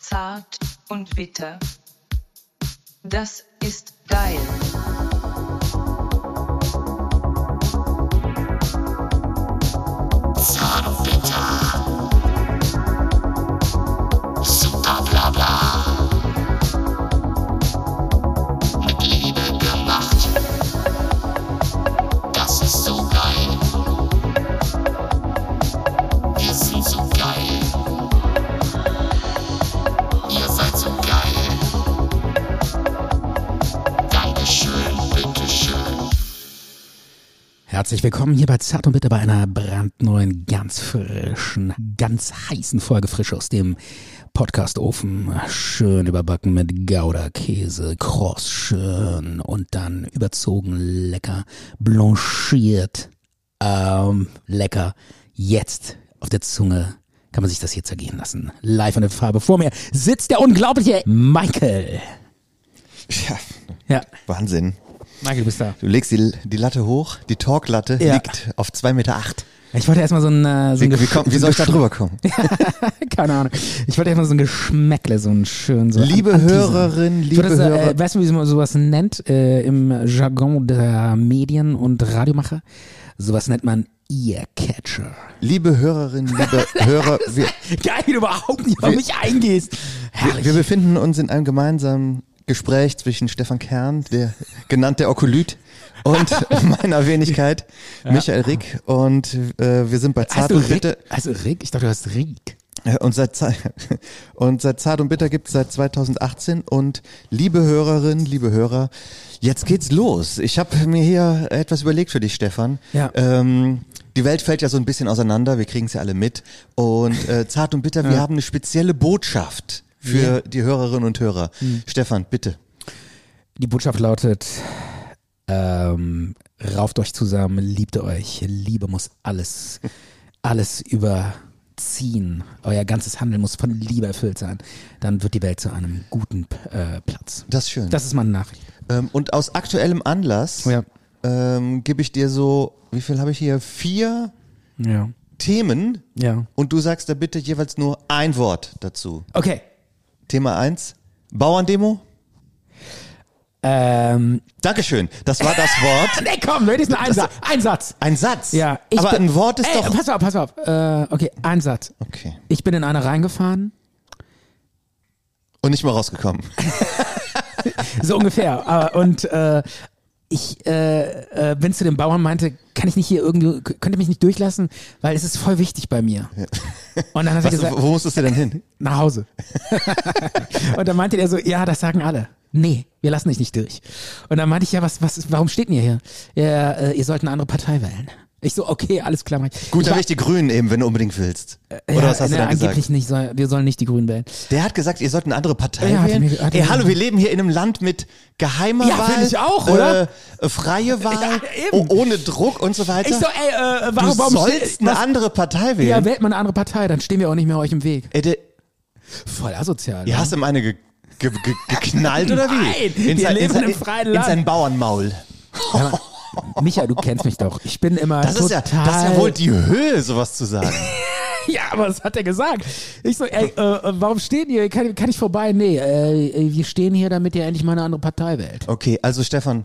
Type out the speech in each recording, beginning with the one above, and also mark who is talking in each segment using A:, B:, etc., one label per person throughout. A: zart und bitter. Das ist geil.
B: Herzlich willkommen hier bei Zart und Bitter bei einer brandneuen, ganz frischen, ganz heißen Folge frisch aus dem Podcastofen. Schön überbacken mit Gouda, Käse, kross schön und dann überzogen lecker, blanchiert, ähm, lecker. Jetzt auf der Zunge kann man sich das hier zergehen lassen. Live in der Farbe vor mir sitzt der unglaubliche Michael.
C: Ja,
B: Ja,
C: Wahnsinn.
B: Michael, du bist da.
C: Du legst die, die Latte hoch, die Talklatte
B: Ja.
C: liegt auf 2,8 Meter. Acht.
B: Ich wollte erstmal so ein, äh, so
C: Wie,
B: ein
C: wie, komm, wie soll ich da
B: Gesch-
C: drüber kommen?
B: Keine Ahnung. Ich wollte einfach so ein Geschmäckle, so einen schönen. So
C: Liebe
B: Anteaser.
C: Hörerin,
B: Ich würde
C: liebe
B: das,
C: Hörer-
B: Äh, weißt du, wie man sowas nennt äh, im Jargon der Medien und Radiomacher? Sowas nennt man Earcatcher.
C: Liebe Hörerinnen, liebe Hörer, wir,
B: Geil, wie du überhaupt nicht auf
C: Wir-
B: mich eingehst.
C: wir,
B: Herrlich.
C: wir befinden uns in einem gemeinsamen Gespräch zwischen Stefan Kern, der genannt der Okolyt, und meiner Wenigkeit, Michael Rick. Und äh, wir sind bei
B: Heißt
C: Zart
B: du
C: und
B: Rick?
C: Bitter.
B: Also Rick? Ich dachte, du hast Rick.
C: Äh, Und seit, Ze- und seit Zart und Bitter gibt's seit 2018. Und liebe Hörerinnen, liebe Hörer, jetzt geht's los. Ich habe mir hier etwas überlegt für dich, Stefan.
B: Ja.
C: Ähm, die Welt fällt ja so ein bisschen auseinander, wir kriegen's ja alle mit. Und äh, Zart und Bitter, wir haben eine spezielle Botschaft für
B: Ja. Hm.
C: die Hörerinnen und Hörer. Stefan, bitte.
B: Die Botschaft lautet, ähm, rauft euch zusammen, liebt euch. Liebe muss alles, alles überziehen. Euer ganzes Handeln muss von Liebe erfüllt sein. Dann wird die Welt zu einem guten äh, Platz.
C: Das ist schön.
B: Das ist meine Nachricht.
C: ähm, und aus aktuellem Anlass
B: Ja.
C: ähm, gebe ich dir so, wie viel habe ich hier? Vier
B: Ja.
C: Themen.
B: Ja.
C: Und du sagst da bitte jeweils nur ein Wort dazu.
B: Okay.
C: Thema 1, Bauerndemo.
B: Ähm,
C: Dankeschön, das war das Wort.
B: nee, komm, Leute, ist nur ein
C: Das-
B: Satz. Ein Satz.
C: Ein Satz.
B: Ja,
C: Aber
B: bin-
C: ein Wort ist
B: Ey,
C: doch.
B: Pass auf, pass auf. Äh, okay, ein Satz.
C: Okay.
B: Ich bin in eine reingefahren.
C: Und nicht mal rausgekommen.
B: So ungefähr. Aber, und äh, ich äh, äh, bin zu dem Bauern meinte, kann ich nicht hier irgendwie, könnt ihr mich nicht durchlassen, weil es ist voll wichtig bei mir. Und dann hat er
C: Was,
B: gesagt,
C: wo musstest du denn hin?
B: nach Hause. und dann meinte er so, ja, das sagen alle. Nee, wir lassen dich nicht durch. Und dann meinte ich, ja, was, was, ist- warum steht denn ihr hier? Ja, äh, ihr sollt eine andere Partei wählen. Ich so, okay, alles klar. Mach ich.
C: Gut,
B: ich Äh,
C: dann will ich die Grünen eben, wenn du unbedingt willst. Oder
B: ja,
C: was hast du
B: na,
C: dann
B: Angeblich
C: gesagt?
B: nicht, soll, wir sollen nicht die Grünen wählen.
C: Der hat gesagt, ihr sollt eine andere Partei
B: Ja, hat er
C: wählen.
B: mir- hat er
C: Ey,
B: mir
C: hallo,
B: gesagt.
C: wir leben hier in einem Land mit geheimer
B: Ja,
C: Wahl.
B: finde ich auch, oder?
C: Äh, äh, freie Wahl,
B: eben.
C: oh- ohne Druck und so weiter.
B: Ich so, ey, äh,
C: du
B: warum, warum
C: sollst eine andere Partei wählen.
B: Ja, wählt mal eine andere Partei, dann stehen wir auch nicht mehr euch im Weg.
C: Ey, der,
B: Voll asozial.
C: ihr
B: ne?
C: hast ihm eine ge ge ge geknallt, oder wie?
B: Nein, wir
C: sein-
B: leben
C: sein-
B: in einem freien
C: In
B: Land.
C: sein Bauernmaul.
B: Hör mal, Micha, du kennst mich doch. Ich bin immer
C: Oh. Das ist, ja,
B: total.
C: das ist ja wohl die Höhe, sowas zu sagen.
B: Ja, aber das hat er gesagt. Ich so, ey, äh, äh, warum stehen ihr? Kann, kann ich vorbei? Nee, äh, äh, wir stehen hier, damit ihr endlich mal eine andere Partei wählt.
C: Okay, also Stefan,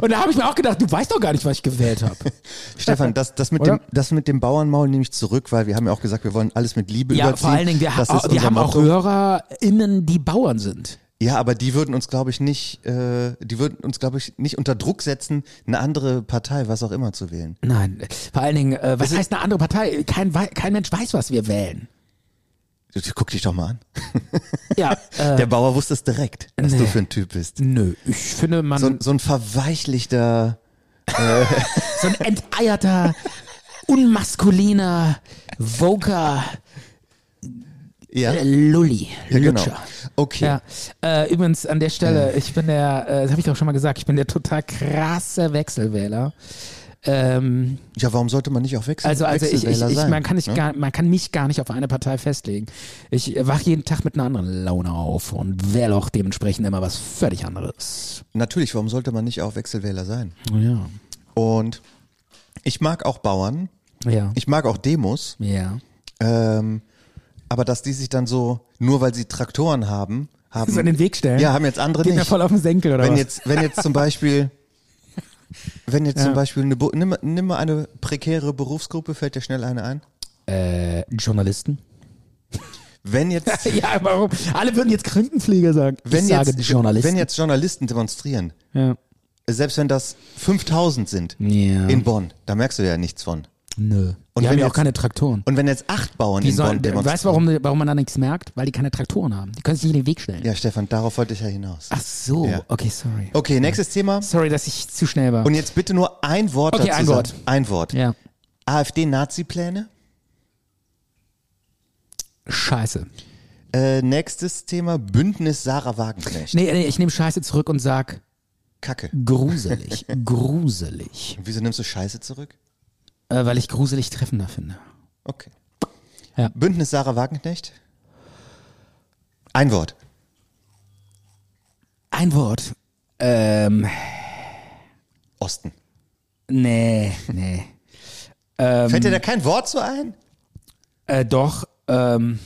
B: Und da habe ich mir auch gedacht, du weißt doch gar nicht, was ich gewählt habe.
C: Stefan, das, das, mit
B: Oder?
C: dem, das mit dem Bauernmaul nehme ich zurück, weil wir haben ja auch gesagt, wir wollen alles mit Liebe
B: ja,
C: überziehen.
B: vor allen Dingen, wir, ha
C: das ist
B: wir
C: unser
B: haben auch
C: Motto.
B: HörerInnen, die Bauern sind.
C: Ja, aber die würden uns, glaube ich, nicht, äh, die würden uns, glaube ich, nicht unter Druck setzen, eine andere Partei, was auch immer, zu wählen.
B: Nein, vor allen Dingen, äh, was heißt eine andere Partei? Kein, wei- kein Mensch weiß, was wir wählen.
C: Du- du- Guck dich doch mal an.
B: Ja, äh,
C: Der Bauer wusste es direkt, was
B: nee.
C: du für ein Typ bist.
B: nö, ich finde, man,
C: So, ein- so ein verweichlichter,
B: so ein enteierter, unmaskuliner, voker
C: ja,
B: äh, Lulli.
C: ja genau.
B: Lutscher.
C: Okay.
B: Ja, äh, übrigens an der Stelle, ich bin der, äh, das habe ich doch schon mal gesagt, ich bin der total krasse Wechselwähler. Ähm,
C: Ja, warum sollte man nicht auch wechseln?
B: also also ich, ich,
C: Wechselwähler
B: ich
C: sein,
B: man kann nicht
C: ne?
B: gar, man kann mich gar nicht auf eine Partei festlegen. Ich äh, wach jeden Tag mit einer anderen Laune auf und wähle auch dementsprechend immer was völlig anderes.
C: Natürlich, warum sollte man nicht auch Wechselwähler sein?
B: Ja.
C: Und ich mag auch Bauern,
B: Ja.
C: ich mag auch Demos.
B: ja.
C: Ähm, aber dass die sich dann so, nur weil sie Traktoren haben, haben.
B: So in den Weg stellen?
C: Ja, haben jetzt andere
B: Geht mir
C: nicht.
B: voll auf den Senkel, oder
C: wenn
B: was?
C: jetzt, wenn jetzt zum Beispiel, wenn jetzt zum Beispiel eine, Bo- nimm, nimm mal eine prekäre Berufsgruppe, fällt dir schnell eine ein.
B: Äh, Journalisten?
C: Wenn jetzt,
B: Ja, warum? Alle würden jetzt Krankenpfleger sagen.
C: wenn
B: ich
C: jetzt,
B: sage Journalisten.
C: wenn jetzt Journalisten demonstrieren,
B: ja.
C: selbst wenn das 5000 sind
B: Ja.
C: in Bonn, da merkst du ja nichts von.
B: Nö.
C: Und
B: die
C: wenn
B: haben ja auch
C: jetzt-
B: keine Traktoren.
C: Und wenn jetzt acht Bauern
B: Die
C: in Bonn
B: sollen, äh,
C: demonstrieren.
B: weißt du, warum, warum man da nichts merkt? Weil die keine Traktoren haben. Die können sich nicht in den Weg stellen.
C: Ja, Stefan, darauf wollte ich ja hinaus.
B: Ach so,
C: Ja.
B: okay, sorry.
C: Okay, nächstes Thema.
B: Sorry, dass ich zu schnell war.
C: Und jetzt bitte nur ein Wort
B: Okay,
C: dazu
B: ein Wort.
C: sagen. Ein Wort.
B: ja.
C: AfD-Nazi-Pläne.
B: Scheiße.
C: Äh, nächstes Thema, Bündnis Sarah Wagenknecht.
B: Nee, nee, ich nehme Scheiße zurück und sag
C: Kacke.
B: gruselig. gruselig.
C: Und wieso nimmst du Scheiße zurück?
B: Äh, weil ich gruselig treffender finde.
C: Okay.
B: Ja.
C: Bündnis Sarah Wagenknecht. Ein Wort.
B: Ein Wort. Ähm,
C: Osten.
B: nee, nee. Ähm.
C: Fällt dir da kein Wort zu ein?
B: Äh, doch, ähm.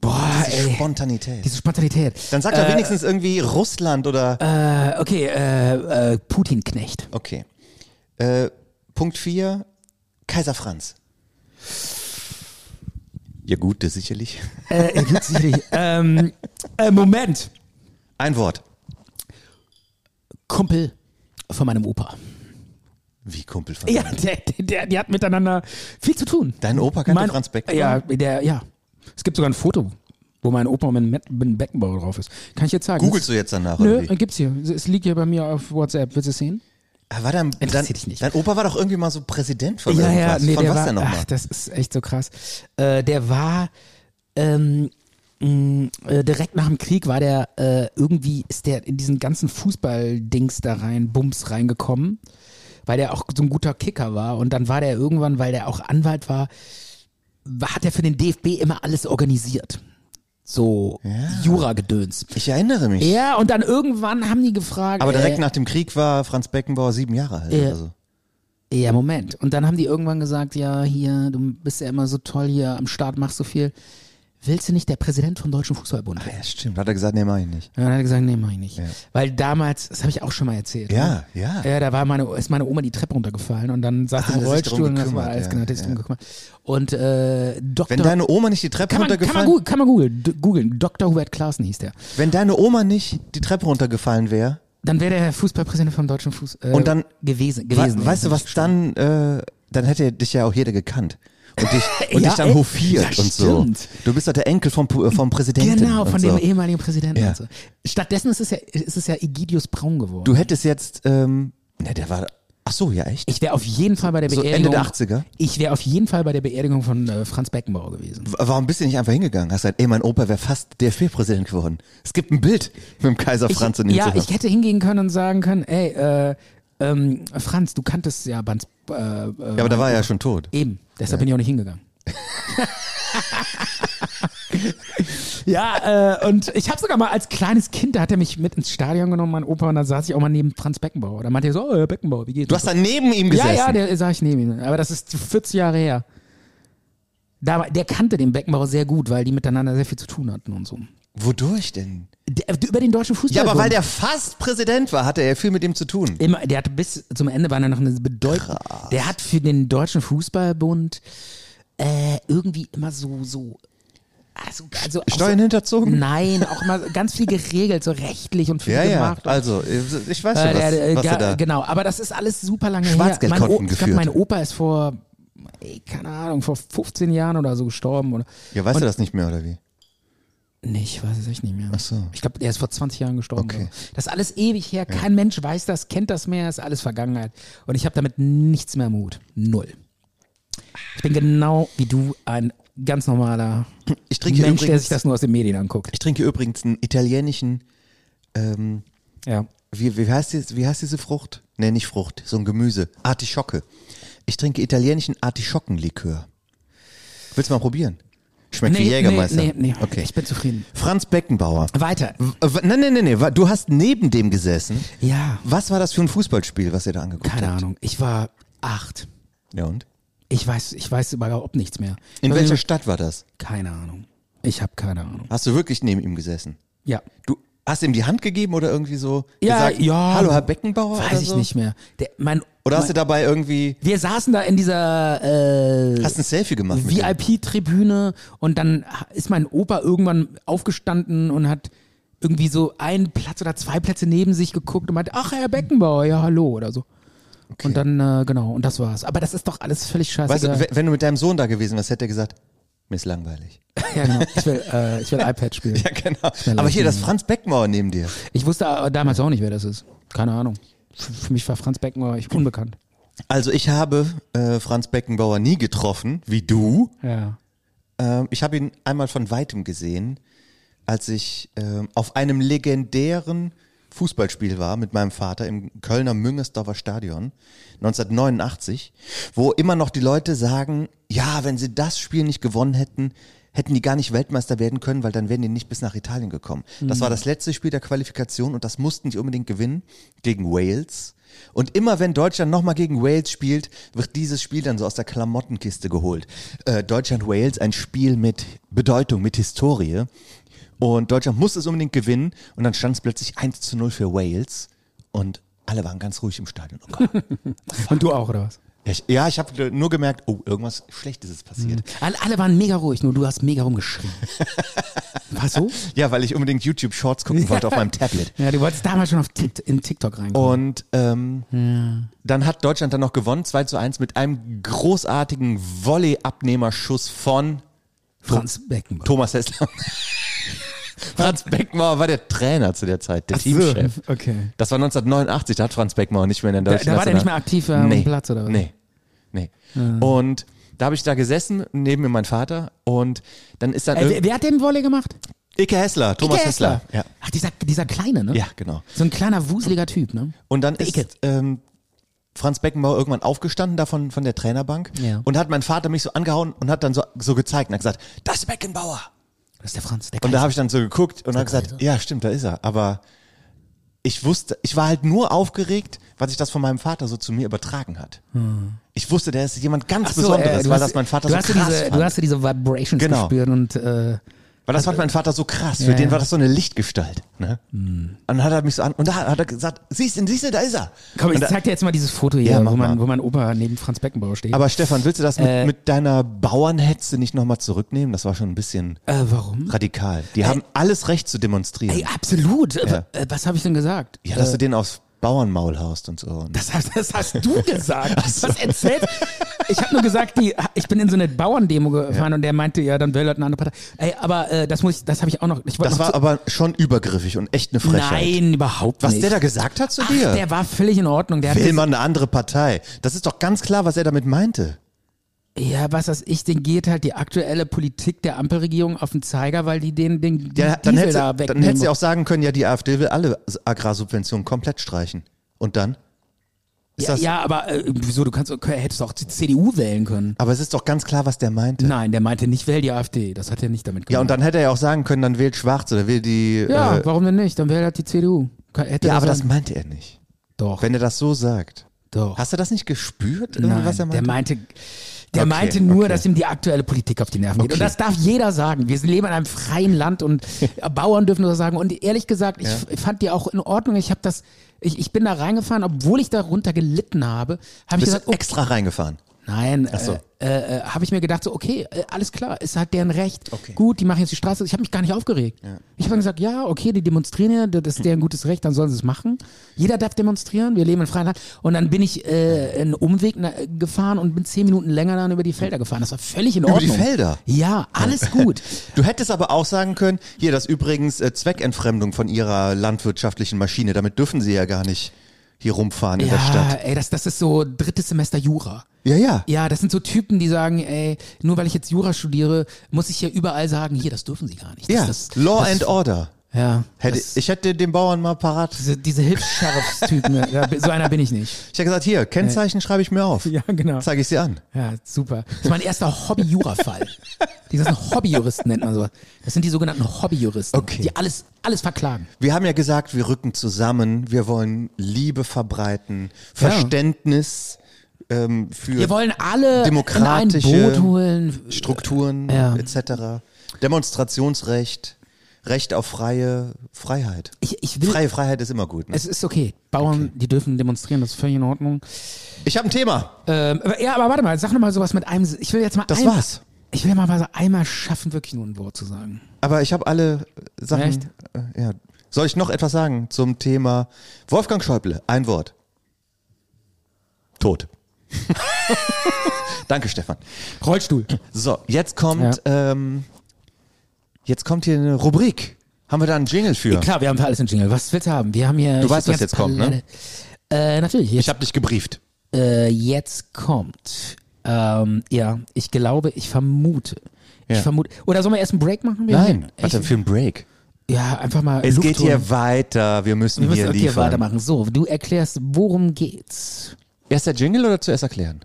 B: Boah,
C: Die
B: ey.
C: Spontanität.
B: Diese Äh, Spontanität.
C: Dann sag doch wenigstens irgendwie Russland oder.
B: Äh, okay, äh, äh, Putin-Knecht.
C: Okay. Äh, Punkt 4, Kaiser Franz. Ja, gut, das sicherlich.
B: Äh, äh, gibt's sicherlich. ähm, äh, Moment.
C: Ein Wort.
B: Kumpel von meinem Opa.
C: Wie Kumpel von
B: Ja,
C: dir.
B: der, der, der, die hat miteinander viel zu tun.
C: Dein Opa kannte
B: Mein-
C: Franz Beckenbauer?
B: Ja, der, ja. Es gibt sogar ein Foto, wo mein Opa mit Met- mit Beckenbauer drauf ist. Kann ich jetzt sagen?
C: Googlest du jetzt danach,
B: Nö,
C: oder wie?
B: gibt's hier. Es liegt hier bei mir auf WhatsApp. Willst du es sehen?
C: Ah, War dein, dein,
B: Interessiert dich nicht.
C: dein Opa war doch irgendwie mal so Präsident von irgendwas. von
B: der
C: was
B: war,
C: denn nochmal?
B: Ach, das ist echt so krass. Äh, der war ähm, mh, äh, direkt nach dem Krieg war der äh, irgendwie ist der in diesen ganzen Fußballdings da rein, Bums reingekommen, weil der auch so ein guter Kicker war und dann war der irgendwann, weil der auch Anwalt war, war- hat er für den DFB immer alles organisiert. So Jura-Gedöns.
C: Ich erinnere mich.
B: Ja, und dann irgendwann haben die gefragt.
C: Aber direkt
B: äh,
C: nach dem Krieg war Franz Beckenbauer sieben Jahre alt.
B: Ja.
C: Oder so.
B: Ja, Moment. Und dann haben die irgendwann gesagt, ja, hier, du bist ja immer so toll hier, am Start machst so viel. Willst du nicht der Präsident vom Deutschen Fußballbund werden?
C: Ja, stimmt. Hat er gesagt, nee, mach ich nicht.
B: Und dann hat er gesagt, nee, mach ich nicht.
C: Ja.
B: Weil damals, das habe ich auch schon mal erzählt.
C: Ja,
B: ne?
C: ja.
B: Ja, da war meine, ist meine Oma die Treppe runtergefallen und dann saß
C: Ah,
B: sie im
C: der sich drum
B: Rollstuhl und das war
C: gekümmert,
B: alles
C: ja,
B: genau, der ist
C: ja.
B: drum gekümmert. Und äh, Dr.
C: Wenn deine Oma nicht die Treppe
B: kann man, kann man,
C: runtergefallen
B: googeln, kann man googeln, d- googeln. Dr. Hubert Klaassen hieß der.
C: Wenn deine Oma nicht die Treppe runtergefallen wäre,
B: Dann wäre der Fußballpräsident vom Deutschen Fuß äh,
C: Und dann-
B: gewesen.
C: Wa-
B: gewesen
C: weißt du, was dann, äh, dann hätte dich ja auch jeder gekannt. Und dich, und
B: Ja,
C: dich dann
B: ey.
C: hofiert
B: Ja,
C: und so.
B: stimmt.
C: Du bist doch der Enkel vom, Pu- äh, vom Präsidenten.
B: Genau,
C: und
B: von
C: so.
B: dem ehemaligen Präsidenten.
C: Ja.
B: Und so. Stattdessen ist es ja, ist es ja Egidius Braun geworden.
C: Du hättest jetzt, ähm, ne, der war, ach so, ja echt?
B: ich wäre auf jeden Fall bei der
C: So
B: Beerdigung.
C: Ende der 80er?
B: Ich wäre auf jeden Fall bei der Beerdigung von äh, Franz Beckenbauer gewesen.
C: W- Warum bist du nicht einfach hingegangen? Hast gesagt, ey, mein Opa wäre fast DFB-Präsident geworden. Es gibt ein Bild mit dem Kaiser Franz
B: ich,
C: und ihm
B: ja,
C: zusammen.
B: ich hätte hingehen können und sagen können, ey, äh, ähm, Franz, du kanntest ja Banz, äh, äh,
C: ja, aber da war er ja schon tot.
B: eben, deshalb bin ich auch nicht hingegangen. ja, äh, und ich habe sogar mal als kleines Kind, da hat er mich mit ins Stadion genommen, mein Opa, und dann saß ich auch mal neben Franz Beckenbauer. Da meinte er so, oh, Herr Beckenbauer, wie geht's?
C: Du hast dann neben ihm
B: Ja,
C: gesessen.
B: ja, der sag ich neben ihm. Aber das ist 40 Jahre her. Da, der kannte den Beckenbauer sehr gut, weil die miteinander sehr viel zu tun hatten und so.
C: Wodurch denn?
B: Der, äh, über den deutschen Fußball.
C: Ja, aber weil der fast Präsident war, hatte er viel mit ihm zu tun.
B: Immer, der hat bis zum Ende war er noch eine bedeutende. Der hat für den Deutschen Fußballbund äh, irgendwie immer so, so. Also, also auch
C: Steuern
B: so,
C: hinterzogen?
B: Nein, auch mal ganz viel geregelt, so rechtlich und viel
C: Ja, ja.
B: gemacht. und-
C: Also, ich weiß schon,
B: Äh,
C: was,
B: der, äh,
C: was
B: ga-
C: du da
B: Genau, aber das ist alles super lange her.
C: Schwarzgeldkonten
B: Mein O- ich
C: geführt.
B: glaube, mein Opa ist vor, ey, keine Ahnung, vor 15 Jahren oder so gestorben. Oder
C: Ja, weißt du das nicht mehr, oder wie?
B: Nee, ich weiß es echt nicht mehr.
C: Ach so.
B: Ich glaube, er ist vor 20 Jahren gestorben.
C: Okay.
B: oder so. Das ist alles ewig her. Kein Mensch weiß das, kennt das mehr, ist alles Vergangenheit. Und ich habe damit nichts mehr Mut. Null. Ich bin genau wie du ein ganz normaler
C: Ich trinke,
B: Mensch, der
C: übrigens,
B: sich das nur aus den Medien anguckt.
C: ich trinke übrigens einen italienischen,
B: Ja.
C: wie, wie, heißt die, wie heißt diese Frucht? Nee, nicht Frucht, so ein Gemüse. Artischocke. Ich trinke italienischen Artischockenlikör. Willst du mal probieren? Schmeckt wie Jägermeister.
B: nee, nee, nee.
C: Okay.
B: Ich bin zufrieden.
C: Franz Beckenbauer.
B: Weiter.
C: W- w- Nein, nein, nein, nein. Du hast neben dem gesessen.
B: Ja.
C: Was war das für ein Fußballspiel, was ihr da angeguckt
B: Keine
C: habt?
B: Ahnung. Ich war acht.
C: Ja und?
B: Ich weiß, ich weiß überhaupt nichts mehr.
C: In
B: Also,
C: welcher Ah. Stadt war das?
B: Keine Ahnung. Ich habe keine Ahnung.
C: Hast du wirklich neben ihm gesessen?
B: Ja.
C: Du hast ihm die Hand gegeben oder irgendwie so
B: Ja,
C: gesagt,
B: ja.
C: hallo Herr Beckenbauer?
B: Weiß
C: Oh, oder
B: ich
C: so?
B: nicht mehr. Der, mein,
C: Oder hast du
B: mein,
C: dabei irgendwie,
B: wir saßen da in dieser äh,
C: hast ein Selfie gemacht mit ihm?
B: VIP-Tribüne und dann ist mein Opa irgendwann aufgestanden und hat irgendwie so einen Platz oder zwei Plätze neben sich geguckt und meinte, ach Herr Beckenbauer, ja hallo oder so. Und dann, äh, genau, und das war's. Aber das ist doch alles völlig scheiße.
C: Weißt du, we- wenn du mit deinem Sohn da gewesen wärst, hätte er gesagt, mir ist langweilig.
B: ja, genau. Ich will, äh, ich will iPad spielen.
C: Ja, genau. Aber hier, das Franz Beckenbauer neben dir.
B: Ich wusste äh, damals auch nicht, wer das ist. Keine Ahnung. Für, für mich war Franz Beckenbauer ich, unbekannt.
C: Also ich habe äh, Franz Beckenbauer nie getroffen, wie du.
B: Ja.
C: Ähm, ich habe ihn einmal von weitem gesehen, als ich ähm, auf einem legendären Fußballspiel war mit meinem Vater im Kölner Müngersdorfer Stadion 1989, wo immer noch die Leute sagen, ja, wenn sie das Spiel nicht gewonnen hätten, hätten die gar nicht Weltmeister werden können, weil dann wären die nicht bis nach Italien gekommen. Das war das letzte Spiel der Qualifikation und das mussten die unbedingt gewinnen gegen Wales. Und immer wenn Deutschland nochmal gegen Wales spielt, wird dieses Spiel dann so aus der Klamottenkiste geholt. Äh, Deutschland-Wales, ein Spiel mit Bedeutung, mit Historie. Und Deutschland musste es unbedingt gewinnen. Und dann stand es plötzlich 1 zu 0 für Wales. Und alle waren ganz ruhig im Stadion. Oh Gott.
B: Und du auch, oder was?
C: Ja, ich, ja, ich habe nur gemerkt, oh, irgendwas Schlechtes ist passiert.
B: Alle, alle waren mega ruhig, nur du hast mega rumgeschrien. War so?
C: Ja, weil ich unbedingt YouTube-Shorts gucken wollte auf meinem Tablet.
B: Ja, du wolltest damals schon auf Tikt, in TikTok reinkommen.
C: Und ähm, dann hat Deutschland dann noch gewonnen, 2 zu 1, mit einem großartigen Volley-Abnehmerschuss von
B: Franz Beckenbauer.
C: Thomas Hessler. Franz Beckmauer war der Trainer zu der Zeit, der Teamchef.
B: Okay.
C: Das war 1989, da hat Franz Beckmauer nicht mehr in der
B: Da,
C: deutschen
B: da war der nicht mehr
C: National-
B: aktiv äh, am Platz, oder was? Ah.
C: Nee. Nee. Und da habe ich da gesessen, neben mir mein Vater, und dann ist dann.
B: Äh,
C: Äh,
B: wer, wer hat den Volley gemacht?
C: Ike Hessler, Thomas
B: Ike
C: Hessler. Ja.
B: Ach, dieser, dieser Kleine, ne?
C: ja, genau.
B: So ein kleiner, wuseliger Typ, ne?
C: Und dann
B: Der Icke.
C: ist ähm, Franz Beckenbauer irgendwann aufgestanden davon von der Trainerbank
B: Ja.
C: und hat mein Vater mich so angehauen und hat dann so, so gezeigt und hat gesagt, das ist Beckenbauer.
B: Das ist der Franz, der
C: Und
B: Kleine.
C: da habe ich dann so geguckt und habe
B: der
C: gesagt, ja, stimmt, da ist er. Aber ich wusste, ich war halt nur aufgeregt, weil sich das von meinem Vater so zu mir übertragen hat.
B: Hm.
C: Ich wusste, der ist jemand ganz Besonderes,
B: äh, du
C: weil
B: hast-
C: das mein Vater
B: du
C: so
B: hast
C: krass
B: ja diese,
C: fand.
B: Du hast ja diese Vibrations
C: Genau.
B: gespürt und äh,
C: Weil das fand mein Vater so krass. Für
B: Ja. Hm.
C: den war das so eine Lichtgestalt. Ne? Und dann hat er mich so an und da hat er gesagt, siehst du, siehst du, da ist er.
B: komm, ich
C: und da,
B: zeig dir jetzt mal dieses Foto hier,
C: Ja, mach
B: wo, man,
C: mal.
B: wo mein Opa neben Franz Beckenbauer steht.
C: aber Stefan, willst du das mit,
B: Äh.
C: mit deiner Bauernhetze nicht nochmal zurücknehmen? Das war schon ein bisschen
B: äh, warum?
C: radikal. Die haben alles Recht zu demonstrieren.
B: Ey, absolut. Äh,
C: Ja.
B: äh, Was habe ich denn gesagt?
C: ja, dass
B: Äh,
C: du den aufs Bauernmaul haust und so. Und
B: Das hast, das hast du gesagt. Was erzählt? Ich habe nur gesagt, die, ich bin in so eine Bauerndemo gefahren und der meinte, ja, dann will halt eine andere Partei. Ey, aber äh, das muss ich, das habe ich auch noch. Ich wollte
C: Das
B: noch
C: war
B: zu,
C: aber schon übergriffig und echt eine Frechheit.
B: Nein, überhaupt
C: Was
B: nicht.
C: der da gesagt hat zu
B: Ach,
C: dir?
B: der war völlig in Ordnung. Der
C: Will
B: hat
C: man eine andere Partei? Das ist doch ganz klar, was er damit meinte.
B: das, ja, was weiß ich, den geht halt die aktuelle Politik der Ampelregierung auf den Zeiger, weil die den, den
C: Ja,
B: Diesel
C: dann hätte,
B: da
C: dann hätte
B: wegnehmen.
C: sie auch sagen können, ja, die AfD will alle Agrarsubventionen komplett streichen. Und dann? Ist
B: ja,
C: das,
B: ja, aber äh, wieso, du kannst, hättest auch die CDU wählen können.
C: Aber es ist doch ganz klar, was der meinte.
B: Nein, der meinte nicht, wähl die AfD. Das hat er nicht damit
C: Ja, und
B: gemeint.
C: dann hätte er ja auch sagen können, dann wählt Schwarz oder wählt die.
B: Ja,
C: äh,
B: warum denn nicht? Dann wähl halt die CDU. Hätte
C: ja aber das
B: sagen-
C: meinte er nicht.
B: Doch,
C: Wenn er das so sagt.
B: doch.
C: Hast du das nicht gespürt, irgendwie,
B: Nein,
C: was er meinte?
B: der meinte, der
C: Okay,
B: meinte nur,
C: okay.
B: dass ihm die aktuelle Politik auf die Nerven geht. Und
C: Okay.
B: das darf jeder sagen. Wir leben in einem freien Land und Bauern dürfen das sagen. Und ehrlich gesagt, ich f- fand die auch in Ordnung. Ich habe das, ich, ich bin da reingefahren, obwohl ich darunter gelitten habe, habe ich
C: Bist
B: gesagt,
C: du
B: oh,
C: extra reingefahren?
B: nein,
C: so.
B: äh, äh, äh, habe ich mir gedacht, so okay, äh, alles klar, ist halt deren Recht.
C: Okay.
B: Gut, die machen jetzt die Straße. Ich habe mich gar nicht aufgeregt. Ich habe dann gesagt, ja, okay, die demonstrieren ja, das ist deren gutes Recht, dann sollen sie es machen. Jeder darf demonstrieren, wir leben in freien Land. Und dann bin ich äh, einen Umweg na, gefahren und bin zehn Minuten länger dann über die Felder gefahren. Das war völlig in
C: Über
B: Ordnung.
C: die Felder?
B: Ja, alles gut.
C: Du hättest aber auch sagen können, hier, das ist übrigens äh, Zweckentfremdung von ihrer landwirtschaftlichen Maschine. Damit dürfen sie ja gar nicht hier rumfahren in der
B: ja,
C: Stadt.
B: ey, das, das ist so drittes Semester Jura.
C: Ja, ja.
B: Ja, das sind so Typen, die sagen, ey, nur weil ich jetzt Jura studiere, muss ich hier überall sagen, hier, das dürfen sie gar nicht. Das,
C: Ja,
B: das,
C: Law
B: das,
C: and Order.
B: Ja.
C: Hätte,
B: das-
C: ich hätte den Bauern mal parat.
B: Diese, diese Hilfs-Sheriffs-Typen, ja, so einer bin ich nicht.
C: Ich hätte gesagt, hier, Kennzeichen schreibe ich mir auf.
B: Ja, genau.
C: Zeige ich sie an.
B: Ja, super. Das ist mein erster Hobby-Jura-Fall. Diese Hobbyjuristen nennt man sowas. Das sind die sogenannten Hobbyjuristen,
C: Okay.
B: die alles, alles verklagen.
C: Wir haben ja gesagt, wir rücken zusammen, wir wollen Liebe verbreiten, Verständnis, ähm, für
B: Wir wollen alle
C: demokratische
B: in ein Boot holen.
C: Strukturen
B: Ja.
C: etc. Demonstrationsrecht, Recht auf freie Freiheit.
B: Ich, ich will,
C: freie Freiheit ist immer gut. Ne?
B: es ist okay. Bauern, die dürfen demonstrieren, das ist völlig in Ordnung.
C: Ich habe ein Thema.
B: Ähm, aber, ja, aber warte mal, sag nochmal sowas mit einem. Ich will jetzt mal.
C: Das
B: ein,
C: war's.
B: Ich will mal was einmal schaffen, wirklich nur ein Wort zu sagen.
C: Aber ich habe alle Sachen.
B: Echt?
C: Äh, ja. Soll ich noch etwas sagen zum Thema Wolfgang Schäuble? Ein Wort. Tot. Danke, Stefan.
B: Rollstuhl.
C: So, jetzt kommt, ähm, jetzt kommt hier eine Rubrik. Haben wir da einen Jingle für?
B: Klar, wir haben für alles einen Jingle. Was willst du haben? Wir haben hier.
C: Du
B: ich
C: weißt,
B: hab
C: was jetzt kommt, ne?
B: Äh, natürlich. Jetzt,
C: Ich habe dich gebrieft.
B: äh, jetzt kommt. Ähm, ja, ich glaube, ich vermute. Ich
C: Ja.
B: vermute. Oder sollen wir erst einen Break machen? Wir
C: Nein,
B: Ich,
C: warte, für einen Break.
B: ja, einfach mal.
C: Es
B: Luft
C: geht
B: holen.
C: hier weiter. Wir müssen,
B: Wir müssen
C: hier
B: okay,
C: liefern.
B: weitermachen. So, du erklärst, worum geht's.
C: Erst der Jingle oder zuerst erklären?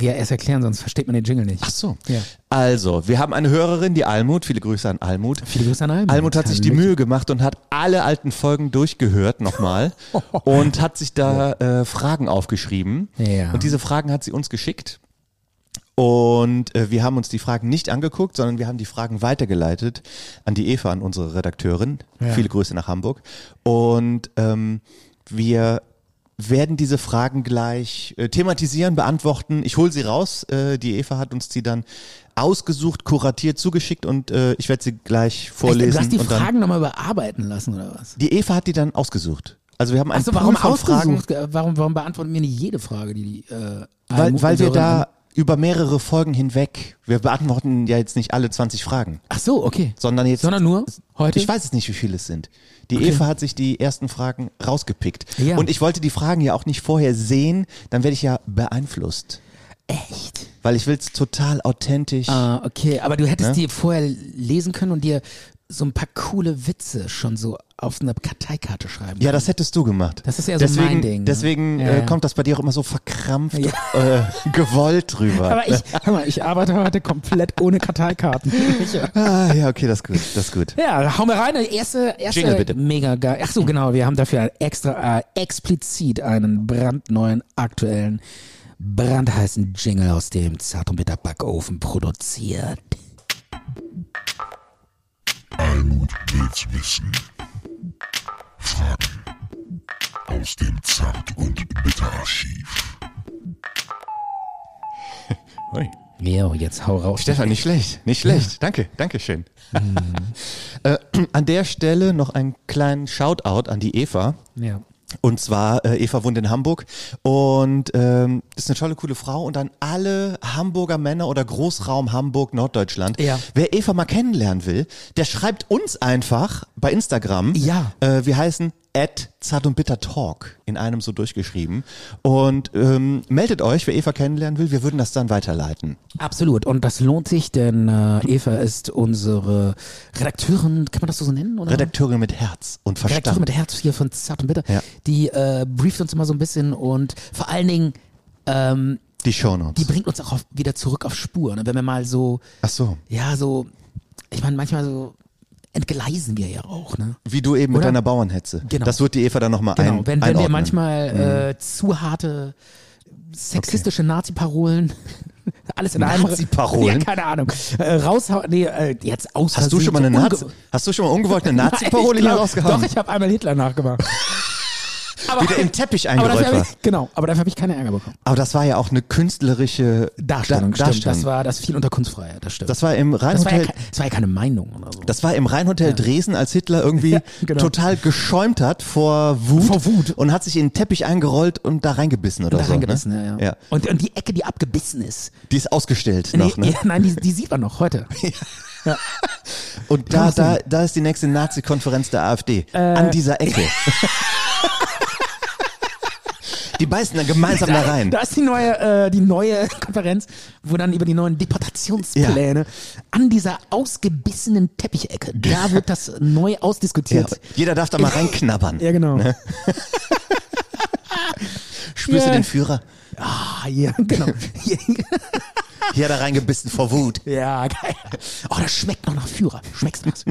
B: Ja, erst erklären, sonst versteht man den Jingle nicht.
C: Ach so.
B: Ja.
C: Also, wir haben eine Hörerin, die Almut. Viele Grüße an Almut.
B: Viele Grüße an Almut.
C: Almut hat sich die Mühe gemacht und hat alle alten Folgen durchgehört nochmal und hat sich da äh, Fragen aufgeschrieben.
B: Ja.
C: Und diese Fragen hat sie uns geschickt. Und äh, wir haben uns die Fragen nicht angeguckt, sondern wir haben die Fragen weitergeleitet an die Eva, an unsere Redakteurin.
B: Ja.
C: Viele Grüße nach Hamburg. Und ähm, wir werden diese Fragen gleich äh, thematisieren, beantworten. Ich hole sie raus. Äh, die Eva hat uns die dann ausgesucht, kuratiert, zugeschickt und äh, ich werde sie gleich vorlesen.
B: Lass die
C: und dann
B: Fragen nochmal bearbeiten lassen, oder was?
C: die Eva hat die dann ausgesucht. Also wir haben einen
B: Achso,
C: Pool
B: warum
C: von Fragen,
B: ausgesucht? Äh, Warum, warum beantworten wir nicht jede Frage, die die äh,
C: weil,
B: Almut
C: weil wir
B: unseren-
C: da über mehrere Folgen hinweg, wir beantworten ja jetzt nicht alle 20 Fragen,
B: Ach so, okay.
C: sondern jetzt
B: Sondern nur heute.
C: Ich weiß es nicht, wie viele es sind. Die
B: Okay.
C: Eva hat sich die ersten Fragen rausgepickt.
B: Ja.
C: Und ich wollte die Fragen ja auch nicht vorher sehen, dann werde ich ja beeinflusst.
B: Echt?
C: Weil ich will es total authentisch.
B: Ah, okay. Aber du hättest
C: Ne?
B: die vorher lesen können und dir so ein paar coole Witze schon so auf einer Karteikarte schreiben
C: Ja, das hättest du gemacht.
B: Das ist eher so
C: deswegen,
B: mein Ding, ne?
C: Deswegen
B: Ja,
C: äh,
B: ja.
C: kommt das bei dir auch immer so verkrampft, äh, gewollt rüber.
B: Aber ich, hör mal, ich arbeite heute komplett ohne Karteikarten.
C: ah, ja, okay, das ist gut, das ist gut.
B: Ja, hau mal rein. Erste, erste
C: Jingle bitte.
B: mega geil. Ach so, genau. Wir haben dafür extra äh, explizit einen brandneuen, aktuellen, brandheißen Jingle aus dem Zart- und Bitterbackofen produziert.
D: Almut will's wissen. Fragen aus dem Zart- und Bitterarchiv.
B: Jo, jetzt hau raus.
C: Stefan, nicht schlecht, nicht schlecht. Danke, danke schön.
B: Mhm.
C: äh, an der Stelle noch einen kleinen Shoutout an die Eva.
B: Ja.
C: Und zwar, äh, Eva wohnt in Hamburg und ähm, ist eine tolle, coole Frau. Und an alle Hamburger Männer oder Großraum Hamburg, Norddeutschland.
B: Ja.
C: Wer Eva mal kennenlernen will, der schreibt uns einfach bei Instagram.
B: Ja.
C: Äh, wir heißen at zart und bitter talk in einem so durchgeschrieben. Und ähm, meldet euch, wer Eva kennenlernen will. Wir würden das dann weiterleiten.
B: Mhm. Absolut. Und das lohnt sich, denn äh, Eva ist unsere Redakteurin, kann man das so nennen? Oder?
C: Redakteurin mit Herz und Verstand.
B: Redakteurin mit Herz hier von Zart und Bitter.
C: Ja.
B: Die äh, brieft uns immer so ein bisschen und vor allen Dingen ähm,
C: Die Shownotes.
B: die bringt uns auch auf, wieder zurück auf Spur. Ne? Wenn wir mal so,
C: Ach so.
B: ja, so, ich meine, manchmal so entgleisen wir ja auch, ne?
C: Wie du eben mit
B: Oder?
C: deiner Bauernhetze.
B: Genau.
C: Das wird die Eva dann nochmal
B: Genau. wenn,
C: ein,
B: wenn
C: einordnen. Mhm.
B: wir manchmal äh, zu harte sexistische Nazi-Parolen, alles in einem.
C: Nazi-Parolen?
B: Ja, keine Ahnung. Äh, raushauen, nee, äh, jetzt aus
C: Hast du schon mal eine
B: Versehen,
C: Nazi,
B: so unge-
C: hast du schon mal ungewollt eine Nazi-Parole
B: Nein, ich
C: hier
B: glaub-
C: rausgehauen?
B: Doch, ich habe einmal Hitler nachgemacht. aber,
C: Wieder im Teppich
B: aber
C: eingerollt
B: dafür
C: war.
B: hab ich, Genau, aber dafür habe ich keine Ärger bekommen.
C: Aber das war ja auch eine künstlerische
B: Darstellung,
C: Da,
B: stimmt.
C: Darstellung.
B: Das war das viel unter Kunstfreiheit, das stimmt.
C: das war im
B: Das war, ja,
C: Rheinhotel.
B: ke- das war ja keine Meinung oder so.
C: Das war im Rheinhotel Dresden, als Hitler irgendwie
B: Ja, genau.
C: total geschäumt hat vor Wut,
B: Vor Wut.
C: und hat sich in den Teppich eingerollt und da reingebissen oder
B: da
C: so.
B: reingebissen,
C: ne?
B: ja, ja. Und, und die Ecke, die abgebissen ist.
C: Die ist ausgestellt noch,
B: nee,
C: ne?
B: ja, nein, die, die sieht man noch heute.
C: Und da, da, da ist die nächste Nazi-Konferenz der AfD. An dieser Ecke. die beißen dann gemeinsam da rein.
B: Da ist die neue, äh, die neue Konferenz, wo dann über die neuen Deportationspläne an dieser ausgebissenen Teppichecke, da wird das neu
C: Ja, Ne?
B: ausdiskutiert.
C: jeder darf da mal reinknabbern.
B: Ja, genau.
C: Spürst
B: Ja.
C: du den Führer?
B: Ah, ja, genau.
C: Hier hat er reingebissen vor Wut.
B: ja, geil. Oh, das schmeckt noch nach Führer. Schmeckt's das?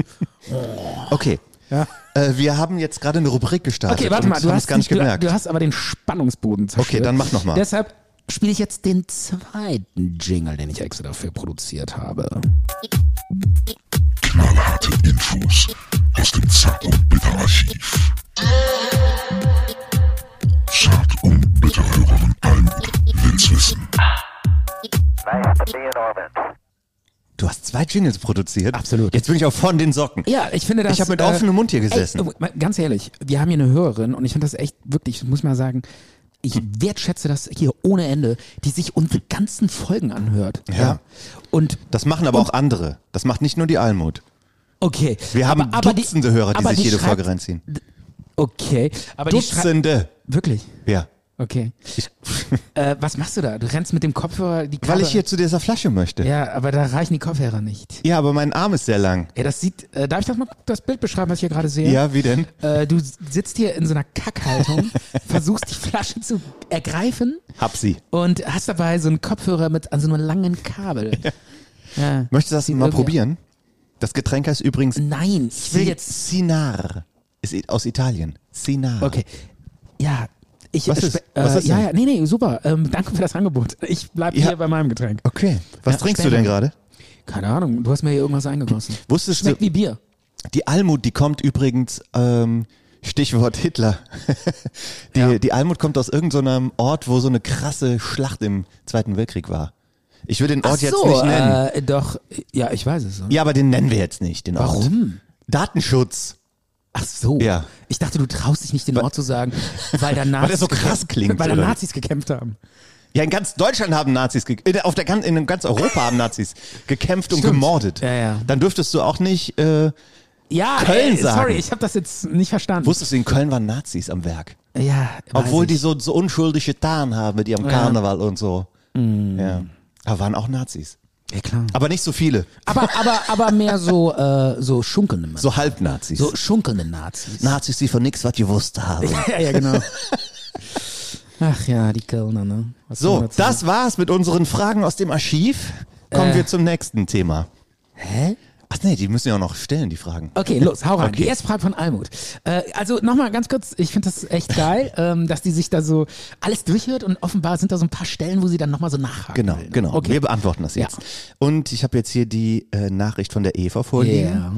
C: Also, Okay.
B: Ja.
C: Äh, wir haben jetzt gerade eine Rubrik gestartet.
B: Okay, warte mal,
C: und
B: du
C: haben
B: hast,
C: es gar nicht
B: du,
C: gemerkt.
B: du hast aber den Spannungsboden zerstört.
C: Okay, dann mach noch mal.
B: Deshalb spiele ich jetzt den zweiten Jingle, den ich extra dafür produziert habe.
D: Knallharte Infos aus dem Zart- und Bitter-Archiv. Zart- und Bitterhörern allen will's wissen.
E: Nice to be in orbit.
C: Du hast zwei Jingles produziert.
B: Absolut.
C: Jetzt bin ich auch von den Socken.
B: Ja, ich finde das.
C: Ich hab mit offenem Mund hier gesessen.
B: Ey, oh, mal ganz ehrlich, wir haben hier eine Hörerin und ich finde das echt wirklich, ich muss mal sagen, ich wertschätze das hier ohne Ende, die sich unsere ganzen Folgen anhört.
C: Ja.
B: Und
C: Das machen aber auch andere. Das macht nicht nur die Almut.
B: okay.
C: Wir haben
B: aber, aber die-
C: Dutzende Hörer, die
B: aber
C: sich jede
B: schreibt-
C: Folge reinziehen.
B: Okay. Aber die schreibt-
C: Dutzende.
B: Wirklich.
C: Ja.
B: Okay. Äh, was machst du da? Du rennst mit dem Kopfhörer die Kabel.
C: Weil ich hier zu dieser Flasche möchte.
B: Ja, aber da reichen die Kopfhörer nicht.
C: Ja, aber mein Arm ist sehr lang.
B: Ja, das sieht. Äh, darf ich das mal das Bild beschreiben, was ich hier gerade sehe?
C: Ja, wie denn?
B: Äh, du sitzt hier in so einer Kackhaltung, versuchst die Flasche zu ergreifen
C: Hab sie.
B: und hast dabei so einen Kopfhörer mit an so einem langen Kabel. Ja.
C: Möchtest du das
B: Sieht
C: mal
B: irgendwie-
C: probieren? Das Getränk heißt übrigens
B: Nein, ich will jetzt.
C: Sinar. Ist i- aus Italien. Sinar.
B: Okay. Ja. Ich,
C: Was
B: äh,
C: ist-
B: spe-
C: was
B: äh,
C: ist
B: ja,
C: denn?
B: ja, nee, nee, super. Ähm, danke für das Angebot. Ich bleib
C: Ja.
B: hier bei meinem Getränk.
C: Okay. Was
B: Ja,
C: trinkst
B: später.
C: du denn gerade?
B: Keine Ahnung, du hast mir hier irgendwas eingegossen.
C: Wusstest
B: Schmeckt
C: du,
B: wie Bier.
C: die Almut, die kommt übrigens, ähm, Stichwort Hitler. die,
B: Ja.
C: die Almut kommt aus irgendeinem Ort, wo so eine krasse Schlacht im Zweiten Weltkrieg war. Ich will den Ort jetzt nicht nennen.
B: Äh, doch, ja, ich weiß es.
C: ja, aber den nennen wir jetzt nicht, den Ort.
B: Warum?
C: Datenschutz.
B: Ach so.
C: Ja.
B: Ich dachte, du traust dich nicht, den Ort zu sagen, weil da Nazis,
C: der so krass
B: gekämpft-
C: klingt,
B: weil da
C: oder?
B: Nazis gekämpft haben.
C: Ja, in ganz Deutschland haben Nazis gekämpft. Auf der gan- in ganz Europa haben Nazis gekämpft und
B: Stimmt.
C: gemordet.
B: Ja, ja.
C: Dann dürftest du auch nicht. Äh,
B: Ja,
C: Köln
B: ey,
C: sagen.
B: sorry, ich habe das jetzt nicht verstanden.
C: wusstest du, in Köln waren Nazis am Werk.
B: ja, weiß
C: Obwohl
B: ich.
C: die so, so unschuldig getan haben mit ihrem
B: Ja.
C: Karneval und so. Ja. Aber waren auch Nazis.
B: Ja, klar.
C: Aber nicht so viele.
B: Aber, aber, aber mehr so, äh, so schunkelnde Nazis.
C: So Halbnazis.
B: So schunkelnde Nazis.
C: Nazis, die von nix was gewusst haben.
B: ja, ja, genau. Ach ja, die Kölner, ne? Was soll
C: So,
B: man dazu
C: das war's mit unseren Fragen aus dem Archiv. Kommen
B: Äh.
C: wir zum nächsten Thema.
B: sagen? Hä?
C: Ach nee, die müssen ja auch noch stellen, die Fragen.
B: Okay, los, hau rein.
C: Okay.
B: Die erste Frage von Almut. Äh, also nochmal ganz kurz, ich finde das echt geil, ähm, dass die sich da so alles durchhört und offenbar sind da so ein paar Stellen, wo sie dann nochmal so nachhaken.
C: Genau,
B: will. ne?
C: genau.
B: Äh, Okay.
C: Wir beantworten das jetzt.
B: Ja.
C: Und ich habe jetzt hier die äh, Nachricht von der Eva vorliegen.
B: Ja.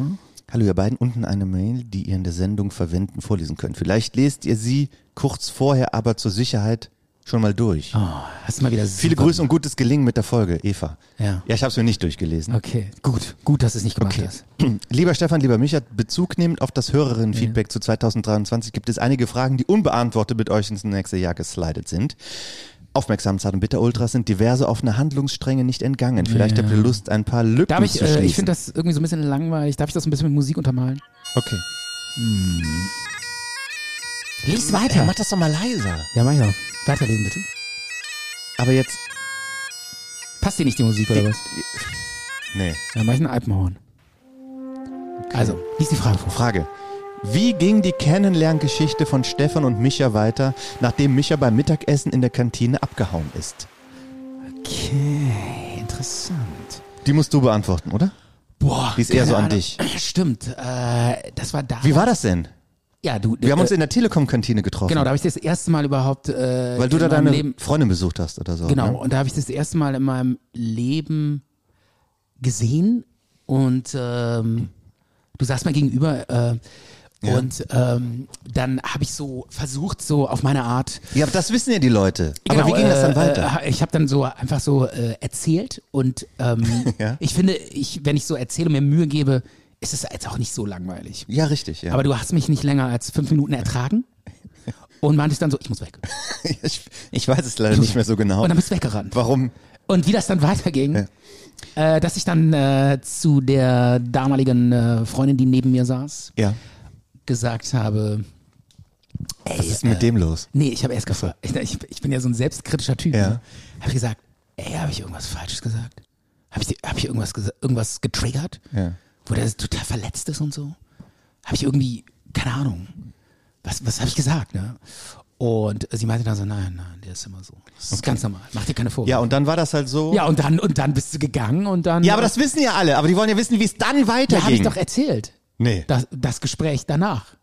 C: Hallo ihr beiden, unten eine Mail, die ihr in der Sendung verwenden, vorlesen könnt. Vielleicht lest ihr sie kurz vorher, aber zur Sicherheit schon mal durch.
B: Oh, Hast du mal wieder
C: Viele
B: Ah, super-
C: Grüße und gutes Gelingen mit der Folge, Eva.
B: Ja.
C: ja ich habe es mir nicht durchgelesen.
B: Okay, gut, gut, dass es nicht gemacht okay.
C: Okay.
B: ist.
C: Lieber Stefan, lieber Michard, Bezug nehmend auf das Hörerinnenfeedback zu 2023 gibt es einige Fragen, die unbeantwortet mit euch ins nächste Jahr geslidet sind. Aufmerksam, Zart und Bitter Ultras sind diverse offene Handlungsstränge nicht entgangen. Vielleicht habt ihr Lust, ein paar Lücken
B: Darf ich,
C: zu
B: äh,
C: schließen.
B: ich finde das irgendwie so ein bisschen langweilig, darf ich das ein bisschen mit Musik untermalen?
C: okay.
B: Lies weiter.
C: mach das doch mal leiser.
B: ja, mach ich auch. Weiterlesen bitte.
C: Aber jetzt,
B: Passt dir nicht die Musik oder was?
C: nee.
B: Dann mach ich ein Alpenhorn. Also, lies die Frage vor.
C: Frage. Wie ging die Kennenlerngeschichte von Stefan und Micha weiter, nachdem Micha beim Mittagessen in der Kantine abgehauen ist?
B: Okay, interessant.
C: Die musst du beantworten, oder?
B: Boah,
C: Die ist eher
B: keine
C: so an
B: Ahnung.
C: dich.
B: Stimmt, äh, das war da.
C: Wie war das denn?
B: Ja, du.
C: Wir haben uns
B: äh,
C: in der Telekom-Kantine getroffen.
B: genau, da habe ich das erste Mal überhaupt. Äh,
C: Weil du
B: in
C: da
B: meinem
C: deine
B: Leben,
C: Freundin besucht hast oder so.
B: genau,
C: Ne?
B: und da habe ich das erste Mal in meinem Leben gesehen und ähm, du saßt mir gegenüber äh,
C: Ja.
B: und ähm, dann habe ich so versucht, so auf meine Art.
C: Ja, aber das wissen ja die Leute. Aber
B: Genau,
C: wie ging das dann
B: äh,
C: weiter?
B: Äh, ich habe dann so einfach so äh, erzählt und ähm,
C: Ja.
B: ich finde, ich, wenn ich so erzähle und mir Mühe gebe, ist es jetzt auch nicht so langweilig.
C: ja, richtig. Ja.
B: Aber du hast mich nicht länger als fünf Minuten ertragen und meintest dann so, ich muss weg.
C: ich, ich weiß es leider nicht mehr so genau.
B: Und dann bist du weggerannt.
C: Warum?
B: Und wie das dann weiterging, äh, dass ich dann äh, zu der damaligen äh, Freundin, die neben mir saß,
C: Ja.
B: gesagt habe, ey, äh,
C: Was ist mit dem los?
B: nee, ich habe erst gefragt, ich, ich, ich bin ja so ein selbstkritischer Typ,
C: Ja.
B: ne? habe ich gesagt, ey, habe ich irgendwas Falsches gesagt? Habe ich, die- hab ich irgendwas, gesa- irgendwas getriggert?
C: Ja.
B: Wo der total verletzt ist und so? Habe ich irgendwie, keine Ahnung, was, was habe ich gesagt, ne? Und sie meinte dann so, nein, nein, der ist immer so. Das ist ganz normal, mach dir keine Vorwürfe.
C: Ja, und dann war das halt so.
B: Ja, und dann, und dann bist du gegangen und dann. äh,
C: Ja, aber das wissen ja alle. Aber die wollen ja wissen, wie es dann
B: ja, habe
C: weiterging.
B: ich doch erzählt.
C: nee.
B: Das, das Gespräch danach.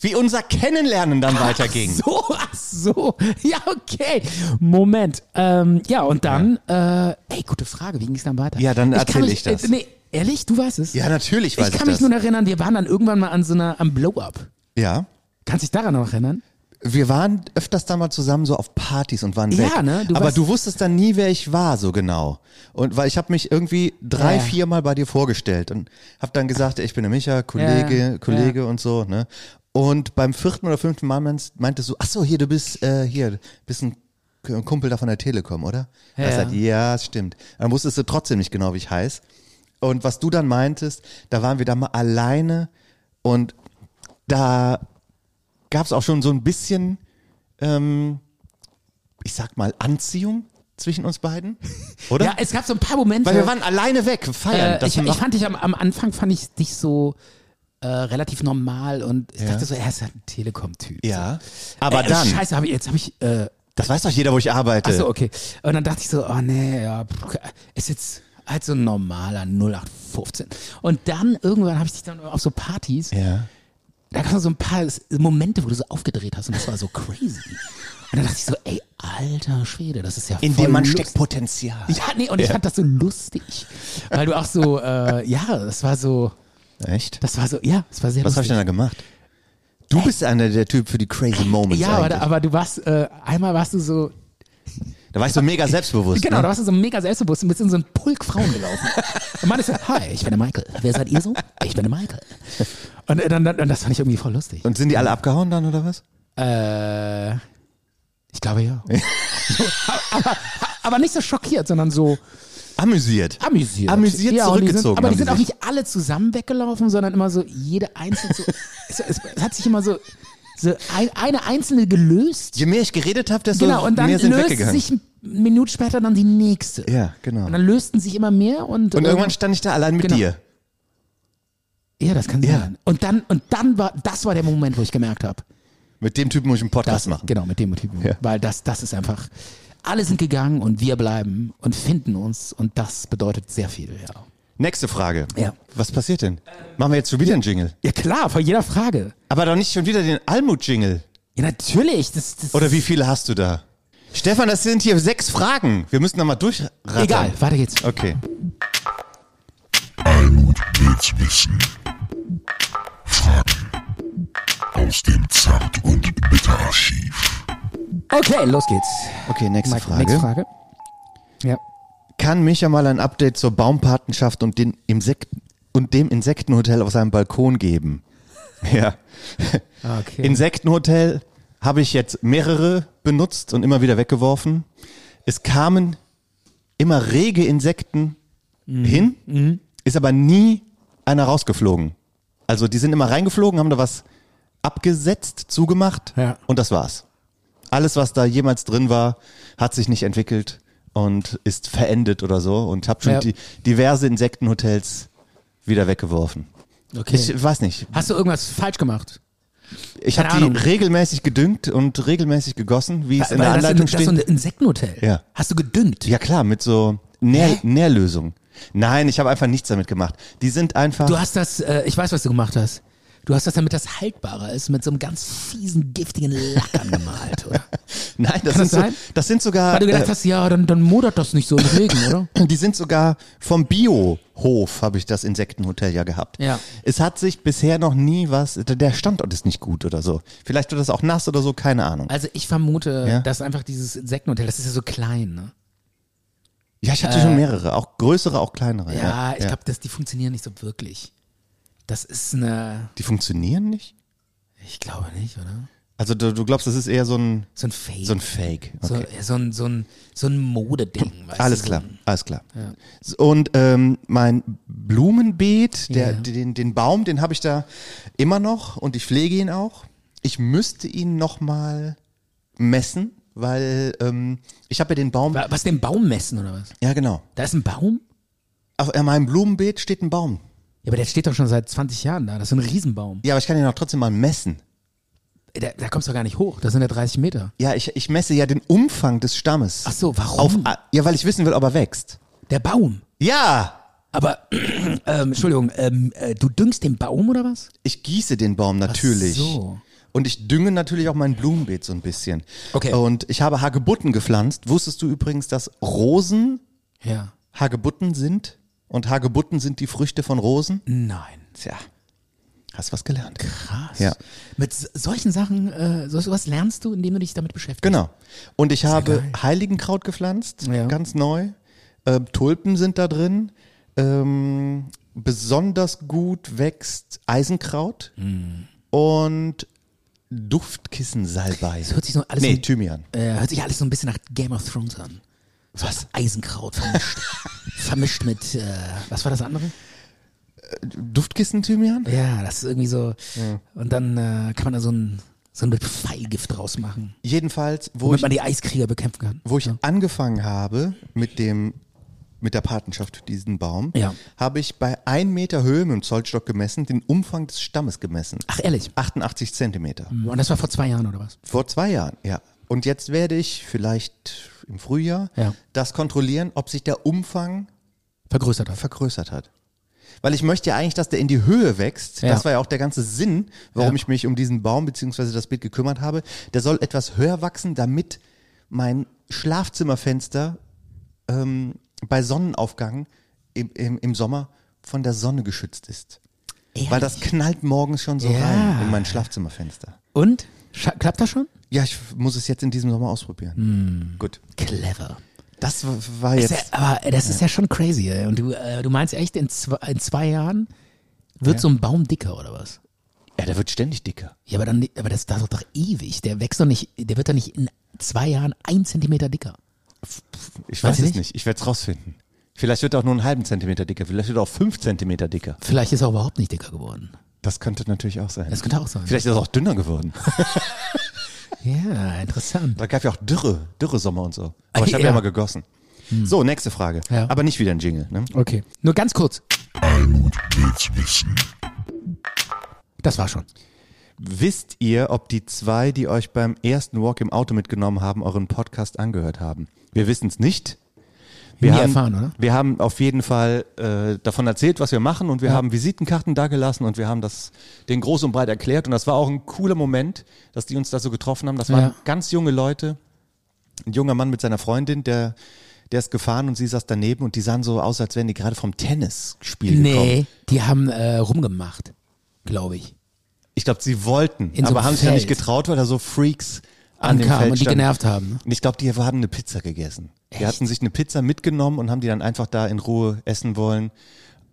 C: Wie unser Kennenlernen dann weiterging.
B: So, ach so. Ja, okay. Moment. Ähm, ja, und dann, äh, ey, gute Frage, wie ging es dann weiter?
C: Ja, dann
B: kann
C: erzähl
B: mich-
C: ich das.
B: Äh, nee, ehrlich, du weißt es?
C: Ja, natürlich weiß
B: ich
C: ich
B: kann mich
C: das.
B: nur erinnern, wir waren dann irgendwann mal an so einer, am Blow-Up.
C: Ja.
B: Kannst dich daran noch erinnern?
C: Wir waren öfters da mal zusammen so auf Partys und waren
B: Ja,
C: weg.
B: ne? Du
C: Aber
B: warst-
C: du wusstest dann nie, wer ich war, so genau. Und weil ich habe mich irgendwie drei,
B: Ja.
C: viermal bei dir vorgestellt und habe dann gesagt, ich bin der Micha, Kollege,
B: Ja, ja.
C: Kollege und so. Ne? Und beim vierten oder fünften Mal meinst- meintest du, ach so, hier, du bist äh, hier, bist ein K- Kumpel da von der Telekom, oder?
B: Ja.
C: Da sagt, ja, es stimmt. Dann wusstest du trotzdem nicht genau, wie ich heiß. Und was du dann meintest, da waren wir da mal alleine und da gab es auch schon so ein bisschen, ähm, ich sag mal, Anziehung zwischen uns beiden, oder?
B: Ja, es gab so ein paar Momente.
C: Weil wir waren alleine weg, feiern.
B: äh,
C: das
B: ich, ich
C: macht-
B: fand dich am, am Anfang fand ich dich so äh, relativ normal und ich
C: Ja.
B: dachte so, er ist halt ein Telekom-Typ.
C: ja,
B: So.
C: aber
B: äh,
C: dann,
B: Scheiße, hab ich, jetzt habe ich. Äh,
C: das weiß doch jeder, wo ich arbeite.
B: Achso, okay. Und dann dachte ich so, oh nee, ja, pff, ist jetzt halt so ein normaler 0815. Und dann irgendwann habe ich dich dann auf so Partys,
C: Ja.
B: da gab es so ein paar Momente, wo du so aufgedreht hast und das war so crazy. Und dann dachte ich so, ey, alter Schwede, das ist ja
C: In
B: voll
C: dem man
B: lust-
C: steckt Potenzial.
B: Ja, nee, und ich fand das so lustig. Weil du auch so, äh, ja, das war so,
C: Echt?
B: das war so, ja, das war sehr
C: Was habe
B: lustig.
C: ich denn da gemacht? Du bist einer der Typ für die crazy Moments.
B: ja, aber,
C: eigentlich.
B: aber du warst, äh, einmal warst du so,
C: da warst du mega selbstbewusst.
B: Genau,
C: ne?
B: da warst du so mega selbstbewusst und bist in so einen Pulk Frauen gelaufen. und man ist so, hi, ich bin der Michael. Wer seid ihr so? Ich bin der Michael. Und äh, dann, dann, dann das fand ich irgendwie voll lustig.
C: Und sind die alle abgehauen dann oder was?
B: äh, ich glaube ja. so, aber, aber nicht so schockiert, sondern so
C: Amüsiert.
B: amüsiert.
C: Amüsiert
B: ja, und die sind,
C: zurückgezogen
B: Aber die
C: haben
B: sind
C: die
B: auch
C: sich.
B: nicht alle zusammen weggelaufen, sondern immer so jede einzelne. So, es, es, es hat sich immer so, so ein, eine einzelne gelöst.
C: Je mehr ich geredet habe, desto
B: Genau, und dann
C: mehr sind
B: löst
C: weggegangen.
B: sich eine Minute später dann die nächste.
C: ja, genau.
B: Und dann lösten sich immer mehr und,
C: Und
B: ähm,
C: irgendwann stand ich da allein mit
B: Genau.
C: dir.
B: Ja, das kann
C: Ja.
B: sein. Und dann, und dann war, das war der Moment, wo ich gemerkt habe,
C: Mit dem Typen muss ich einen
B: das
C: Podcast machen.
B: Genau, mit dem Typen.
C: Ja.
B: Weil das, das ist einfach, alle sind gegangen und wir bleiben und finden uns und das bedeutet sehr viel, ja.
C: Nächste Frage.
B: Ja.
C: Was passiert denn? Machen wir jetzt schon wieder einen Jingle?
B: Ja klar, vor jeder Frage.
C: Aber doch nicht schon wieder den Almut-Jingle.
B: Ja, natürlich. Das, das
C: Oder wie viele hast du da? Stefan, das sind hier sechs Fragen. Wir müssen da mal durchrattern.
B: Egal, weiter geht's.
C: Okay.
D: Almut will's wissen. Fragen aus dem Zart- und Bitterarchiv.
B: Okay, los geht's.
C: Okay, nächste
B: Mike,
C: Frage.
B: Nächste Frage. Ja.
C: Kann Micha mal ein Update zur Baumpatenschaft und, den Insekten und dem Insektenhotel auf seinem Balkon geben? Ja.
B: Okay.
C: Insektenhotel habe ich jetzt mehrere benutzt und immer wieder weggeworfen. Es kamen immer rege Insekten
B: Mhm.
C: hin, ist aber nie einer rausgeflogen. Also die sind immer reingeflogen, haben da was abgesetzt, zugemacht
B: Ja.
C: und das war's. Alles, was da jemals drin war, hat sich nicht entwickelt und ist verendet oder so und habe schon
B: Ja.
C: die, diverse Insektenhotels wieder weggeworfen.
B: okay.
C: Ich weiß nicht,
B: Hast du irgendwas falsch gemacht?
C: ich habe
B: Keine
C: die
B: Ahnung.
C: regelmäßig gedüngt und regelmäßig gegossen, wie es in
B: Weil
C: der
B: das,
C: Anleitung
B: das ist
C: steht.
B: so ein Insektenhotel.
C: Ja.
B: Hast du gedüngt?
C: ja klar, mit so Nähr
B: Hä?
C: Nährlösung. Nein, ich habe einfach nichts damit gemacht. Die sind einfach.
B: Du hast das, äh, ich weiß, was du gemacht hast. Du hast das, damit das haltbarer ist, mit so einem ganz fiesen, giftigen Lack angemalt, oder?
C: nein,
B: Kann
C: das sind,
B: das
C: so,
B: sein?
C: das sind sogar.
B: Weil du gedacht hast, ja, dann, dann modert das nicht so im Regen, oder?
C: äh, die sind sogar vom Biohof, habe ich das Insektenhotel ja gehabt.
B: Ja.
C: Es hat sich bisher noch nie was. Der Standort ist nicht gut oder so. Vielleicht wird das auch nass oder so, keine Ahnung.
B: Also ich vermute,
C: Ja.
B: dass einfach dieses Insektenhotel, das ist ja so klein, ne?
C: Ja, ich hatte schon mehrere, auch größere, auch kleinere.
B: Äh. Ja, ich
C: ja.
B: glaube, dass die funktionieren nicht so wirklich. Das ist eine,
C: Die funktionieren nicht?
B: ich glaube nicht, oder?
C: Also du, du glaubst, das ist eher so ein,
B: So ein Fake.
C: so ein Fake. Okay.
B: So, ja, so ein, so ein, so ein Modeding. weißt
C: Alles
B: du,
C: klar,
B: So ein,
C: alles klar. S- Und ähm, mein Blumenbeet, der,
B: Ja.
C: den, den Baum, den habe ich da immer noch und ich pflege ihn auch. Ich müsste ihn nochmal messen, weil ähm, ich habe ja den Baum.
B: Wa- was, den Baum messen, oder was?
C: Ja, genau.
B: Da ist ein Baum?
C: Auf an meinem Blumenbeet steht ein Baum.
B: Ja, aber der steht doch schon seit 20 Jahren da. Das ist so ein Riesenbaum.
C: Ja, aber ich kann ihn auch trotzdem mal messen.
B: Da, da kommst du gar nicht hoch. Das sind ja 30 Meter.
C: Ja, ich, ich messe ja den Umfang des Stammes.
B: Ach so,
C: Auf,
B: warum?
C: a- ja, weil ich wissen will, ob er wächst.
B: der Baum.
C: Ja!
B: Aber, ähm, Entschuldigung, ähm, äh, du düngst den Baum oder was?
C: Ich gieße den Baum natürlich.
B: so.
C: Und ich dünge natürlich auch mein Blumenbeet so ein bisschen.
B: Okay.
C: Und ich habe Hagebutten gepflanzt. Wusstest du übrigens, dass Rosen
B: Ja.
C: Hagebutten sind? Und Hagebutten sind die Früchte von Rosen?
B: Nein.
C: Tja. Hast was gelernt.
B: Krass.
C: Ja.
B: Mit s- solchen Sachen, äh, so- sowas lernst du, indem du dich damit beschäftigst.
C: Genau. Und ich habe
B: geil.
C: Heiligenkraut gepflanzt,
B: Ja.
C: ganz neu. Ähm, Tulpen sind da drin. Ähm, besonders gut wächst Eisenkraut
B: Hm.
C: und Duftkissensalbei.
B: Das hört sich so alles
C: nee,
B: so-
C: Thymian.
B: Äh, hört sich alles so ein bisschen nach Game of Thrones an. Was? Eisenkraut vermischt. vermischt mit, äh, was war das andere?
C: Duftkissen-Thymian?
B: Ja, das ist irgendwie so. Und dann äh, kann man da so ein, so ein Pfeilgift draus machen,
C: Jedenfalls, wo
B: womit
C: ich,
B: man die Eiskrieger bekämpfen kann.
C: wo ich angefangen habe mit dem mit der Patenschaft für diesen Baum,
B: Ja.
C: habe ich bei 1 Meter Höhe mit dem Zollstock gemessen, den Umfang des Stammes gemessen.
B: Ach, ehrlich?
C: 88 Zentimeter.
B: Mhm. Und das war vor zwei Jahren oder was?
C: Vor zwei Jahren, ja. Und jetzt werde ich vielleicht im Frühjahr
B: Ja.
C: das kontrollieren, ob sich der Umfang
B: Vergrößert hat.
C: vergrößert hat. Weil ich möchte ja eigentlich, dass der in die Höhe wächst.
B: Ja.
C: Das war ja auch der ganze Sinn, warum
B: Ja.
C: ich mich um diesen Baum beziehungsweise das Bild gekümmert habe. Der soll etwas höher wachsen, damit mein Schlafzimmerfenster ähm, bei Sonnenaufgang im, im, im Sommer von der Sonne geschützt ist. Weil das knallt morgens schon so
B: Ja.
C: rein in mein Schlafzimmerfenster.
B: Und? Scha klappt das schon?
C: Ja, ich muss es jetzt in diesem Sommer ausprobieren. Gut.
B: Clever.
C: Das w- war
B: Ist
C: jetzt.
B: ja, aber das ist ja schon crazy. ey. Und du, äh, du meinst echt, in zwei, in zwei Jahren wird so ein Baum dicker oder was?
C: Ja, der wird ständig dicker.
B: Ja, aber dann, aber das dauert doch ewig. Der wächst doch nicht, der wird doch nicht in zwei Jahren ein Zentimeter dicker.
C: Ich
B: Weiß
C: weiß, es
B: nicht.
C: nicht. Ich werde es rausfinden. Vielleicht wird er auch nur einen halben Zentimeter dicker. Vielleicht wird er auch fünf Zentimeter dicker.
B: Vielleicht ist er überhaupt nicht dicker geworden.
C: Das könnte natürlich auch sein.
B: Das könnte auch sein.
C: Vielleicht ist er auch dünner geworden.
B: Ja, interessant.
C: Da gab ja auch Dürre, Dürresommer und so. Aber ich habe
B: Ja. Hm.
C: ja. mal gegossen. So, nächste Frage.
B: Ja.
C: Aber nicht wieder ein Jingle. Ne?
B: Okay. Nur ganz kurz.
D: Almut will's wissen.
B: Das war schon.
C: Wisst ihr, ob die zwei, die euch beim ersten Walk im Auto mitgenommen haben, euren Podcast angehört haben? Wir wissen es nicht. Wir
B: Nie
C: haben,
B: erfahren, oder?
C: Wir haben auf jeden Fall äh, davon erzählt, was wir machen und wir haben Visitenkarten dagelassen und wir haben das den groß und breit erklärt und das war auch ein cooler Moment, dass die uns da so getroffen haben. Das waren
B: Ja.
C: ganz junge Leute, ein junger Mann mit seiner Freundin, der der ist gefahren und sie saß daneben und die sahen so aus, als wären die gerade vom Tennisspiel gekommen.
B: Nee, die haben äh, rumgemacht, glaube ich.
C: Hm. Ich glaube, sie wollten,
B: In so
C: aber
B: einem
C: haben sich ja nicht
B: Feld.
C: getraut, weil da so Freaks an dem
B: Ankamen
C: Feld
B: und die
C: standen.
B: genervt haben, ne?
C: Und ich glaube, die haben eine Pizza gegessen. Die hatten sich eine Pizza mitgenommen und haben die dann einfach da in Ruhe essen wollen.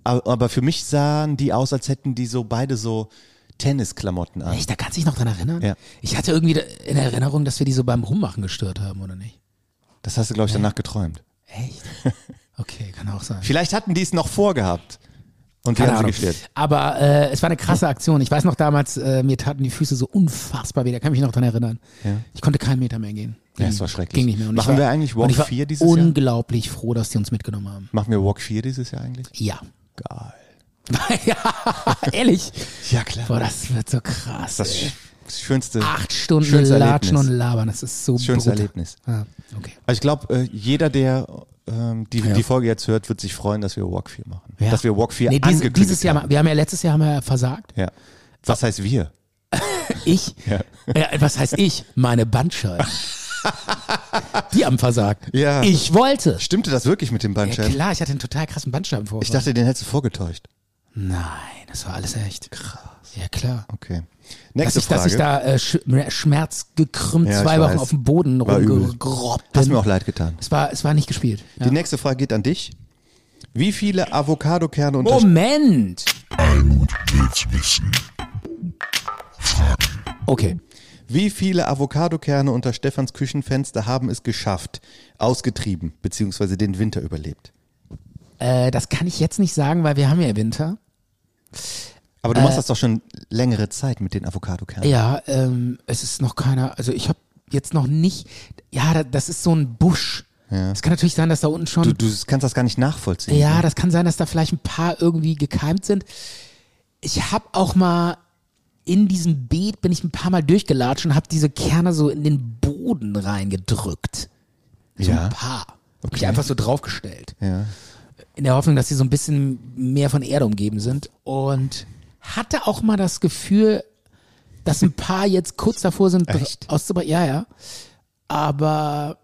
C: Aber, aber für mich sahen die aus, als hätten die so beide so Tennisklamotten an.
B: Echt, da kannst du dich noch dran erinnern?
C: Ja.
B: Ich hatte irgendwie da- in Erinnerung, dass wir die so beim Rummachen gestört haben, oder nicht?
C: Das hast du, glaube ich, danach geträumt.
B: Echt? Okay, kann auch sein.
C: Vielleicht hatten die es noch vorgehabt. Und wir
B: Keine
C: haben sie
B: Ahnung.
C: gestellt.
B: Aber äh, es war eine krasse Aktion. Ich weiß noch damals, äh, mir taten die Füße so unfassbar weh. Da kann ich mich noch dran erinnern. Ich konnte keinen Meter mehr gehen.
C: Ja, es war schrecklich.
B: Ging nicht mehr. Und
C: Machen
B: ich war,
C: wir eigentlich Walk
B: und ich war
C: 4 dieses Jahr?
B: unglaublich froh, dass die uns mitgenommen haben.
C: Machen wir Walk 4 dieses Jahr eigentlich?
B: Ja.
C: Geil.
B: ja, ehrlich.
C: Ja, klar.
B: Boah, das wird so krass.
C: das
B: ey.
C: ist das schönste.
B: Acht Stunden
C: schönes
B: latschen
C: Erlebnis.
B: und labern. Das ist so
C: Schönes
B: brutal.
C: Erlebnis.
B: Ja, okay.
C: Also ich glaube, äh, jeder, der ähm, die,
B: Ja.
C: die Folge jetzt hört, wird sich freuen, dass wir Walk 4 machen.
B: Ja.
C: Dass wir Walk 4
B: nee, dies,
C: angekündigt
B: dieses Jahr,
C: haben.
B: wir haben ja letztes Jahr haben wir ja versagt.
C: Ja. Was heißt wir?
B: Ich, ja.
C: Ja.
B: was heißt ich? Meine Bandscheiben. Die haben versagt.
C: Ja.
B: Ich wollte.
C: Stimmte das wirklich mit dem
B: Ja,
C: Bandscheiben?
B: klar, ich hatte einen total krassen Bandscheibenvorfall.
C: ich dachte, den hättest du vorgetäuscht.
B: Nein, das war alles echt. Krass. Ja, klar.
C: Okay.
B: Dass
C: Nächste
B: ich, dass ich da
C: Frage.
B: äh, sch schmerzgekrümmt
C: Ja, ich
B: zwei Wochen
C: weiß.
B: auf dem Boden
C: War übel.
B: rumgerobbt
C: Hast mir
B: bin.
C: auch leid getan.
B: Es war, es war nicht gespielt. Ja.
C: Die nächste Frage geht an dich. Wie viele Avocadokerne unter
B: Moment!
D: Almut will's wissen. Fragen.
B: Okay.
C: Wie viele Avocadokerne unter Stefans Küchenfenster haben es geschafft, ausgetrieben beziehungsweise den Winter überlebt?
B: Äh, das kann ich jetzt nicht sagen, weil wir haben ja Winter.
C: Aber du machst das doch schon längere Zeit mit den Avocadokernen.
B: Ja, ähm, es ist noch keiner, also ich habe jetzt noch nicht, ja, da, das ist so ein Busch.
C: Ja.
B: Es kann natürlich sein, dass da unten schon,
C: Du, du kannst das gar nicht nachvollziehen.
B: ja, das kann sein, dass da vielleicht ein paar irgendwie gekeimt sind. Ich habe auch mal in diesem Beet bin ich ein paar Mal durchgelatscht und habe diese Kerne so in den Boden reingedrückt. So
C: Ja.
B: ein paar. Hab Ich einfach so draufgestellt.
C: Ja.
B: In der Hoffnung, dass sie so ein bisschen mehr von Erde umgeben sind. Und hatte auch mal das Gefühl, dass ein paar jetzt kurz davor sind,
C: Echt?
B: auszubrechen. Ja, ja. Aber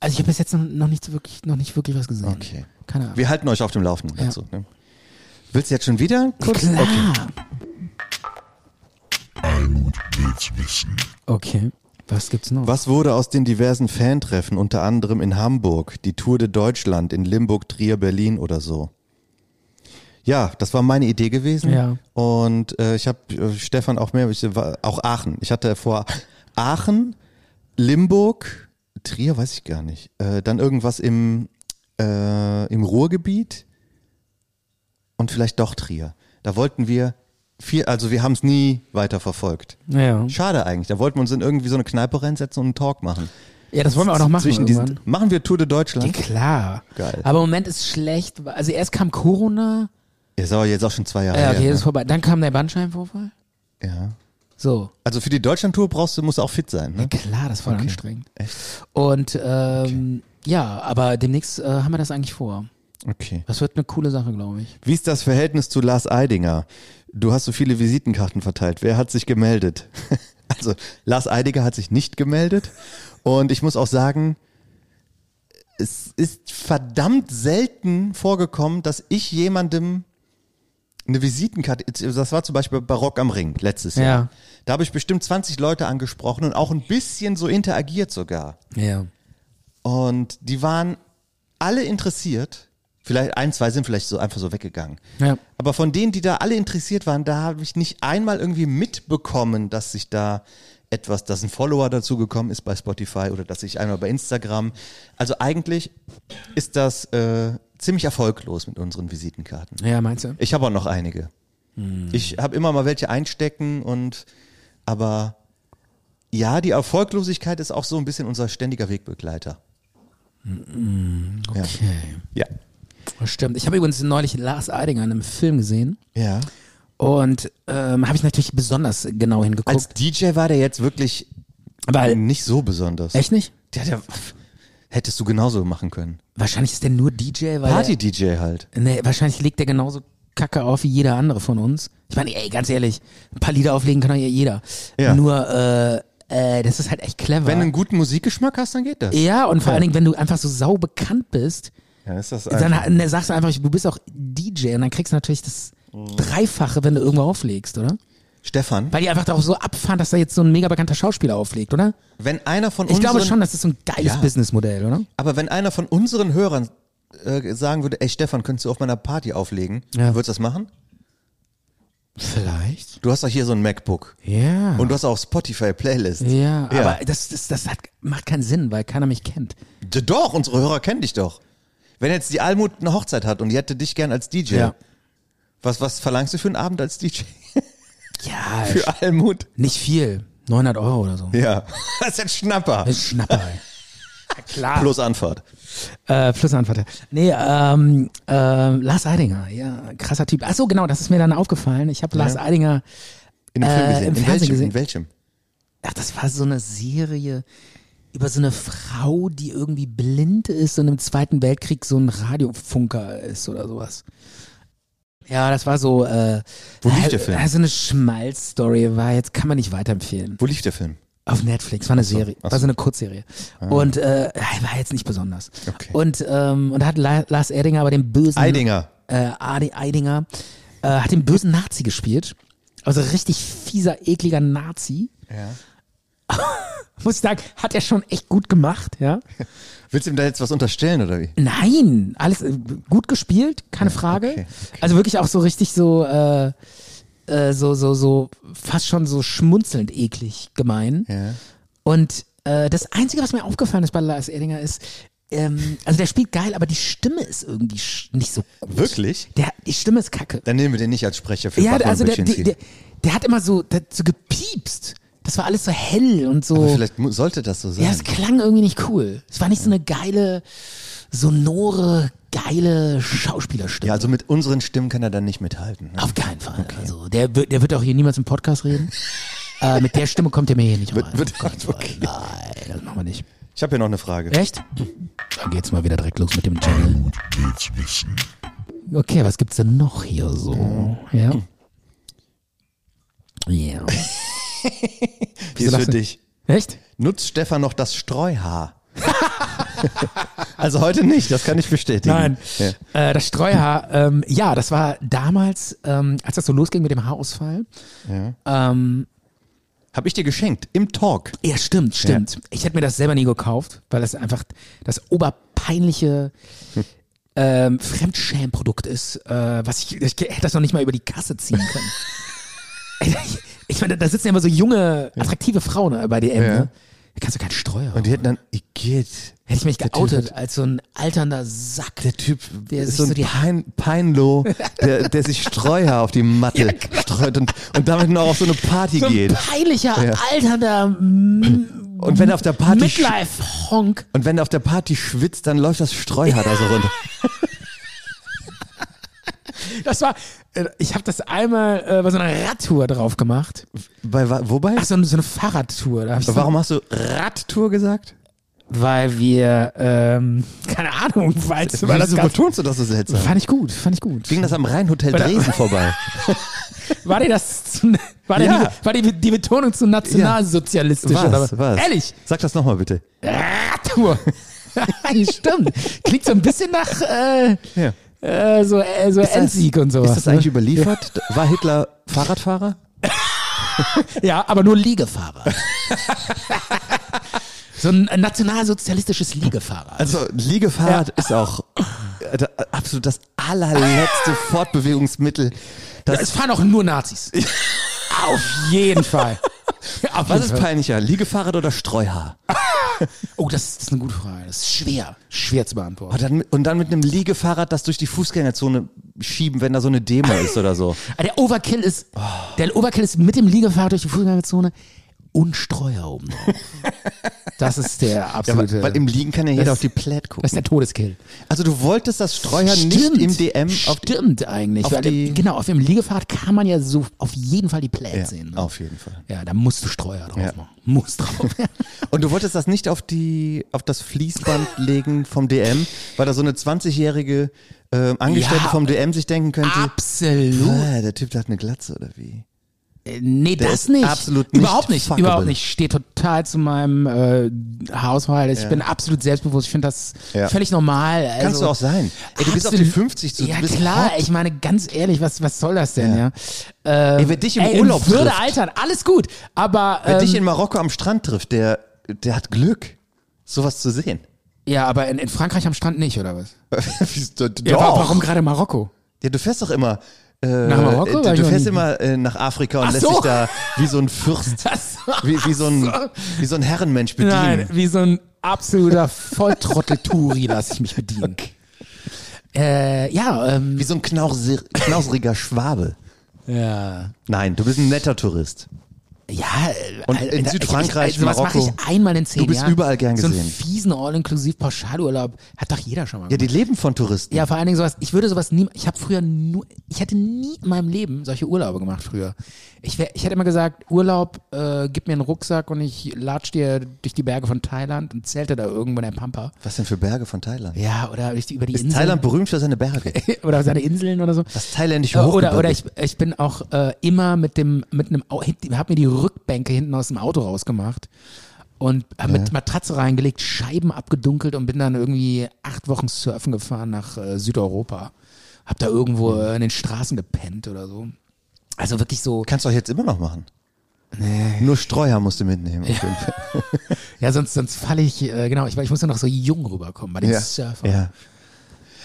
B: also ich habe bis jetzt noch- noch nicht so wirklich, noch nicht wirklich was gesehen.
C: Okay.
B: Keine Ahnung.
C: Wir halten euch auf dem Laufenden dazu. Ne? Willst du jetzt schon wieder? Kurz?
B: Klar.
C: Okay.
D: Almut will's wissen.
B: Okay. Was gibt's noch?
C: Was wurde aus den diversen Fantreffen, unter anderem in Hamburg, die Tour de Deutschland, in Limburg, Trier, Berlin oder so? Ja, das war meine Idee gewesen.
B: Ja.
C: Und äh, ich habe äh, Stefan auch mehr, ich, war, auch Aachen. Ich hatte vor Aachen, Limburg, Trier weiß ich gar nicht. Äh, dann irgendwas im, äh, im Ruhrgebiet und vielleicht doch Trier. Da wollten wir viel, also wir haben es nie weiter verfolgt.
B: Ja.
C: Schade eigentlich. Da wollten wir uns in irgendwie so eine Kneipe reinsetzen und einen Talk machen.
B: ja, das wollen wir auch noch machen.
C: Zwischen diesen,
B: irgendwann.
C: machen wir Tour de
B: ja,
C: Deutschland?
B: klar.
C: Geil.
B: Aber im Moment ist schlecht. Also erst kam Corona.
C: Ist aber jetzt auch schon zwei Jahre
B: Ja, okay,
C: her.
B: das ist vorbei. Dann kam der Bandscheibenvorfall.
C: ne? ja.
B: So.
C: Also für die Deutschland-Tour brauchst du, musst du auch fit sein. Ne?
B: Klar, das war anstrengend. Und ähm, ja, aber demnächst äh, haben wir das eigentlich vor.
C: Okay.
B: Das wird eine coole Sache, glaube ich.
C: Wie ist das Verhältnis zu Lars Eidinger? Du hast so viele Visitenkarten verteilt. Wer hat sich gemeldet? Also Lars Eidinger hat sich nicht gemeldet. Und ich muss auch sagen, es ist verdammt selten vorgekommen, dass ich jemandem eine Visitenkarte, das war zum Beispiel bei Rock am Ring letztes
B: Ja.
C: Jahr. Da habe ich bestimmt 20 Leute angesprochen und auch ein bisschen so interagiert sogar.
B: Ja.
C: Und die waren alle interessiert. Vielleicht ein, zwei sind vielleicht so einfach so weggegangen.
B: Ja.
C: Aber von denen, die da alle interessiert waren, da habe ich nicht einmal irgendwie mitbekommen, dass sich da etwas, dass ein Follower dazugekommen ist bei Spotify oder dass ich einmal bei Instagram. Also eigentlich ist das äh, ziemlich erfolglos mit unseren Visitenkarten.
B: Ja, meinst du?
C: Ich habe auch noch einige. Ich habe immer mal welche einstecken und aber ja, die Erfolglosigkeit ist auch so ein bisschen unser ständiger Wegbegleiter.
B: Okay.
C: Ja.
B: Das Oh, Stimmt. Ich habe übrigens neulich Lars Eidinger in einem Film gesehen
C: Ja.
B: und ähm, habe ich natürlich besonders genau hingeguckt.
C: Als DJ war der jetzt wirklich
B: weil,
C: nicht so besonders.
B: echt nicht?
C: Der, der, hättest du genauso machen können.
B: Wahrscheinlich ist der nur DJ, weil.
C: Party-DJ halt.
B: Der, nee, wahrscheinlich legt der genauso Kacke auf wie jeder andere von uns. Ich meine, ey, ganz ehrlich, ein paar Lieder auflegen kann doch ja jeder.
C: Ja.
B: Nur, äh, äh, das ist halt echt clever.
C: Wenn du einen guten Musikgeschmack hast, dann geht das.
B: ja, und vor allen Dingen, wenn du einfach so sau bekannt bist,
C: Ja, ist das
B: dann
C: einfach.
B: ha- ne, sagst du einfach, du bist auch DJ und dann kriegst du natürlich das Dreifache, wenn du irgendwo auflegst, oder?
C: Stefan,
B: Weil die einfach darauf so abfahren, dass da jetzt so ein mega bekannter Schauspieler auflegt, oder?
C: wenn einer von
B: Ich
C: unseren,
B: glaube schon, das ist so ein geiles
C: Ja.
B: Businessmodell, oder?
C: aber wenn einer von unseren Hörern äh, sagen würde, ey Stefan, könntest du auf meiner Party auflegen?
B: Ja.
C: Würdest du das machen?
B: Vielleicht.
C: Du hast doch hier so ein MacBook.
B: Ja.
C: Und du hast auch Spotify Playlist.
B: ja,
C: Ja.
B: aber das, das, das hat, macht keinen Sinn, weil keiner mich kennt.
C: D- Doch, unsere Hörer kennen dich doch. Wenn jetzt die Almut eine Hochzeit hat und die hätte dich gern als DJ,
B: Ja.
C: was, was verlangst du für einen Abend als DJ?
B: Ja,
C: Für Almut?
B: nicht viel. 900 Euro oder so.
C: Ja. Das ist ein Schnapper.
B: Das ist Schnapper, ey. Ja, klar.
C: Plus Anfahrt.
B: Äh, Flussanfahrt. Nee, ähm, ähm, Lars Eidinger, ja, krasser Typ. Ach so, genau, das ist mir dann aufgefallen. Ich habe Lars Eidinger,
C: In dem
B: Äh,
C: Film gesehen.
B: im
C: in,
B: Fernsehen
C: welchem,
B: gesehen.
C: in welchem?
B: ach, das war so eine Serie über so eine Frau, die irgendwie blind ist und im Zweiten Weltkrieg so ein Radiofunker ist oder sowas. Ja, das war so, äh,
C: Wo lief
B: äh,
C: der Film?
B: Also eine Schmalz-Story war, jetzt kann man nicht weiterempfehlen.
C: Wo lief der Film?
B: Auf Netflix, war eine Serie,
C: ach
B: war
C: so. Ah.
B: so eine Kurzserie. Und äh, war jetzt nicht besonders.
C: Okay.
B: Und, ähm, und da hat La Lars Eidinger aber den bösen
C: Eidinger.
B: äh, Adi Eidinger, äh, hat den bösen Nazi gespielt. Also richtig fieser, ekliger Nazi.
C: Ja.
B: Muss ich sagen, hat er schon echt gut gemacht, ja.
C: Willst du ihm da jetzt was unterstellen oder wie?
B: Nein, alles äh, gut gespielt, keine Frage.
C: okay,
B: Also wirklich auch so richtig so, äh, äh, so, so, so, fast schon so schmunzelnd eklig gemein.
C: Ja.
B: Und äh, das Einzige, was mir aufgefallen ist bei Lars Edinger ist, ähm, also der spielt geil, aber die Stimme ist irgendwie sch- nicht so gut.
C: Wirklich?
B: Der, die Stimme ist kacke.
C: Dann nehmen wir den nicht als Sprecher für
B: ja,
C: Batman
B: also der, der,
C: Büchchen.
B: der, der hat immer so, der, hat so gepiepst. Das war alles so hell und so.
C: Aber vielleicht mu- sollte das so sein.
B: Oh. ja, es klang irgendwie nicht cool. Es war nicht so eine geile, sonore, geile Schauspielerstimme.
C: Ja, also mit unseren Stimmen kann er dann nicht mithalten. Ne?
B: Auf keinen Fall. Also der, wird- der wird auch hier niemals im Podcast reden. äh, mit der Stimme kommt er mir hier nicht rein.
C: wird- oh
B: Auf keinen Fall. Nein, das machen wir nicht.
C: Ich habe hier noch eine Frage.
B: Echt? Dann geht's mal wieder direkt los mit dem Channel.
D: Almut will's wissen.
B: Okay, was gibt's denn noch hier so? Ja. Ja.
C: Hier ist
B: lachst
C: für
B: du?
C: dich.
B: Echt?
C: Nutzt Stefan noch das Streuhaar? also heute nicht, das kann ich bestätigen.
B: Nein.
C: Ja.
B: Äh, das Streuhaar, ähm, ja, das war damals, ähm, als das so losging mit dem Haarausfall. Ähm,
C: Hab ich dir geschenkt, im Talk.
B: ja, stimmt, stimmt. Ich hätte mir das selber nie gekauft, weil das einfach das oberpeinliche ähm, Fremdschämprodukt ist, äh, was ich, ich hätte das noch nicht mal über die Kasse ziehen können. Ey, ich, ich meine, da sitzen ja immer so junge, attraktive Frauen bei DM,
C: Ja.
B: ne? Da kannst du keinen Streuer.
C: Und die hätten dann, Igitt.
B: Hätte ich mich
C: Der Typ
B: geoutet
C: hat-
B: als so ein alternder Sack.
C: Der Typ
B: Der
C: ist
B: sich
C: so ein
B: so die-
C: Pein, Peinlo, der, der sich Streuhaar auf die Matte streut und, und damit noch auf so eine Party
B: genau. so ein
C: geht.
B: peinlicher,
C: Ja.
B: alternder
C: Und wenn er auf der Party sch-
B: Midlife-Honk.
C: und wenn er auf der Party schwitzt, dann läuft das Streuhaar da so runter.
B: Das war, äh, ich habe das einmal äh, bei so einer Radtour drauf gemacht.
C: Bei, wa- wobei?
B: Ach, so, eine- so eine Fahrradtour. Da hab ich so-
C: Warum hast du Radtour gesagt?
B: Weil wir, ähm, keine Ahnung, weil, weil das
C: Wieso
B: ganz,
C: betonst du das so seltsam?
B: Fand ich gut, fand ich gut.
C: Ging das am Rheinhotel
B: Oder-
C: Dresden vorbei?
B: War dir das zu, war, dir
C: Ja.
B: die, war die, die Betonung zu nationalsozialistisch?
C: Was?
B: oder?
C: Was?
B: Ehrlich,
C: Sag das nochmal bitte.
B: Radtour. Stimmt. Klingt so ein bisschen nach äh,
C: Ja.
B: äh, so, äh, so Endsieg und sowas.
C: Ist das
B: ne?
C: eigentlich überliefert? War Hitler Fahrradfahrer?
B: Ja, aber nur Liegefahrer. so ein nationalsozialistisches Liegefahrer.
C: Also Liegefahrrad ist auch äh, da- absolut das allerletzte Fortbewegungsmittel. Das
B: es fahren auch nur Nazis. Auf jeden Fall. Auf
C: was
B: jeden
C: ist
B: Fall.
C: peinlicher, Liegefahrrad oder Streuhaar?
B: Oh, das, das ist eine gute Frage. Das ist schwer, schwer zu
C: Oh,
B: beantworten.
C: dann, mit- und dann mit einem Liegefahrrad das durch die Fußgängerzone schieben, wenn da so eine Demo ist oder so.
B: Aber Ah, der Overkill ist, der Overkill ist mit dem Liegefahrer durch die Fußgängerzone und Streuer oben drauf. Das ist der
C: Ja,
B: absolute.
C: weil, weil im Liegen kann ja jeder
B: Das-
C: auf die Plaid gucken.
B: das ist der Todeskill.
C: Also du wolltest das Streuhaar nicht im DM auf die,
B: Stimmt eigentlich.
C: auf
B: weil,
C: die-
B: genau, auf dem Liegefahrrad kann man ja so auf jeden Fall die Plaid
C: ja,
B: sehen. Ne?
C: auf jeden Fall.
B: Ja, da musst du Streuer drauf
C: Ja.
B: machen. Muss drauf.
C: Und du wolltest das nicht auf die auf das Fließband legen vom DM, weil da so eine 20-jährige ähm, Angestellte
B: Ja.
C: vom DM sich denken könnte,
B: Absolut.
C: "Ah, der Typ der hat eine Glatze oder wie?
B: Äh, Nee, das
C: ist
B: nicht.
C: absolut nicht
B: Überhaupt nicht.
C: fuckable.
B: Überhaupt nicht. Steht total zu meinem äh, Haushalt. Ich bin absolut selbstbewusst. Ich finde das
C: Ja.
B: völlig normal. Also,
C: Kannst du auch sein. Ey, du bist auf die
B: absolut-
C: 50 zu.
B: Ja,
C: du bist
B: klar.
C: hot.
B: Ich meine, ganz ehrlich, was, was soll das denn, ja?
C: Ey, wer dich im
B: Ey,
C: Urlaub
B: würde
C: trifft,
B: altern. Alles gut. Aber,
C: wer
B: ähm,
C: dich in Marokko am Strand trifft, der, der hat Glück, sowas zu sehen.
B: ja, aber in, in Frankreich am Strand nicht, oder was?
C: Wieso- du-
B: Ja, wa-
C: doch.
B: warum gerade Marokko?
C: Ja, du fährst doch immer. Äh,
B: Nach Marokko
C: äh,
B: war
C: Du,
B: ich noch
C: fährst
B: nie.
C: immer äh, nach Afrika und
B: Ach
C: lässt
B: so.
C: dich da wie so ein Fürst,
B: Das
C: wie, wie, so ein, wie so ein Herrenmensch
B: Nein,
C: bedienen.
B: wie so ein absoluter Volltrottel-Turi lasse ich mich bedienen. Äh, ja, ähm,
C: Wie so ein knauser, knauseriger Schwabe.
B: ja.
C: Nein, du bist ein netter Tourist.
B: Ja, äh,
C: Und in
B: Alter, ich-
C: Südfrankreich,
B: ich, also, was mache ich
C: Marokko,
B: einmal in zehn
C: du bist
B: Jahren?
C: überall gern
B: so So
C: gesehen.
B: einen fiesen All-Inklusiv-Pauschalurlaub hat doch jeder schon mal
C: Ja,
B: gemacht.
C: die leben von Touristen.
B: Ja, vor allen Dingen sowas, ich würde sowas nie, ich habe früher nur, ich hätte nie in meinem Leben solche Urlaube gemacht früher. Ich, wär, ich hätte immer gesagt, Urlaub, äh, gib mir einen Rucksack und ich latsch dir durch die Berge von Thailand und zelte da irgendwo in der Pampa.
C: Was denn für Berge von Thailand?
B: Ja, oder durch die, über die
C: Ist
B: Inseln.
C: Thailand berühmt für seine Berge?
B: oder seine Inseln oder so.
C: Das thailändische
B: Äh,
C: Hochgebirge.
B: Oder, oder ich, ich bin auch äh, immer mit dem, mit einem, Au- hinten- hab mir die Rückbänke hinten aus dem Auto rausgemacht und hab mit Matratze reingelegt, Scheiben abgedunkelt und bin dann irgendwie acht Wochen surfen gefahren nach äh, Südeuropa. Hab da irgendwo
C: Mhm.
B: äh, in den Straßen gepennt oder so. Also wirklich so,
C: Kannst du doch jetzt immer noch machen. Nee. Nur Streuer musst du mitnehmen. auf jeden Fall.
B: ja, sonst, sonst falle ich, äh, genau, ich, war- ich muss ja noch so jung rüberkommen bei den Surfern.
C: ja.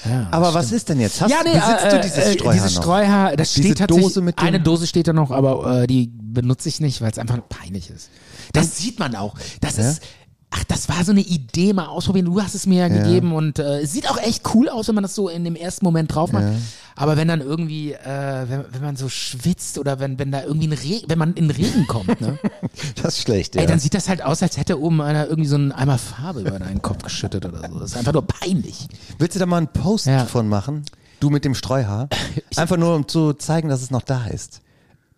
B: Ja,
C: Aber was ist denn jetzt? Hast, besitzt
B: äh,
C: du dieses
B: äh,
C: Streuhaar
B: dieses
C: noch?
B: Streuhaar, das
C: Diese
B: steht tatsächlich,
C: Dose mit dem-
B: eine Dose steht da noch, aber äh, die benutze ich nicht, weil es einfach peinlich ist. Das sieht man auch. Das ist, ach, das war so eine Idee, mal ausprobieren. Du hast es mir ja gegeben und äh, es sieht auch echt cool aus, wenn man das so in dem ersten Moment drauf macht. Aber wenn dann irgendwie, äh, wenn, wenn man so schwitzt oder wenn, wenn da irgendwie ein Regen, wenn man in den Regen kommt, ne?
C: das ist schlecht, ja.
B: Ey, dann sieht das halt aus, als hätte oben einer irgendwie so einen Eimer Farbe über deinen Kopf geschüttet oder so. Das ist einfach nur peinlich.
C: Willst du da mal einen Post
B: Ja.
C: von machen? Du mit dem Streuhaar? Einfach nur, um zu zeigen, dass es noch da ist.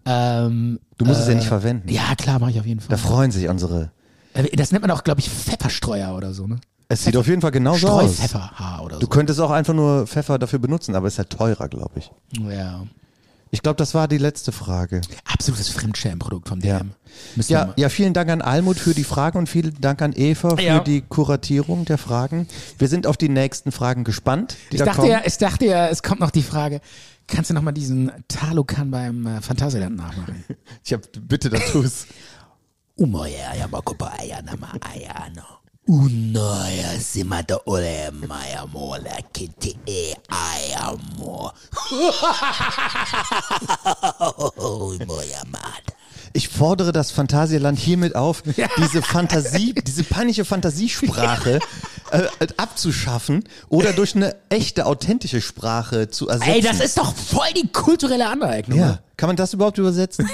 B: Ähm,
C: Du musst es ja nicht verwenden.
B: Ja, klar, mache ich auf jeden Fall.
C: Mhm. Da freuen sich unsere.
B: Äh, Das nennt man auch, glaube ich, Pfefferstreuer oder so, ne?
C: Es sieht auf jeden Fall genauso aus.
B: Streupfefferhaar oder
C: Du
B: so.
C: könntest auch einfach nur Pfeffer dafür benutzen, aber ist halt teurer, glaube ich.
B: Ja.
C: Ich glaube, das war die letzte Frage.
B: Absolutes Fremdschämprodukt vom DM. Müssen wir
C: Ja,
B: mal-
C: ja, vielen Dank an Almut für die Fragen und vielen Dank an Eva für
B: Ja.
C: die Kuratierung der Fragen. Wir sind auf die nächsten Fragen gespannt. Die
B: Ich
C: da
B: dachte,
C: kommen.
B: ja, ich dachte ja, es kommt noch die Frage, kannst du nochmal diesen Talukan beim äh, Phantasialand nachmachen?
C: Ich hab, bitte, das tu's.
B: Umoja, ja, makupa, ja, nama, ja, no. Unoja, simata, ole, maja, mole, kiti, e, aja, mo. Umoja, mada.
C: Ich fordere das Phantasialand hiermit auf, diese Fantasie, diese panische Fantasiesprache äh, abzuschaffen oder durch eine echte, authentische Sprache zu ersetzen.
B: Ey, das ist doch voll die kulturelle Aneignung.
C: Ja. Kann man das überhaupt übersetzen?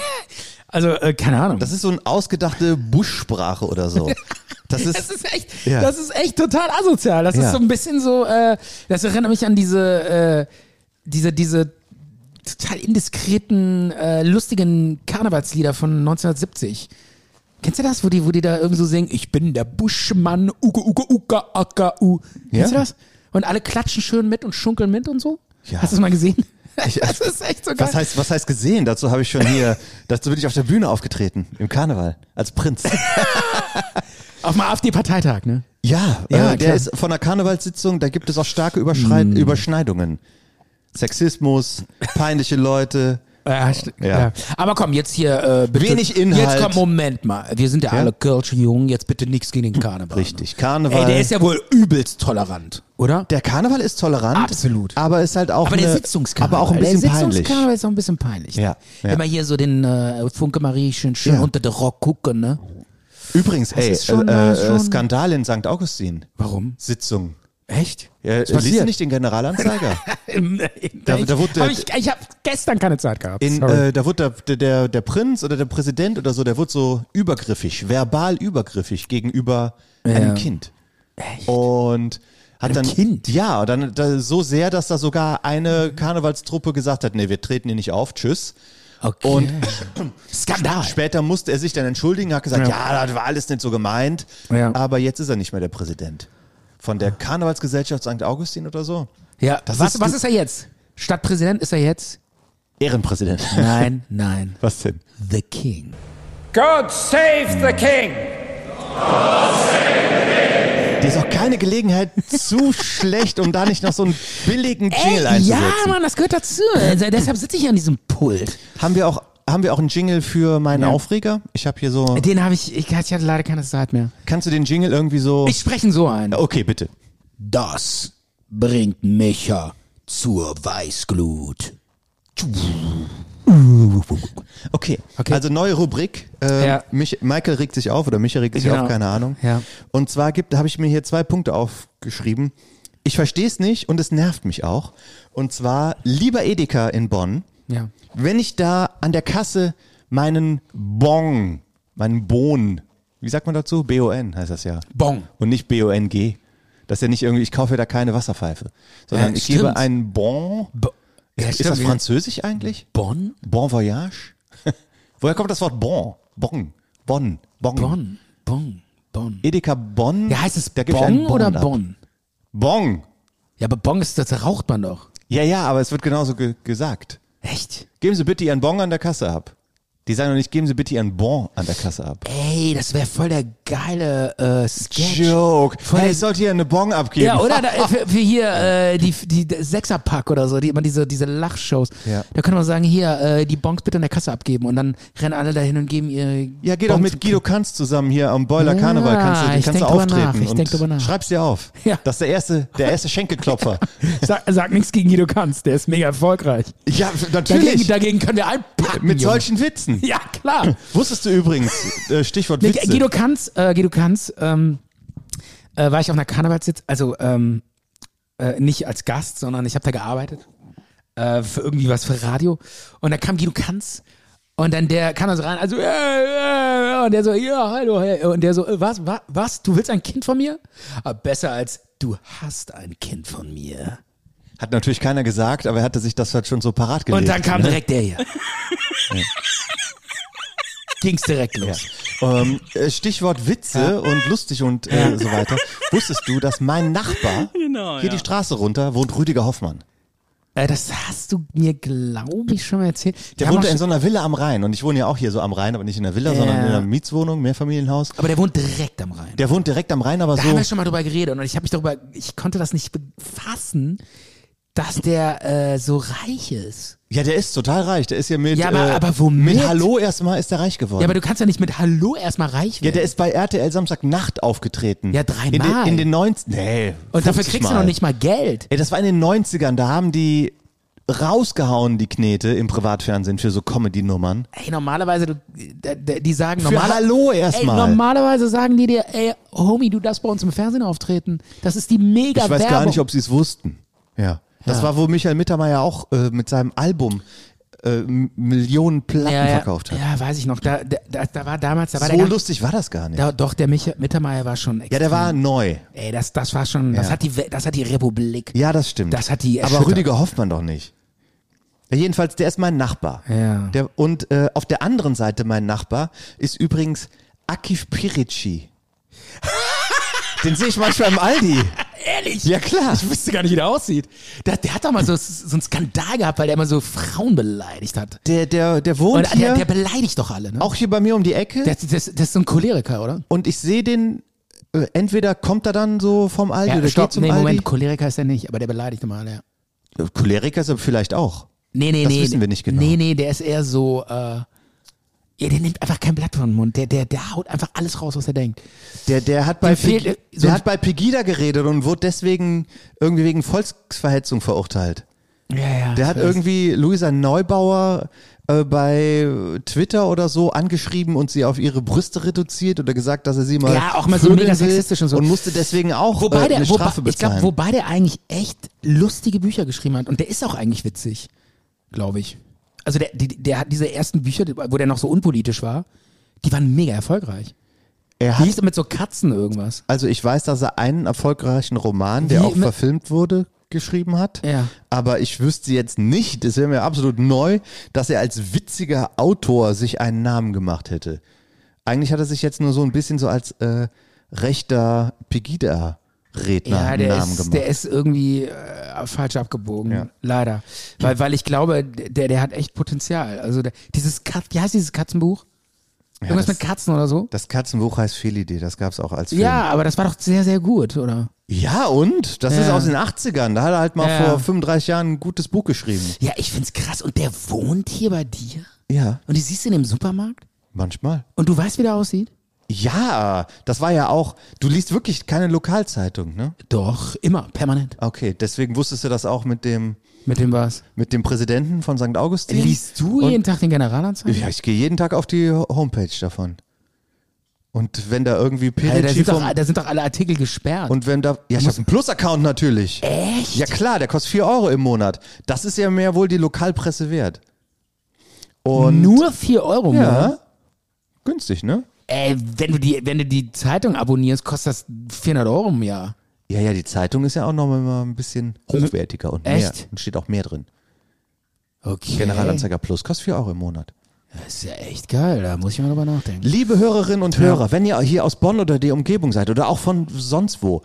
B: Also, äh, keine Ahnung.
C: Das ist so eine ausgedachte Buschsprache oder so. Das ist,
B: Das ist echt,
C: Ja.
B: das ist echt total asozial. Das
C: Ja.
B: ist so ein bisschen so, äh, das erinnert mich an diese, äh, diese, diese total indiskreten, äh, lustigen Karnevalslieder von 1970. Kennst du das, wo die, wo die da irgendwie so singen, ich bin der Buschmann, uge, uge, uga, akka, u. Kennst
C: Ja.
B: du das? Und alle klatschen schön mit und schunkeln mit und so?
C: Ja.
B: Hast du das mal gesehen?
C: Ich- äh,
B: das ist echt so geil.
C: was heißt, was heißt gesehen? Dazu habe ich schon hier, dazu bin ich auf der Bühne aufgetreten, im Karneval, als Prinz.
B: Auf dem AfD-Parteitag, ne?
C: Ja,
B: Ja,
C: äh,
B: klar. Mm.
C: der ist von der Karnevalssitzung, da gibt es auch starke Überschrei Überschneidungen. Sexismus, peinliche Leute.
B: Ja, Äh, st-
C: Ja.
B: ja. Aber komm, jetzt hier äh, bitte,
C: Wenig Inhalt.
B: Jetzt komm, Moment mal. Wir sind ja, alle Kölsche Jungen, jetzt bitte nichts gegen den Karneval.
C: Hm, Richtig,
B: Ey,
C: Karneval.
B: der ist ja wohl übelst tolerant, oder?
C: Der Karneval ist tolerant.
B: Absolut.
C: Aber ist halt auch
B: aber der
C: eine-
B: Sitzungskarneval.
C: Aber auch ein bisschen
B: der
C: peinlich.
B: Sitzungskarneval ist auch ein bisschen peinlich.
C: Ja, ja.
B: Wenn man hier so den äh, Funke Marie schön, schön
C: Ja.
B: unter der Rock gucken, ne?
C: Übrigens, ey,
B: ist schon, äh,
C: äh, äh,
B: schon-
C: Skandal in St. Augustin.
B: Warum?
C: Sitzung.
B: Echt?
C: Ja,
B: Was
C: äh, liest du
B: passiert?
C: nicht den Generalanzeiger?
B: Im- im-
C: Da-
B: ich-
C: da wurde-
B: hab ich ich habe gestern keine Zeit gehabt.
C: In,
B: Sorry.
C: äh, da wurde der, der, der Prinz oder der Präsident oder so, der wurde so übergriffig, verbal übergriffig gegenüber einem Kind. Echt? Und hat
B: Einem
C: dann
B: Kind?
C: ja, und dann da, so sehr, dass da sogar eine Karnevalstruppe gesagt hat, nee, wir treten hier nicht auf, tschüss.
B: okay.
C: Und
B: Skandal.
C: später musste er sich dann entschuldigen, hat gesagt,
B: Ja.
C: ja, das war alles nicht so gemeint,
B: Ja.
C: aber jetzt ist er nicht mehr der Präsident von der Karnevalsgesellschaft St. Augustin oder so.
B: Ja,
C: Das
B: was,
C: ist-
B: was ist er jetzt? Stadtpräsident ist er jetzt?
C: Ehrenpräsident.
B: Nein, nein.
C: Was denn?
B: The King.
F: God save the king!
C: Die ist auch keine Gelegenheit zu schlecht, um da nicht noch so einen billigen Jingle
B: Ey, ja,
C: einzusetzen.
B: Mann, das gehört dazu. Also, deshalb sitze ich hier an diesem Pult.
C: Haben wir auch haben wir auch einen Jingle für meinen Aufreger? Ich habe hier so
B: Den habe ich, ich, ich hatte leider keine Zeit mehr.
C: Kannst du den Jingle irgendwie so
B: Ich spreche ihn so ein.
C: Okay, bitte.
B: Das bringt mich ja zur Weißglut.
C: Okay.
B: Okay.
C: Also neue Rubrik. Äh,
B: Ja.
C: mich, Michael regt sich auf oder Michael regt sich
B: Genau.
C: auf, keine Ahnung.
B: Ja.
C: Und zwar gibt habe ich mir hier zwei Punkte aufgeschrieben. Ich verstehe es nicht und es nervt mich auch. Und zwar lieber Edeka in Bonn.
B: Ja.
C: wenn ich da an der Kasse meinen Bon, meinen Bon, wie sagt man dazu? B-O-N heißt das ja.
B: Bon.
C: Und nicht B-O-N-G. Das ist ja nicht irgendwie, ich kaufe ja da keine Wasserpfeife, sondern
B: Ja,
C: ich
B: stimmt.
C: gebe einen Bon.
B: Ja,
C: ist das französisch eigentlich?
B: Bonn?
C: Bon Voyage? Woher kommt das Wort Bon? Bon. Bon. Bon.
B: Bonn. Bonn. Bonn.
C: Edeka Bonn.
B: Ja, heißt es
C: Da gebe ich einen
B: Bonn oder
C: ab.
B: Bonn?
C: Bon.
B: Ja, aber Bonn ist, das raucht man doch.
C: Ja, ja, aber es wird genauso ge gesagt.
B: Echt?
C: Geben Sie bitte Ihren Bon an der Kasse ab. Die sagen doch nicht, geben Sie bitte Ihren Bon an der Kasse ab.
B: Ey, das wäre voll der geile äh, Sketch.
C: Joke.
B: Voll
C: hey,
B: der
C: ich sollte hier eine Bon abgeben.
B: Ja, oder da, für, für hier äh, die, die Sechserpack oder so, die immer diese, diese Lachshows.
C: Ja.
B: Da könnte man sagen, hier, äh, die Bonks bitte in der Kasse abgeben und dann rennen alle dahin und geben ihre.
C: Ja, geh doch
B: Bonks-
C: mit Guido Kanz zusammen hier am Boiler
B: Ja,
C: Karneval. Kannst du,
B: ich
C: kannst du
B: denk drüber
C: auftreten.
B: nach, ich
C: und
B: denk drüber nach.
C: Schreib's dir auf.
B: Ja.
C: Das ist der erste, der erste Schenkelklopfer.
B: Sag, sag nichts gegen Guido Kanz, der ist mega erfolgreich.
C: ja,
B: Dagegen,
C: natürlich.
B: dagegen können wir einpacken.
C: mit
B: Junge.
C: solchen Witzen.
B: Ja, klar.
C: Wusstest du übrigens, äh, Stichwort
B: Nee,
C: Witze.
B: Guido Kanz, äh, Guido Kanz, ähm, äh, war ich auf einer Karnevalssitz, also ähm, äh, nicht als Gast, sondern ich habe da gearbeitet äh, für irgendwie was für Radio und da kam Guido Kanz und dann der kam da so rein, also äh, äh, äh, und der so ja hallo hey. und der so äh, was wa, was du willst ein Kind von mir? Aber besser als du hast ein Kind von mir.
C: Hat natürlich keiner gesagt, aber er hatte sich das halt schon so parat gelegt.
B: Und dann kam
C: ne?
B: direkt der hier. Ging's direkt
C: Ja.
B: los.
C: Ähm, äh, Stichwort Witze und lustig und äh, so
B: Genau,
C: weiter. Wusstest du, dass mein Nachbar hier die Straße runter wohnt Rüdiger Hoffmann?
B: Äh, das hast du mir, glaube ich, schon mal erzählt. Wir
C: Der
B: haben
C: wohnte
B: auch
C: in
B: schon-
C: so einer Villa am Rhein und ich wohne ja auch hier so am Rhein, aber nicht in der Villa,
B: Ja.
C: sondern in einer Mietswohnung, Mehrfamilienhaus.
B: aber der wohnt direkt am Rhein.
C: Der wohnt direkt am Rhein, aber
B: da
C: so.
B: haben wir schon mal drüber geredet und ich habe mich darüber, ich konnte das nicht fassen, dass der äh, so reich ist.
C: Ja, der ist total reich. Der ist ja mit.
B: Ja, aber-
C: äh,
B: aber womit?
C: Mit Hallo erstmal ist er reich geworden.
B: Ja, aber du kannst ja nicht mit Hallo erstmal reich werden.
C: Ja, der ist bei RTL Samstagnacht aufgetreten.
B: Ja, dreimal.
C: In den, in den 90 Nee.
B: und dafür
C: 50
B: kriegst du
C: Mal.
B: noch nicht mal Geld.
C: Ey, das war in den 90ern, da haben die rausgehauen, die Knete im Privatfernsehen für so Comedy-Nummern.
B: Ey, normalerweise, du, d- d- die sagen
C: Für
B: normale-
C: Hallo
B: Ey,
C: erstmal.
B: normalerweise sagen die dir, ey, Homie, du darfst bei uns im Fernsehen auftreten. Das ist die mega
C: Ich weiß
B: Werbung.
C: gar nicht, ob sie es wussten. Ja. Das war, wo Michael Mittermeier auch äh, mit seinem Album äh, M- Millionen Platten
B: ja, ja,
C: verkauft hat.
B: Ja, weiß ich noch. Da, da, da, da war damals, da war
C: so
B: der ganz-
C: lustig war das gar nicht.
B: da, Doch, der Micha, Mittermeier war schon
C: ja,
B: extrem.
C: der war neu.
B: Ey, das, das war schon, das,
C: Ja.
B: hat die, We- das hat die Republik.
C: Ja, das stimmt.
B: Das hat die
C: Aber
B: erschüttert.
C: Rüdiger Hoffmann doch nicht. Ja, jedenfalls, der ist mein Nachbar.
B: Ja.
C: Der, und äh, auf der anderen Seite mein Nachbar ist übrigens Akif Pirici. Den sehe ich manchmal im Aldi.
B: Ehrlich?
C: Ja, klar.
B: Also, Ich wusste gar nicht, wie der aussieht. Der, der hat doch mal so, so einen Skandal gehabt, weil der immer so Frauen beleidigt hat.
C: Der, der, der wohnt
B: Und äh, der,
C: hier,
B: der beleidigt doch alle, ne?
C: auch hier bei mir um die Ecke.
B: Das, das, das ist so ein Choleriker, oder?
C: und ich sehe den, äh, entweder kommt er dann so vom Aldi oder
B: stopp,
C: geht zum
B: nee,
C: Aldi.
B: Moment, Choleriker ist er nicht, aber der beleidigt immer alle, ja.
C: Choleriker ist er vielleicht auch.
B: Nee, nee,
C: Das
B: nee.
C: wissen wir nicht genau.
B: Nee, nee, der ist eher so, äh, ja, der nimmt einfach kein Blatt von den Mund. Der, der, der haut einfach alles raus, was er denkt.
C: Der, der, hat bei
B: Dem fehlt,
C: Pegi-
B: äh, so
C: der
B: ein-
C: hat bei Pegida geredet und wurde deswegen irgendwie wegen Volksverhetzung verurteilt.
B: Ja, ja.
C: Der hat irgendwie Luisa Neubauer äh, bei Twitter oder so angeschrieben und sie auf ihre Brüste reduziert oder gesagt, dass er sie mal
B: Ja, auch mal so
C: vögeln
B: mega
C: will
B: sexistisch und so.
C: und musste deswegen auch
B: Wobei
C: äh,
B: der,
C: eine
B: wobei,
C: Strafe
B: ich
C: bezahlen.
B: glaub, wobei der eigentlich echt lustige Bücher geschrieben hat. Und der ist auch eigentlich witzig, glaube ich. Also der, die- der hat diese ersten Bücher, wo der noch so unpolitisch war, die waren mega erfolgreich.
C: er
B: Die
C: hat,
B: hieß mit so Katzen irgendwas.
C: also ich weiß, dass er einen erfolgreichen Roman, der
B: Wie
C: auch
B: mit-
C: verfilmt wurde, geschrieben hat.
B: Ja.
C: Aber ich wüsste jetzt nicht, das wäre mir absolut neu, dass er als witziger Autor sich einen Namen gemacht hätte. Eigentlich hat er sich jetzt nur so ein bisschen so als äh, rechter Pegida-Redner
B: Ja,
C: einen
B: der
C: Namen
B: ist,
C: gemacht.
B: der ist irgendwie äh, falsch abgebogen,
C: Ja.
B: leider. Weil, weil ich glaube, der, der hat echt Potenzial. Also der, dieses Kat wie heißt dieses Katzenbuch? Irgendwas mit
C: das-
B: Katzen oder so?
C: Das Katzenbuch heißt Fehlidee, das gab's auch als Film.
B: Ja, aber das war doch sehr, sehr gut, oder?
C: Ja, und? Das ist
B: Ja.
C: aus den 80ern. Da hat er halt mal
B: Ja.
C: vor 35 Jahren ein gutes Buch geschrieben.
B: Ja, ich find's krass. Und der wohnt hier bei dir?
C: Ja,
B: Und die siehst du in dem Supermarkt?
C: manchmal.
B: Und du weißt, wie der aussieht?
C: Ja, das war ja auch. Du liest wirklich keine Lokalzeitung, ne?
B: Doch, immer, permanent.
C: Okay, deswegen wusstest du das auch mit dem,
B: Mit dem was?
C: mit dem Präsidenten von St. Augustin?
B: Liest du
C: Äh, Und-
B: jeden Tag den Generalanzeiger?
C: Ja, ich gehe jeden Tag auf die Homepage davon. Und wenn da irgendwie
B: Alter, da,
C: Perici
B: sind
C: vom.
B: doch, da sind doch alle Artikel gesperrt.
C: Und wenn da. Ja, ich hab einen Plus-Account natürlich.
B: Echt?
C: Ja klar, der kostet 4 Euro im Monat. Das ist ja mehr wohl die Lokalpresse wert. Und
B: Nur 4 Euro im Monat?
C: ja, günstig, ne?
B: Ey, wenn du, die, wenn du die Zeitung abonnierst, kostet das 400 Euro im Jahr.
C: Ja, ja, die Zeitung ist ja auch nochmal mal ein bisschen hochwertiger und mehr.
B: Also Echt?
C: Und steht auch mehr drin.
B: Okay.
C: Generalanzeiger Plus kostet 4 Euro im Monat.
B: Das ist ja echt geil, da muss ich mal drüber nachdenken.
C: Liebe Hörerinnen und Hörer, wenn ihr hier aus Bonn oder der Umgebung seid oder auch von sonst wo,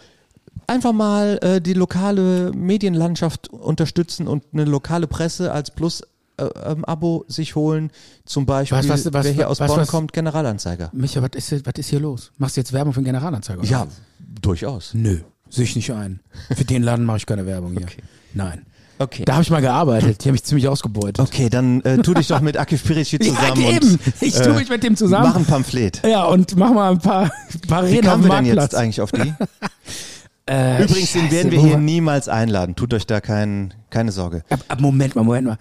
C: einfach mal äh, die lokale Medienlandschaft unterstützen und eine lokale Presse als Plus äh, ähm, Abo sich holen. Zum Beispiel,
B: Was, was, was,
C: wer hier
B: was,
C: aus
B: was,
C: Bonn
B: was?
C: kommt, Generalanzeiger.
B: Micha, was ist, hier- was ist hier los? Machst du jetzt Werbung für den Generalanzeiger? oder
C: Ja,
B: was?
C: durchaus.
B: Nö, sehe ich nicht ein. Für den Laden mache ich keine Werbung hier. Nein.
C: Okay.
B: Da habe ich mal gearbeitet, die haben mich ziemlich ausgebeutet.
C: Okay, dann äh, tu dich doch mit Akif Pirici zusammen
B: ja, eben.
C: und äh,
B: Ich tue mich mit dem zusammen.
C: mach ein Pamphlet.
B: Ja, und mach mal ein paar, ein paar
C: Wie
B: Reden auf
C: kamen
B: dem
C: wir denn jetzt
B: Marktplatz. Äh,
C: eigentlich auf die? Übrigens, den
B: Scheiße,
C: werden wir
B: wo
C: hier
B: war-
C: niemals einladen. Tut euch da kein, keine Sorge.
B: Ab, ab, Moment mal, Moment mal.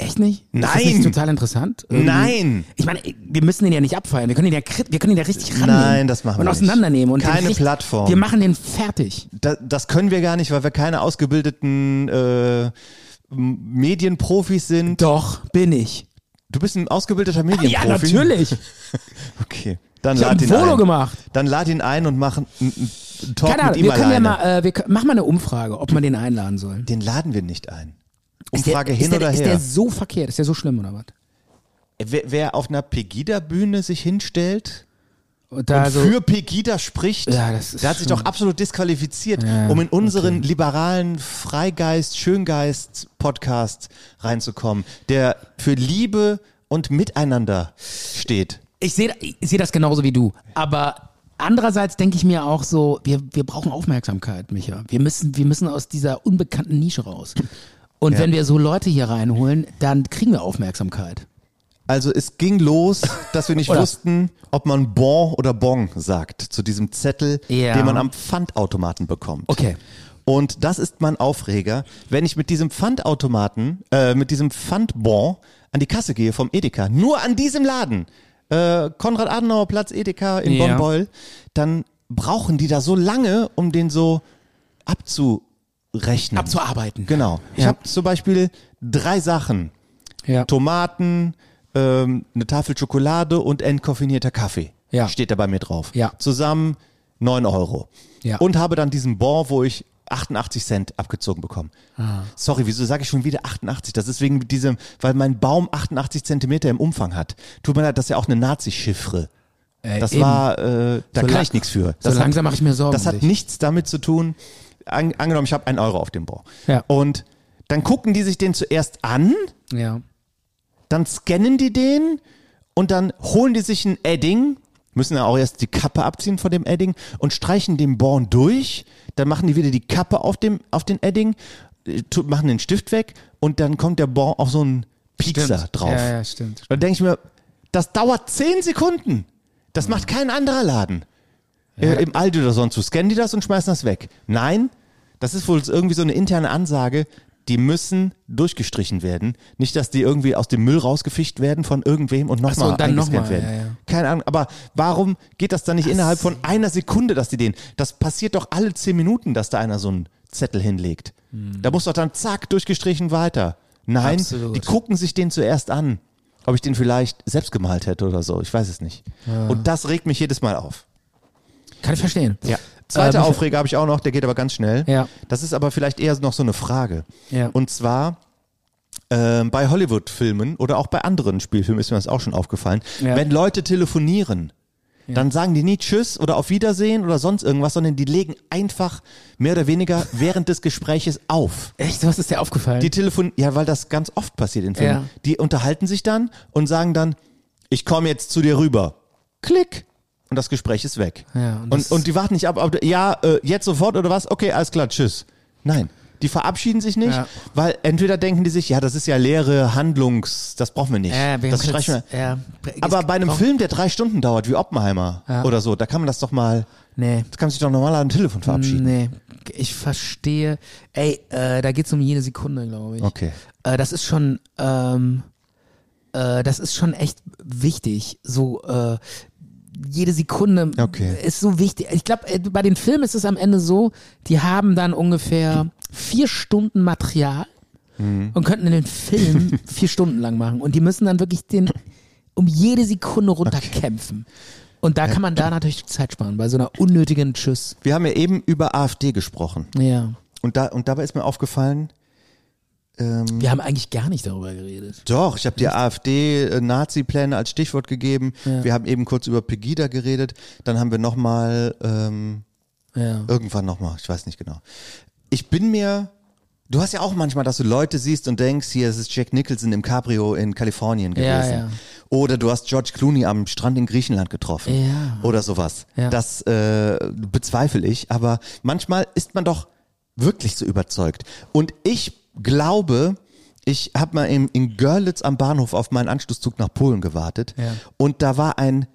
B: Echt nicht? Ist
C: Nein.
B: das nicht total interessant? Irgendwie-
C: Nein.
B: Ich meine, wir müssen den ja nicht abfeiern. Wir können den ja, krit- wir können den ja richtig rannehmen.
C: Nein, das machen wir
B: Und
C: nicht.
B: auseinandernehmen. Und den
C: Keine
B: richtig-
C: Plattform.
B: Wir machen den fertig.
C: Da, das können wir gar nicht, weil wir keine ausgebildeten äh, M- Medienprofis sind.
B: Doch, bin ich.
C: Du bist ein ausgebildeter Medienprofi.
B: Ja, natürlich.
C: Okay, dann
B: Ich
C: lad
B: habe ein
C: ihn
B: Foto
C: ein.
B: gemacht.
C: Dann lad ihn ein und mach einen einen Talk
B: Keine
C: mit
B: Ahnung,
C: ihm
B: wir können
C: alleine.
B: ja mal, äh, wir, können- mach mal eine Umfrage, ob man den einladen soll.
C: Den laden wir nicht ein.
B: Ist der-
C: Umfrage
B: ist
C: hin
B: der,
C: oder
B: Ist
C: her.
B: der so verkehrt? Ist der so schlimm oder was?
C: Wer, wer auf einer Pegida-Bühne sich hinstellt
B: Und da so,
C: für Pegida spricht,
B: Also- Ja, das ist
C: der hat sich
B: schon-
C: doch absolut disqualifiziert, um in unseren liberalen Freigeist, Schöngeist-Podcast reinzukommen, der für Liebe und Miteinander steht.
B: ich sehe ich seh das genauso wie du. Aber andererseits denke ich mir auch so, wir, wir brauchen Aufmerksamkeit, Micha. Wir müssen, wir müssen aus dieser unbekannten Nische raus. Und wenn wir so Leute hier reinholen, dann kriegen wir Aufmerksamkeit.
C: Also es ging los, dass wir nicht
B: Oder-
C: wussten, ob man Bon oder Bon sagt zu diesem Zettel,
B: Ja.
C: den man am Pfandautomaten bekommt.
B: Okay.
C: Und das ist mein Aufreger, wenn ich mit diesem Pfandautomaten, äh, mit diesem Pfandbon an die Kasse gehe vom Edeka, nur an diesem Laden, äh, Konrad Adenauer Platz Edeka in
B: Ja.
C: Bonn-Beul, dann brauchen die da so lange, um den so abzurechnen.
B: Abzuarbeiten.
C: Genau. Ich
B: Ja.
C: habe zum Beispiel drei Sachen.
B: Ja.
C: Tomaten, ähm, eine Tafel Schokolade und entkoffinierter Kaffee.
B: Ja.
C: Steht da bei mir drauf.
B: Ja.
C: Zusammen 9 Euro.
B: Ja.
C: Und habe dann diesen Bon, wo ich 88 Cent abgezogen bekomme.
B: Ah.
C: Sorry, wieso sage ich schon wieder 88? Das ist wegen diesem, weil mein Baum 88 Zentimeter im Umfang hat. Tut mir leid, das ist ja auch eine Nazi-Chiffre.
B: Äh,
C: Das
B: eben.
C: war, äh, da
B: So
C: kann
B: la-
C: ich nichts für.
B: So
C: Das
B: langsam mache ich mir Sorgen.
C: das
B: um
C: hat
B: dich.
C: nichts damit zu tun. An, angenommen, ich habe einen Euro auf dem Bon.
B: Ja.
C: Und dann gucken die sich den zuerst an,
B: Ja.
C: dann scannen die den und dann holen die sich ein Edding, müssen ja auch erst die Kappe abziehen von dem Edding und streichen den Bon durch. Dann machen die wieder die Kappe auf, dem, auf den Edding, äh, tu- machen den Stift weg und dann kommt der Bon auf so einen Piekser
B: Stimmt.
C: drauf.
B: Ja, ja, stimmt.
C: Da denke ich mir, das dauert zehn Sekunden. Das macht kein anderer Laden. Äh, Im Aldi oder sonst wo. Scannen die das und schmeißen das weg. Nein, das ist wohl irgendwie so eine interne Ansage. Die müssen durchgestrichen werden. Nicht, dass die irgendwie aus dem Müll rausgefischt werden von irgendwem und
B: Ach so,
C: nochmal
B: und dann
C: eingescannt
B: nochmal,
C: werden.
B: ja, ja.
C: Keine Ahnung. Aber warum geht das dann nicht innerhalb von einer Sekunde, dass die den. Das passiert doch alle zehn Minuten, dass da einer so einen Zettel hinlegt.
B: Hm.
C: Da muss doch dann zack durchgestrichen weiter. Nein,
B: Absolut.
C: die gucken sich den zuerst an. Ob ich den vielleicht selbst gemalt hätte oder so. Ich weiß es nicht. Und das regt mich jedes Mal auf.
B: Äh, Kann ich verstehen.
C: Ja. Zweiter
B: Ähm,
C: Aufreger habe ich auch noch, der geht aber ganz schnell.
B: Ja.
C: Das ist aber vielleicht eher noch so eine Frage.
B: Ja.
C: Und zwar ähm, bei Hollywood-Filmen oder auch bei anderen Spielfilmen ist mir das auch schon aufgefallen.
B: Ja.
C: Wenn Leute telefonieren, dann sagen die nie Tschüss oder auf Wiedersehen oder sonst irgendwas, sondern die legen einfach mehr oder weniger während des Gespräches auf.
B: Echt, was ist dir aufgefallen?
C: Die telefon ja, weil das ganz oft passiert in Filmen.
B: Ja.
C: Die unterhalten sich dann und sagen dann, ich komme jetzt zu dir rüber. Klick. Und das Gespräch ist weg.
B: Ja, und
C: und,
B: das-
C: und, die warten nicht ab, ob, du- ja, äh, jetzt sofort oder was? Okay, alles klar, tschüss. Nein. Die verabschieden sich nicht,
B: Ja.
C: weil entweder denken die sich, ja, das ist ja leere Handlungs, das brauchen wir nicht.
B: ja, wir
C: das
B: haben kurz-
C: streichen wir.
B: ja.
C: Aber bei einem
B: Brauch-
C: Film, der drei Stunden dauert, wie Oppenheimer oder so, da kann man das doch mal,
B: Nee.
C: das kann man sich doch normal am Telefon verabschieden.
B: Nee, ich verstehe. Ey, äh, da geht's um jede Sekunde, glaube ich.
C: Okay.
B: Äh, das ist schon, ähm, äh, das ist schon echt wichtig. So, äh, jede Sekunde
C: Okay.
B: ist so wichtig. Ich glaube, bei den Filmen ist es am Ende so, die haben dann ungefähr vier Stunden Material
C: Mhm.
B: und könnten den Film vier Stunden lang machen. Und die müssen dann wirklich den um jede Sekunde runterkämpfen. Und da kann man da natürlich Zeit sparen, bei so einer unnötigen Tschüss.
C: Wir haben ja eben über AfD gesprochen.
B: Ja.
C: Und, da, und dabei ist mir aufgefallen,
B: Wir haben eigentlich gar nicht darüber geredet.
C: doch, ich habe dir AfD-Nazi-Pläne äh, als Stichwort gegeben. Wir haben eben kurz über Pegida geredet. Dann haben wir nochmal, ähm,
B: Ja.
C: irgendwann nochmal, ich weiß nicht genau. Ich bin mir, du hast ja auch manchmal, dass du Leute siehst und denkst, hier es ist Jack Nicholson im Cabrio in Kalifornien gewesen.
B: Ja, ja.
C: Oder du hast George Clooney am Strand in Griechenland getroffen.
B: Ja.
C: Oder sowas.
B: Ja.
C: Das äh, bezweifle ich, aber manchmal ist man doch wirklich so überzeugt. Und ich glaube, ich habe mal in, in Görlitz am Bahnhof auf meinen Anschlusszug nach Polen gewartet
B: Ja.
C: und da war ein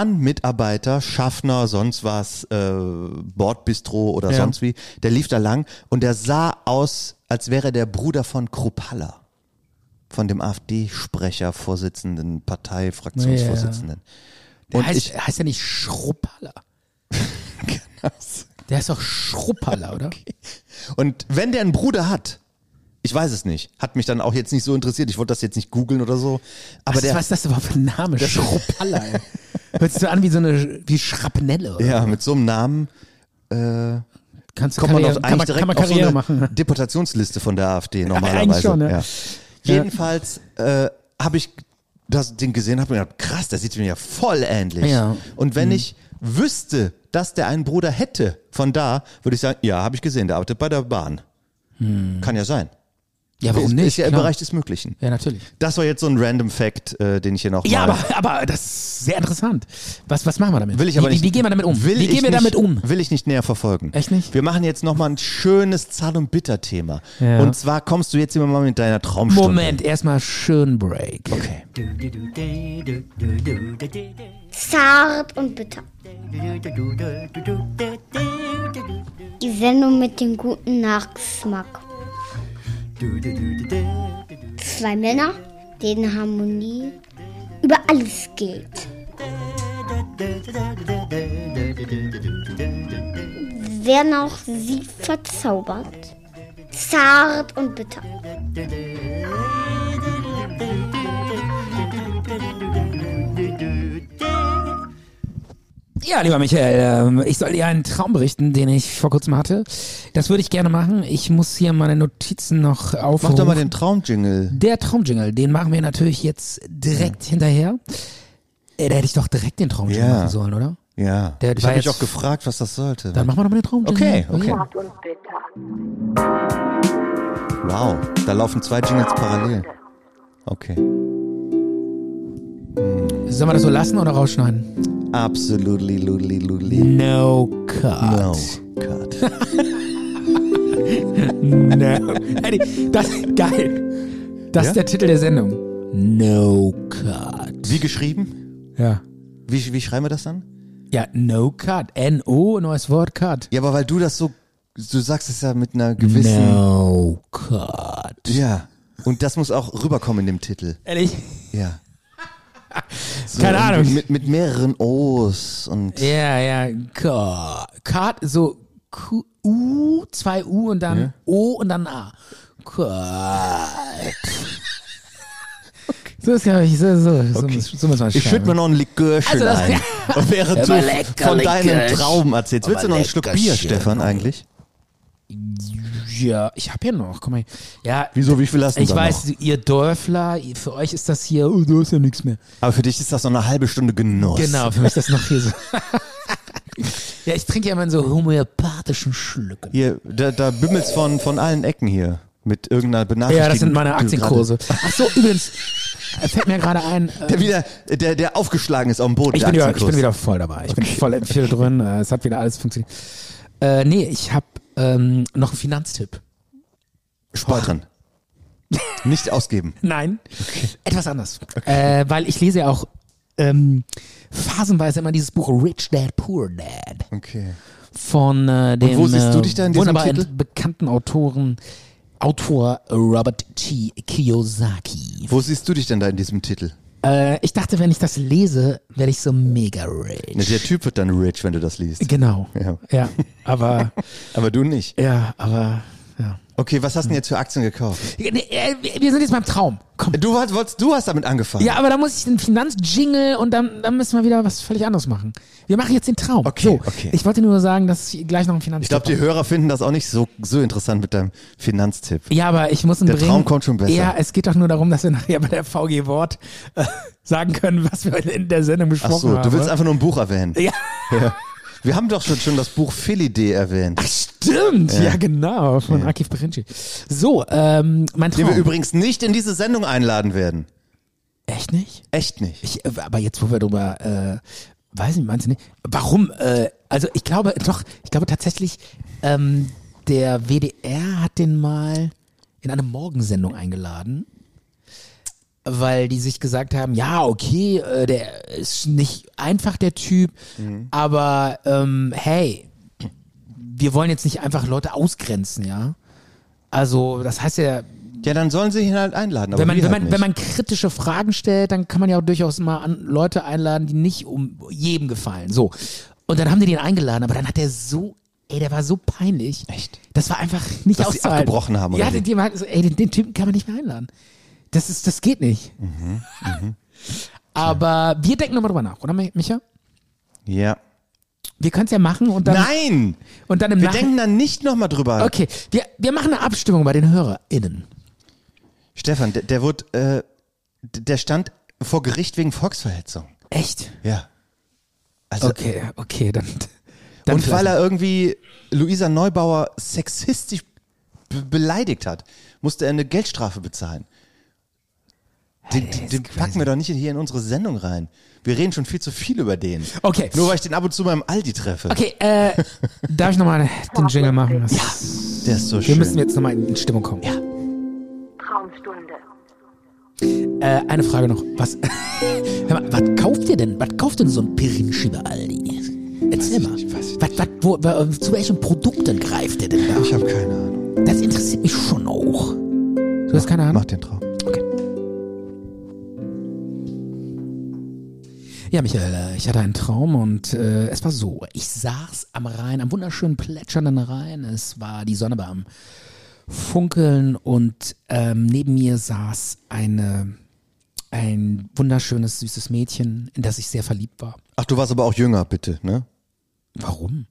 C: Bahnmitarbeiter, Schaffner, sonst was, äh, Bordbistro oder
B: Ja.
C: sonst wie, der lief da lang und der sah aus, als wäre der Bruder von Kruppalla, von dem AfD-Sprecher, Vorsitzenden, Partei, Fraktionsvorsitzenden. Und
B: heißt,
C: ich,
B: heißt ja nicht Schruppaller. Der ist doch Schruppaller, oder?
C: Und wenn der einen Bruder hat, ich weiß es nicht, hat mich dann auch jetzt nicht so interessiert, ich wollte das jetzt nicht googeln oder so, aber
B: was,
C: der,
B: was ist das überhaupt für ein Name? Schruppaller, ey. Hört sich so an wie so eine wie Schrapnelle. Oder?
C: ja, mit so einem Namen
B: Kannst du
C: kommt man doch
B: Karriere,
C: eigentlich
B: kann man,
C: direkt
B: kann man
C: auf so
B: Karriere
C: eine
B: machen. ne?
C: Deputationsliste von der AfD
B: eigentlich ne?
C: normalerweise.
B: schon, ja.
C: Jedenfalls äh, habe ich das, den gesehen habe und gedacht, krass, der sieht mir ja voll ähnlich.
B: Ja. Mhm.
C: Und wenn ich wüsste, dass der einen Bruder hätte von da, würde ich sagen, ja, habe ich gesehen, der arbeitet bei der Bahn. Kann ja sein.
B: Ja, Hm. warum
C: ist,
B: nicht?
C: Ist ja im
B: Klar.
C: Bereich des Möglichen.
B: Ja, natürlich.
C: Das war jetzt so ein random Fact, äh, den ich hier noch
B: Ja,
C: mal-
B: aber, aber das ist sehr interessant. Was, was machen wir damit?
C: Will ich aber
B: wie,
C: nicht.
B: Wie, wie gehen wir damit um?
C: Will
B: wie
C: ich
B: gehen wir
C: nicht,
B: damit um?
C: Will ich nicht näher verfolgen.
B: Echt nicht?
C: Wir machen jetzt nochmal ein schönes Zart- und Bitter-Thema.
B: Ja.
C: Und zwar kommst du jetzt immer mal mit deiner Traumstunde.
B: Moment, erstmal schön Break.
C: Okay.
G: Zart und bitter. Die Sendung mit dem guten Nachgeschmack. Zwei Männer, denen Harmonie über alles geht. Werden auch sie verzaubert. Zart und bitter.
B: Ja, lieber Michael, ähm, ich soll dir einen Traum berichten, den ich vor kurzem hatte. Das würde ich gerne machen. Ich muss hier meine Notizen noch
C: Mach
B: aufrufen.
C: doch mal den Traumjingle.
B: Der Traumjingle, den machen wir natürlich jetzt direkt hinterher. Äh, da hätte ich doch direkt den Traumjingle
C: Ja.
B: machen sollen, oder?
C: Ja.
B: Der
C: ich
B: war
C: habe mich
B: jetzt-
C: auch gefragt, was das sollte.
B: Dann machen wir doch mal den Traumjingle.
C: Okay, okay.
B: Ja.
A: und bitter.
C: Wow, da laufen zwei Jingles parallel. Okay.
B: Sollen wir das so lassen oder rausschneiden?
C: Absolutely, luli, luli.
B: No cut.
C: No. Cut.
B: No. Eddie, das geil. Das
C: Ja?
B: ist der Titel der Sendung. No Cut.
C: Wie geschrieben?
B: Ja.
C: Wie, wie schreiben wir das dann?
B: Ja, No Cut. N-O, neues Wort Cut.
C: Ja, aber weil du das so, du sagst es ja mit einer gewissen,
B: No Cut.
C: ja. Und das muss auch rüberkommen in dem Titel.
B: Ehrlich?
C: Ja. So,
B: Keine
C: und
B: Ahnung.
C: Mit, mit mehreren O's und
B: Ja, ja. Cut. Cut, so Q, U, zwei U und dann O und dann A. Cut. So ist, glaube ich, so, so, so, muss- so muss man
C: ich schütte mir noch ein Likörchen
B: Also das-
C: ein. Und während
B: Aber
C: du
B: lecker
C: von deinem
B: Likörchen.
C: Traum erzählst, willst du
B: Aber
C: noch ein Schluck Bier,
B: Leckerchen.
C: Stefan, eigentlich?
B: Ja, ich hab hier noch, guck mal. Ja,
C: Wieso, wie viel hast du
B: ich
C: da
B: weiß,
C: noch?
B: ihr Dörfler, für euch ist das hier, oh, da ist ja nichts mehr.
C: Aber für dich ist das noch eine halbe Stunde Genuss.
B: Genau, für mich ist das noch hier so. ja, ich trinke ja immer in so homöopathischen Schlücken.
C: Hier, da, da bimmelt's von, von allen Ecken hier. Mit irgendeiner Benachrichtigung.
B: Ja, das sind meine
C: die du
B: Aktienkurse. Ach so, übrigens, äh, fällt mir gerade ein. äh,
C: gerade- Der wieder, der, der aufgeschlagen ist auf dem Boden.
B: Ich
C: der
B: bin, wieder, ich
C: Aktienkurs.
B: bin wieder voll dabei. Ich bin voll im Fieber drin. äh, Es hat wieder alles funktioniert. Äh, nee, ich habe ähm, noch einen Finanztipp.
C: Sparen. Nicht ausgeben.
B: Nein, etwas anders. Äh, weil ich lese ja auch ähm, phasenweise immer dieses Buch Rich Dad, Poor Dad
C: Okay.
B: von äh, dem
C: wo siehst du
B: äh,
C: dich da in diesem
B: wunderbar
C: Titel?
B: ent- bekannten Autoren, Autor Robert T. Kiyosaki.
C: Wo siehst du dich denn da in diesem Titel?
B: Äh, ich dachte, wenn ich das lese, werde ich so mega
C: Ne,
B: rich.
C: der Typ wird dann rich, wenn du das liest.
B: Genau.
C: Ja.
B: Ja, aber
C: Aber du nicht.
B: ja, aber ja.
C: Okay, was hast du denn jetzt für Aktien gekauft?
B: Nee, äh, Wir sind jetzt beim Traum. Komm.
C: Du wolltest, wolltest- du hast damit angefangen.
B: Ja, aber da muss ich den Finanzjingle und dann, dann müssen wir wieder was völlig anderes machen. Wir machen jetzt den Traum.
C: Okay,
B: so,
C: okay.
B: Ich wollte nur sagen, dass ich gleich noch ein
C: Ich
B: Finanzjingle.
C: glaube, die Hörer finden das auch nicht so, so interessant mit deinem Finanztipp.
B: Ja, aber ich muss ihn
C: Der
B: bringen.
C: Traum kommt schon besser.
B: Ja, es geht doch nur darum, dass wir nachher bei der VG Wort äh, sagen können, was wir in der Sendung
C: Ach
B: besprochen
C: so,
B: haben.
C: du willst einfach nur ein Buch erwähnen.
B: Ja.
C: Ja. Wir haben doch schon, schon das Buch Philidee erwähnt,
B: Stimmt, ja, genau, von Akif Berinci. So, ähm, mein
C: den
B: Traum.
C: wir übrigens nicht in diese Sendung einladen werden.
B: Echt nicht?
C: Echt nicht.
B: Ich, äh, aber jetzt, wo wir drüber, äh, weiß nicht, meinst du nicht? Warum? Äh, also ich glaube, doch, ich glaube tatsächlich, ähm, der WDR hat den mal in eine Morgensendung eingeladen, weil die sich gesagt haben, ja, okay, äh, der ist nicht einfach der Typ, aber ähm, hey, wir wollen jetzt nicht einfach Leute ausgrenzen, ja? Also das heißt ja,
C: Ja, dann sollen sie ihn halt einladen. Aber
B: wenn man,
C: wir
B: wenn,
C: halt
B: man,
C: nicht.
B: wenn man kritische Fragen stellt, dann kann man ja auch durchaus mal an Leute einladen, die nicht um jedem gefallen. So. Und dann haben die den eingeladen, aber dann hat der so, ey, der war so peinlich.
C: Echt?
B: Das war einfach nicht
C: Dass sie
B: auszuhalten.
C: abgebrochen haben, oder
B: Ja,
C: wie?
B: die, die waren so, ey, den, den Typen kann man nicht mehr einladen. Das ist, das geht nicht.
C: Mhm,
B: aber wir denken nochmal drüber nach, oder Micha?
C: ja.
B: Wir können es ja machen und dann,
C: Nein!
B: und dann im
C: Wir
B: Nach-
C: denken dann nicht nochmal drüber.
B: Okay, wir, wir machen eine Abstimmung bei den HörerInnen.
C: Stefan, der, der wird, äh, d- der stand vor Gericht wegen Volksverhetzung.
B: Echt?
C: Ja. Also,
B: Okay, okay, dann. dann
C: Und weil
B: vielleicht-
C: er irgendwie Luisa Neubauer sexistisch be beleidigt hat, musste er eine Geldstrafe bezahlen. Den,
B: Hey, ist
C: den
B: crazy.
C: packen wir doch nicht hier in unsere Sendung rein. Wir reden schon viel zu viel über den.
B: Okay.
C: Nur weil ich den ab und zu mal im Aldi treffe.
B: Okay, äh, darf ich nochmal den Jingle machen? Das-
C: Der ist so
B: Wir
C: schön.
B: müssen jetzt nochmal in Stimmung kommen. Ja.
E: Traumstunde.
B: Äh, eine Frage noch. Was, Hör mal, was kauft ihr denn? Was kauft denn so ein Pirinci bei Aldi? Erzähl mal. Was, was, wo, wa- zu welchen Produkten greift ihr denn
C: ich
B: da?
C: habe keine Ahnung.
B: Das interessiert mich schon auch. Du hast keine Ahnung?
C: Mach den Traum.
B: Ja, Michael, äh, ich hatte einen Traum und äh, es war so. Ich saß am Rhein, am wunderschönen plätschernden Rhein. Es war die Sonne war am Funkeln und ähm, neben mir saß eine, ein wunderschönes, süßes Mädchen, in das ich sehr verliebt war.
C: Ach, du warst aber auch jünger, bitte, ne?
B: Warum?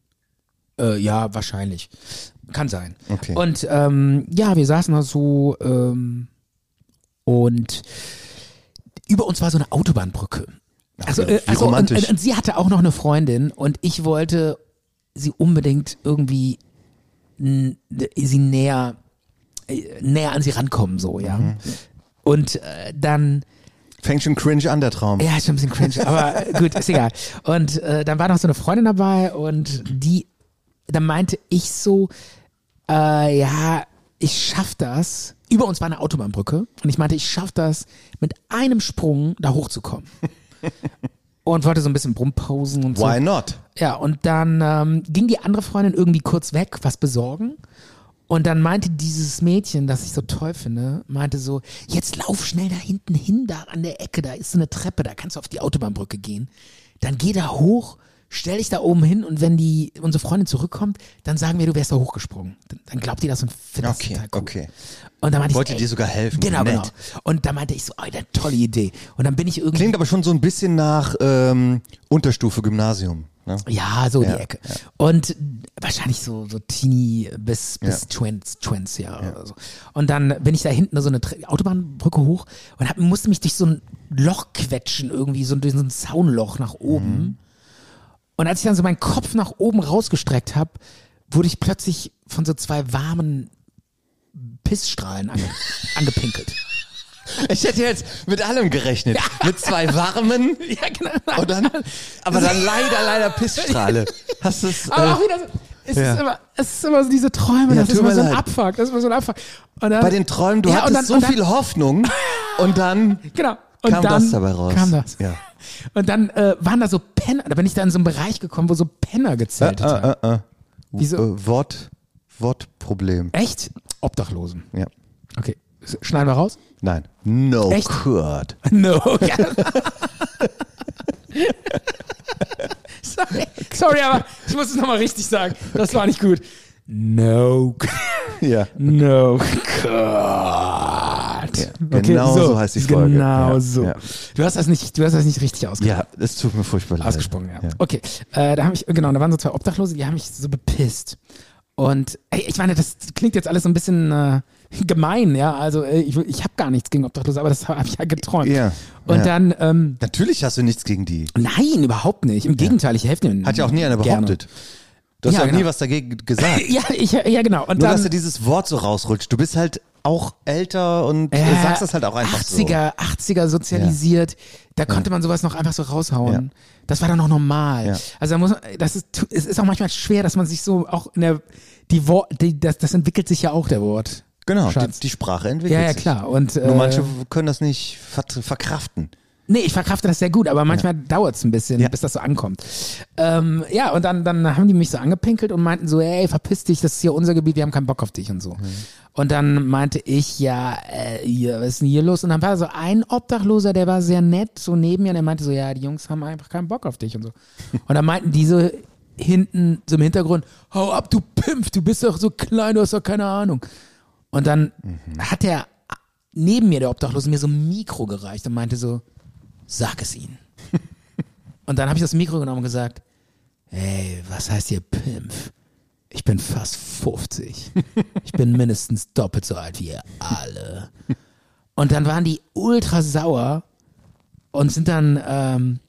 B: Äh, ja, wahrscheinlich. Kann sein.
C: Okay.
B: Und ähm, ja, wir saßen da so ähm, und über uns war so eine Autobahnbrücke. Also,
C: ja,
B: äh,
C: wie
B: also und,
C: romantisch.
B: und, und sie hatte auch noch eine Freundin und ich wollte sie unbedingt irgendwie n, sie näher äh, näher an sie rankommen so ja
C: Mhm.
B: und äh, dann
C: Fängt schon cringe an, der Traum.
B: ja, ist schon ein bisschen cringe, aber äh, gut, ist egal. Und äh, dann war noch so eine Freundin dabei und die, dann meinte ich so, äh, ja, ich schaff das. Über uns war eine Autobahnbrücke und ich meinte, ich schaff das, mit einem Sprung da hochzukommen. und wollte so ein bisschen rumposen und so.
C: Why not?
B: Ja, und dann ähm, ging die andere Freundin irgendwie kurz weg, was besorgen. Und dann meinte dieses Mädchen, das ich so toll finde, meinte so, jetzt lauf schnell da hinten hin, da an der Ecke, da ist so eine Treppe, da kannst du auf die Autobahnbrücke gehen. Dann geh da hoch, stell dich da oben hin und wenn die unsere Freundin zurückkommt, dann sagen wir, du wärst da hochgesprungen. Dann, dann glaubt die das und findet das
C: Okay,
B: total cool.
C: okay.
B: Und dann meinte
C: Wollte
B: ich, ey,
C: dir sogar helfen,
B: Genau,
C: nett.
B: genau. Und dann meinte ich so, oh, eine tolle Idee. Und dann bin ich irgendwie
C: Klingt aber schon so ein bisschen nach ähm, Unterstufe, Gymnasium. Ne?
B: Ja, so
C: Ja,
B: die Ecke. Und wahrscheinlich so, so Teenie bis, bis
C: Ja.
B: Twins, Twins, ja. Oder so. Und dann bin ich da hinten so eine Tre- Autobahnbrücke hoch und hab, musste mich durch so ein Loch quetschen, irgendwie, so durch so ein Zaunloch nach oben.
C: Mhm.
B: Und als ich dann so meinen Kopf nach oben rausgestreckt habe, wurde ich plötzlich von so zwei warmen Pissstrahlen ange angepinkelt.
C: Ich hätte jetzt mit allem gerechnet. Mit zwei warmen
B: ja, genau.
C: und dann, aber dann leider, leider Pissstrahle. Hast du es?
B: Aber auch
C: Äh,
B: wieder so, es,
C: ja.
B: ist immer, es ist immer so diese Träume,
C: Ja,
B: das ist
C: tut
B: immer
C: mir
B: so ein
C: leid.
B: Abfuck, das ist immer so ein Abfuck. Und dann,
C: bei den Träumen, du
B: Ja, und
C: hattest
B: dann-
C: so
B: und dann-
C: viel Hoffnung und dann
B: Genau. Und
C: kam
B: dann
C: das dabei raus.
B: Kam das.
C: Ja.
B: Und dann äh, waren da so Penner, da bin ich da in so einen Bereich gekommen, wo so Penner gezeltet haben.
C: Äh,
B: Wieso?
C: Wort, Wortproblem.
B: Echt? Obdachlosen.
C: Ja.
B: Okay. S- Schneiden wir raus?
C: Nein. No
B: Echt?
C: Kurt.
B: No. Sorry. Sorry, aber ich muss es nochmal richtig sagen. Das war nicht gut. No.
C: Ja.
B: No Gott.
C: genau so heißt die Folge.
B: Genau
C: Ja,
B: so.
C: ja.
B: Du hast das nicht, du hast das nicht richtig ausgesprochen.
C: Ja, es tut mir furchtbar leid.
B: Ausgesprungen, ja. Okay, äh, da habe ich, genau, da waren so zwei Obdachlose, die haben mich so bepisst. Und ey, ich meine, das klingt jetzt alles so ein bisschen äh, gemein, ja. Also äh, ich, ich habe gar nichts gegen Obdachlose, aber das habe ich ja geträumt.
C: Ja,
B: Und
C: ja.
B: dann, ähm,
C: Natürlich hast du nichts gegen die.
B: nein, überhaupt nicht. Im Gegenteil, ich helfe denen.
C: Hat ja auch nie einer
B: gerne.
C: behauptet. Du hast
B: Ja,
C: ja, auch nie
B: genau.
C: was dagegen gesagt.
B: Ja, ich, ja genau. Und
C: Nur,
B: dann,
C: dass dir dieses Wort so rausrutscht. Du bist halt auch älter und äh,
B: Ja,
C: sagst das halt auch einfach
B: 80er, 80er sozialisiert. Da konnte man sowas noch einfach so raushauen.
C: Ja.
B: Das war dann noch normal.
C: Ja.
B: Also da muss man, das ist, es ist auch manchmal schwer, dass man sich so auch in der, die Wort, die, das, das entwickelt sich ja auch der Wort.
C: so. Genau, die,
B: Schatz.
C: die Sprache entwickelt
B: ja, ja,
C: sich.
B: klar. Und, äh,
C: Nur manche können das nicht ver- verkraften.
B: Nee, ich verkrafte das sehr gut, aber manchmal dauert's ein bisschen,
C: Ja.
B: bis das so ankommt. Ähm, ja, und dann, dann haben die mich so angepinkelt und meinten so, ey, verpiss dich, das ist hier unser Gebiet, wir haben keinen Bock auf dich und so.
C: Mhm.
B: Und dann meinte ich, ja, äh, hier, was ist denn hier los? Und dann war so ein Obdachloser, der war sehr nett, so neben mir, und er meinte so, ja, die Jungs haben einfach keinen Bock auf dich und so. Und dann meinten die so hinten, so im Hintergrund, hau ab, du Pimpf, du bist doch so klein, du hast doch keine Ahnung. Und dann
C: Mhm.
B: hat der neben mir, der Obdachlose, mir so ein Mikro gereicht und meinte so, sag es ihnen. und dann habe ich das Mikro genommen und gesagt, hey, was heißt hier Pimpf? Ich bin fast 50. Ich bin mindestens doppelt so alt wie ihr alle. Und dann waren die ultra sauer, und sind dann ähm,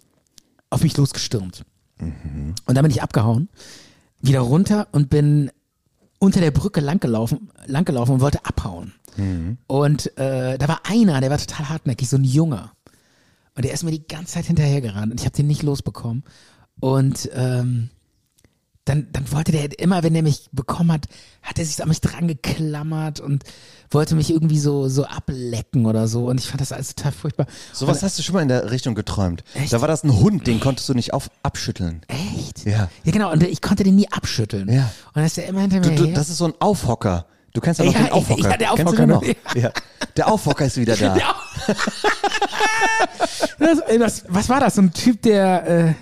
B: auf mich losgestürmt. Und dann bin ich abgehauen, wieder runter und bin unter der Brücke langgelaufen, langgelaufen und wollte abhauen. Und äh, da war einer, der war total hartnäckig, so ein Junger. Und der ist mir die ganze Zeit hinterhergerannt und ich habe den nicht losbekommen. Und ähm, dann, dann wollte der immer, wenn er mich bekommen hat, hat er sich an mich dran geklammert und wollte mich irgendwie so, so ablecken oder so. Und ich fand das alles total furchtbar.
C: Sowas
B: und,
C: hast du schon mal in der Richtung geträumt.
B: Echt?
C: Da war das ein Hund, den konntest du nicht auf abschütteln.
B: Echt?
C: Ja.
B: Ja, genau. Und ich konnte den nie abschütteln.
C: Ja.
B: Und dann ist der immer hinter mir
C: Du, du,
B: her.
C: das ist so ein Aufhocker. Du kennst ja noch
B: Ja,
C: den Aufhocker.
B: ja, der
C: Kennst du
B: Aufhocker,
C: den noch?
B: ne?
C: Ja. Der Aufhocker ist wieder da.
B: Ja. das, ey, das, was war das? So ein Typ, der. Äh,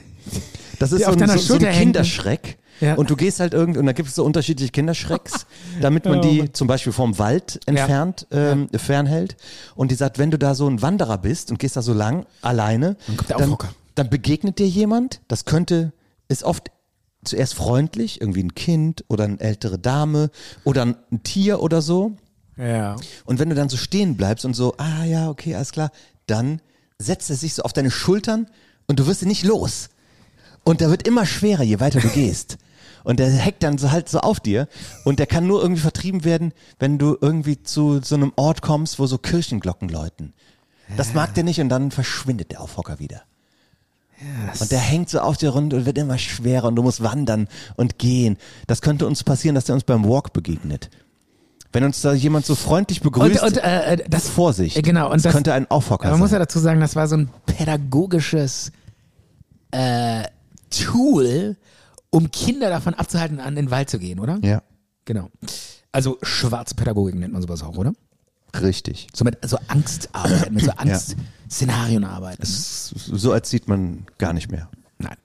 C: Das ist
B: Der
C: so
B: auf
C: ein,
B: deiner
C: so, so ein
B: Schulter hängt.
C: Kinderschrecks.
B: Ja.
C: Und du gehst halt irgend und da gibt es so unterschiedliche Kinderschrecks, damit man die zum Beispiel vom Wald entfernt ähm, fernhält. Und die sagt, wenn du da so ein Wanderer bist und gehst da so lang alleine,
B: kommt der
C: dann,
B: Aufhocker.
C: dann begegnet dir jemand. Das könnte ist oft zuerst freundlich, irgendwie ein Kind oder eine ältere Dame oder ein ein Tier oder so.
B: äh, ja.
C: Und wenn du dann so stehen bleibst und so, ah ja, okay, alles klar, dann setzt er sich so auf deine Schultern und du wirst ihn nicht los. Und der wird immer schwerer, je weiter du gehst. Und der hackt dann so halt so auf dir. Und der kann nur irgendwie vertrieben werden, wenn du irgendwie zu so einem Ort kommst, wo so Kirchenglocken läuten. Das mag der nicht und dann verschwindet der Aufhocker wieder. Und der hängt so auf dir rund und wird immer schwerer und du musst wandern und gehen. Das könnte uns passieren, dass der uns beim Walk begegnet. Wenn uns da jemand so freundlich
B: Und,
C: begrüßt,
B: und äh, äh, das
C: Vorsicht.
B: Äh, Genau. Und
C: das,
B: das,
C: könnte ein Aufhocker
B: man
C: sein.
B: muss ja dazu sagen, das war so ein pädagogisches äh, Tool, um Kinder davon abzuhalten, an den Wald zu gehen, oder?
C: ja,
B: Genau. Also schwarze Pädagogik nennt man sowas auch, oder?
C: richtig.
B: So mit also Angstarbeit, mit so Angstszenarien arbeiten.
C: So erzieht man gar nicht mehr.
B: Nein.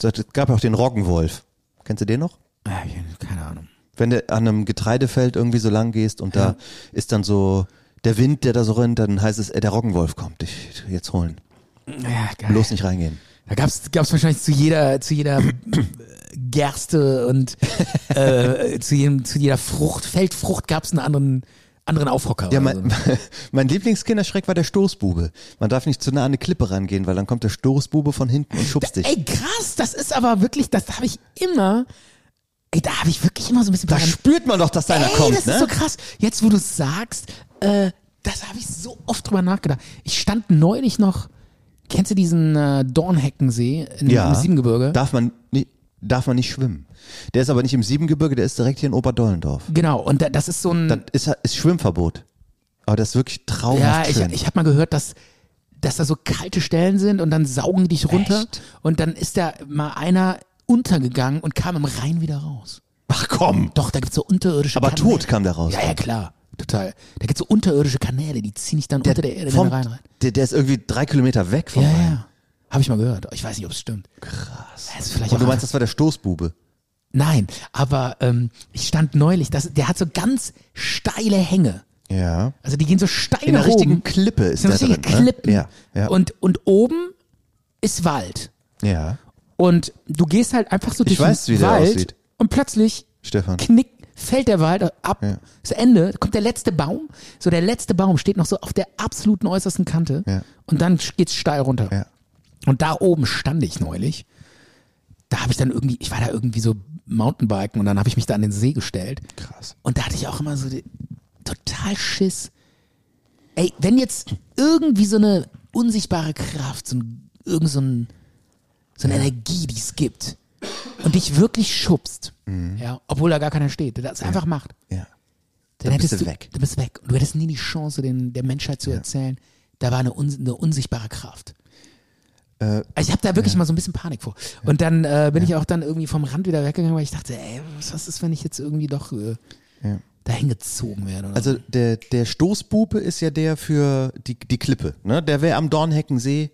C: Es gab ja auch den Roggenwolf. Kennst du den noch?
B: Ah, ich- Keine Ahnung.
C: Wenn du an einem Getreidefeld irgendwie so lang gehst und da ist dann so der Wind, der da so rennt, dann heißt es, ey, der Roggenwolf kommt, dich jetzt holen.
B: Ja, geil.
C: Bloß nicht reingehen.
B: Da gab's gab's wahrscheinlich zu jeder zu jeder Gerste und äh, zu jedem zu jeder Frucht Feldfrucht gab's einen anderen anderen Aufhocker.
C: Ja,
B: oder so.
C: mein, mein Lieblingskinderschreck war der Stoßbube. Man darf nicht zu nah an eine Klippe rangehen, weil dann kommt der Stoßbube von hinten und schubst dich.
B: Ey, krass, das ist aber wirklich, das habe ich immer. Ey, da habe ich wirklich immer so ein bisschen
C: Da
B: daran-
C: spürt man doch, dass da einer
B: Ey,
C: kommt,
B: das
C: ne?
B: ist so krass. Jetzt, wo du es sagst, äh, das habe ich so oft drüber nachgedacht. Ich stand neulich noch, kennst du diesen äh, Dornheckensee in, im Siebengebirge?
C: Darf man, nicht, darf man nicht schwimmen. Der ist aber nicht im Siebengebirge, der ist direkt hier in Oberdollendorf.
B: genau, und da, das ist so ein...
C: Das ist, ist Schwimmverbot. Aber das ist wirklich
B: ja,
C: traumhaft
B: ich,
C: schön.
B: ich habe mal gehört, dass, dass da so kalte Stellen sind und dann saugen die dich runter.
C: Echt?
B: Und dann ist da mal einer untergegangen und kam im Rhein wieder raus.
C: Ach komm!
B: Doch, da gibt's so unterirdische
C: Aber
B: Kanäle.
C: tot kam der raus.
B: Ja, ja, klar. Total. Da gibt's so unterirdische Kanäle, die ziehen dich dann unter der Erde in
C: Vom,
B: den Rhein rein.
C: der, der ist irgendwie drei Kilometer weg vom
B: Ja,
C: Rhein.
B: ja. Habe ich mal gehört. Ich weiß nicht, ob es stimmt. Krass. Das ist vielleicht
C: Und du
B: auch
C: meinst, das war der Stoßbube?
B: Nein, aber ähm, ich stand neulich, das, der hat so ganz steile Hänge.
C: Ja.
B: Also die gehen so steil
C: In der
B: nach oben.
C: richtigen Klippe ist
B: Das
C: der
B: sind
C: drin.
B: richtige Klippen.
C: Ne? Ja, ja.
B: Und, und oben ist Wald.
C: ja.
B: Und du gehst halt einfach so durch
C: weiß,
B: den
C: wie der
B: Wald
C: aussieht.
B: und plötzlich
C: Stefan.
B: knick, fällt der Wald ab.
C: Ja.
B: Das Ende, kommt der letzte Baum. So der letzte Baum steht noch so auf der absoluten äußersten Kante
C: Ja.
B: und dann geht's steil runter.
C: Ja.
B: Und da oben stand ich neulich. Da habe ich dann irgendwie, ich war da irgendwie so Mountainbiken und dann habe ich mich da an den See gestellt.
C: Krass.
B: Und da hatte ich auch immer so die, total Schiss. Ey, wenn jetzt irgendwie so eine unsichtbare Kraft, so ein, irgend so, ein, so eine Energie, die es gibt und dich wirklich schubst, ja, obwohl da gar keiner steht, der das einfach macht,
C: Mhm. Ja.
B: dann,
C: bist
B: hättest
C: du
B: du
C: weg.
B: Du bist weg. Und du hättest nie die Chance, den, der Menschheit zu erzählen, da war eine, uns, eine unsichtbare Kraft.
C: Äh,
B: Also ich habe da wirklich mal so ein bisschen Panik vor. Und dann äh, bin ich auch dann irgendwie vom Rand wieder weggegangen, weil ich dachte, ey, was, was ist, wenn ich jetzt irgendwie doch äh, dahin gezogen werde? Oder
C: Also der, der Stoßbube ist ja der für die, die Klippe. Ne? Der wäre am Dornheckensee,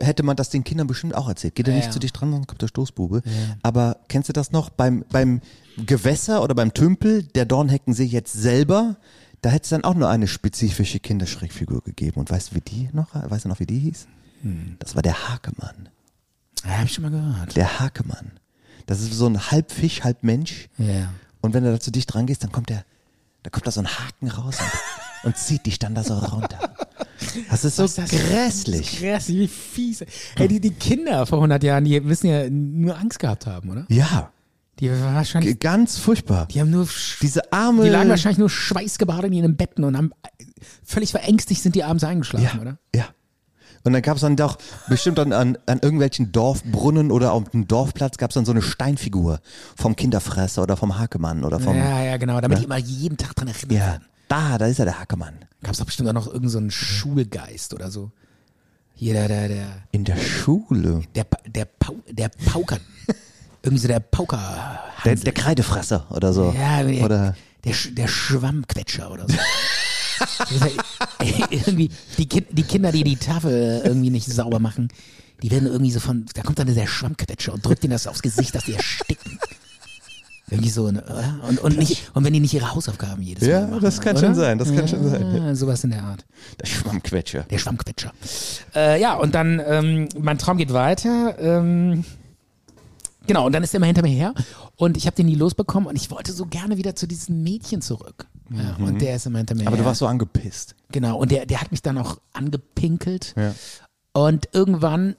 C: hätte man das den Kindern bestimmt auch erzählt. Geht er
B: Ja,
C: nicht
B: ja.
C: zu dich dran, sonst kommt der Stoßbube. Aber kennst du das noch? Beim, beim Gewässer oder beim Tümpel, der Dornheckensee jetzt selber, da hätte es dann auch nur eine spezifische Kinderschreckfigur gegeben. Und weißt du, wie die noch, weißt du noch, wie die hieß?
B: Hm.
C: Das war der Hakemann.
B: so. Ja, hab ich schon mal gehört.
C: Der Hakemann. Das ist so ein halb Fisch, halb Mensch.
B: Ja.
C: Und wenn du da zu dicht rangehst, dann kommt der, da kommt da so ein Haken raus und, und zieht dich dann da so runter. Das ist so
B: ist das-
C: grässlich. Hm.
B: Krass, wie fies. Hey, die, die Kinder vor 100 Jahren, die müssen ja nur Angst gehabt haben, oder?
C: Ja,
B: Die waren
C: g-
B: wahrscheinlich,
C: ganz furchtbar.
B: die haben nur, sch-
C: Diese arme.
B: die lagen wahrscheinlich nur schweißgebadet in ihren Betten und haben äh, völlig verängstigt sind die abends eingeschlafen,
C: ja,
B: oder?
C: Ja. Und dann gab es dann doch bestimmt an, an, an irgendwelchen Dorfbrunnen oder auf dem Dorfplatz gab es dann so eine Steinfigur vom Kinderfresser oder vom Hakemann oder vom.
B: Ja,
C: Ja.
B: ja, genau, damit die immer jeden Tag dran erinnert werden.
C: Da, da ist ja der Hakemann.
B: Gab es doch bestimmt auch noch irgendeinen so einen Schulgeist oder so. Hier, der, der, der,
C: In der Schule.
B: der, Pa- der, Pau, der Pauker. Irgendwie so der Pauker.
C: Der, der Kreidefresser oder so.
B: Ja, der,
C: oder
B: der, Sch- der Schwammquetscher oder so. Das ist halt irgendwie die, Kin- die Kinder, die die Tafel irgendwie nicht sauber machen, die werden irgendwie so von, da kommt dann der Schwammquetscher und drückt ihnen das aufs Gesicht, dass die ersticken. Irgendwie so, ne, oder? Und, und, nicht, und wenn die nicht ihre Hausaufgaben jedes
C: Ja,
B: Mal machen.
C: das kann
B: oder?
C: schon sein, das kann schon sein,
B: Ja, sowas in der Art.
C: der Schwammquetscher.
B: Der Schwammquetscher. Äh, ja, und dann, ähm, mein Traum geht weiter. Ähm, genau, und dann ist er immer hinter mir her. Und ich habe den nie losbekommen und ich wollte so gerne wieder zu diesem Mädchen zurück. Ja, und der ist immer hinter mir
C: Mhm. Aber
B: her.
C: du warst so angepisst.
B: Genau, und der, der hat mich dann auch angepinkelt.
C: Ja.
B: Und irgendwann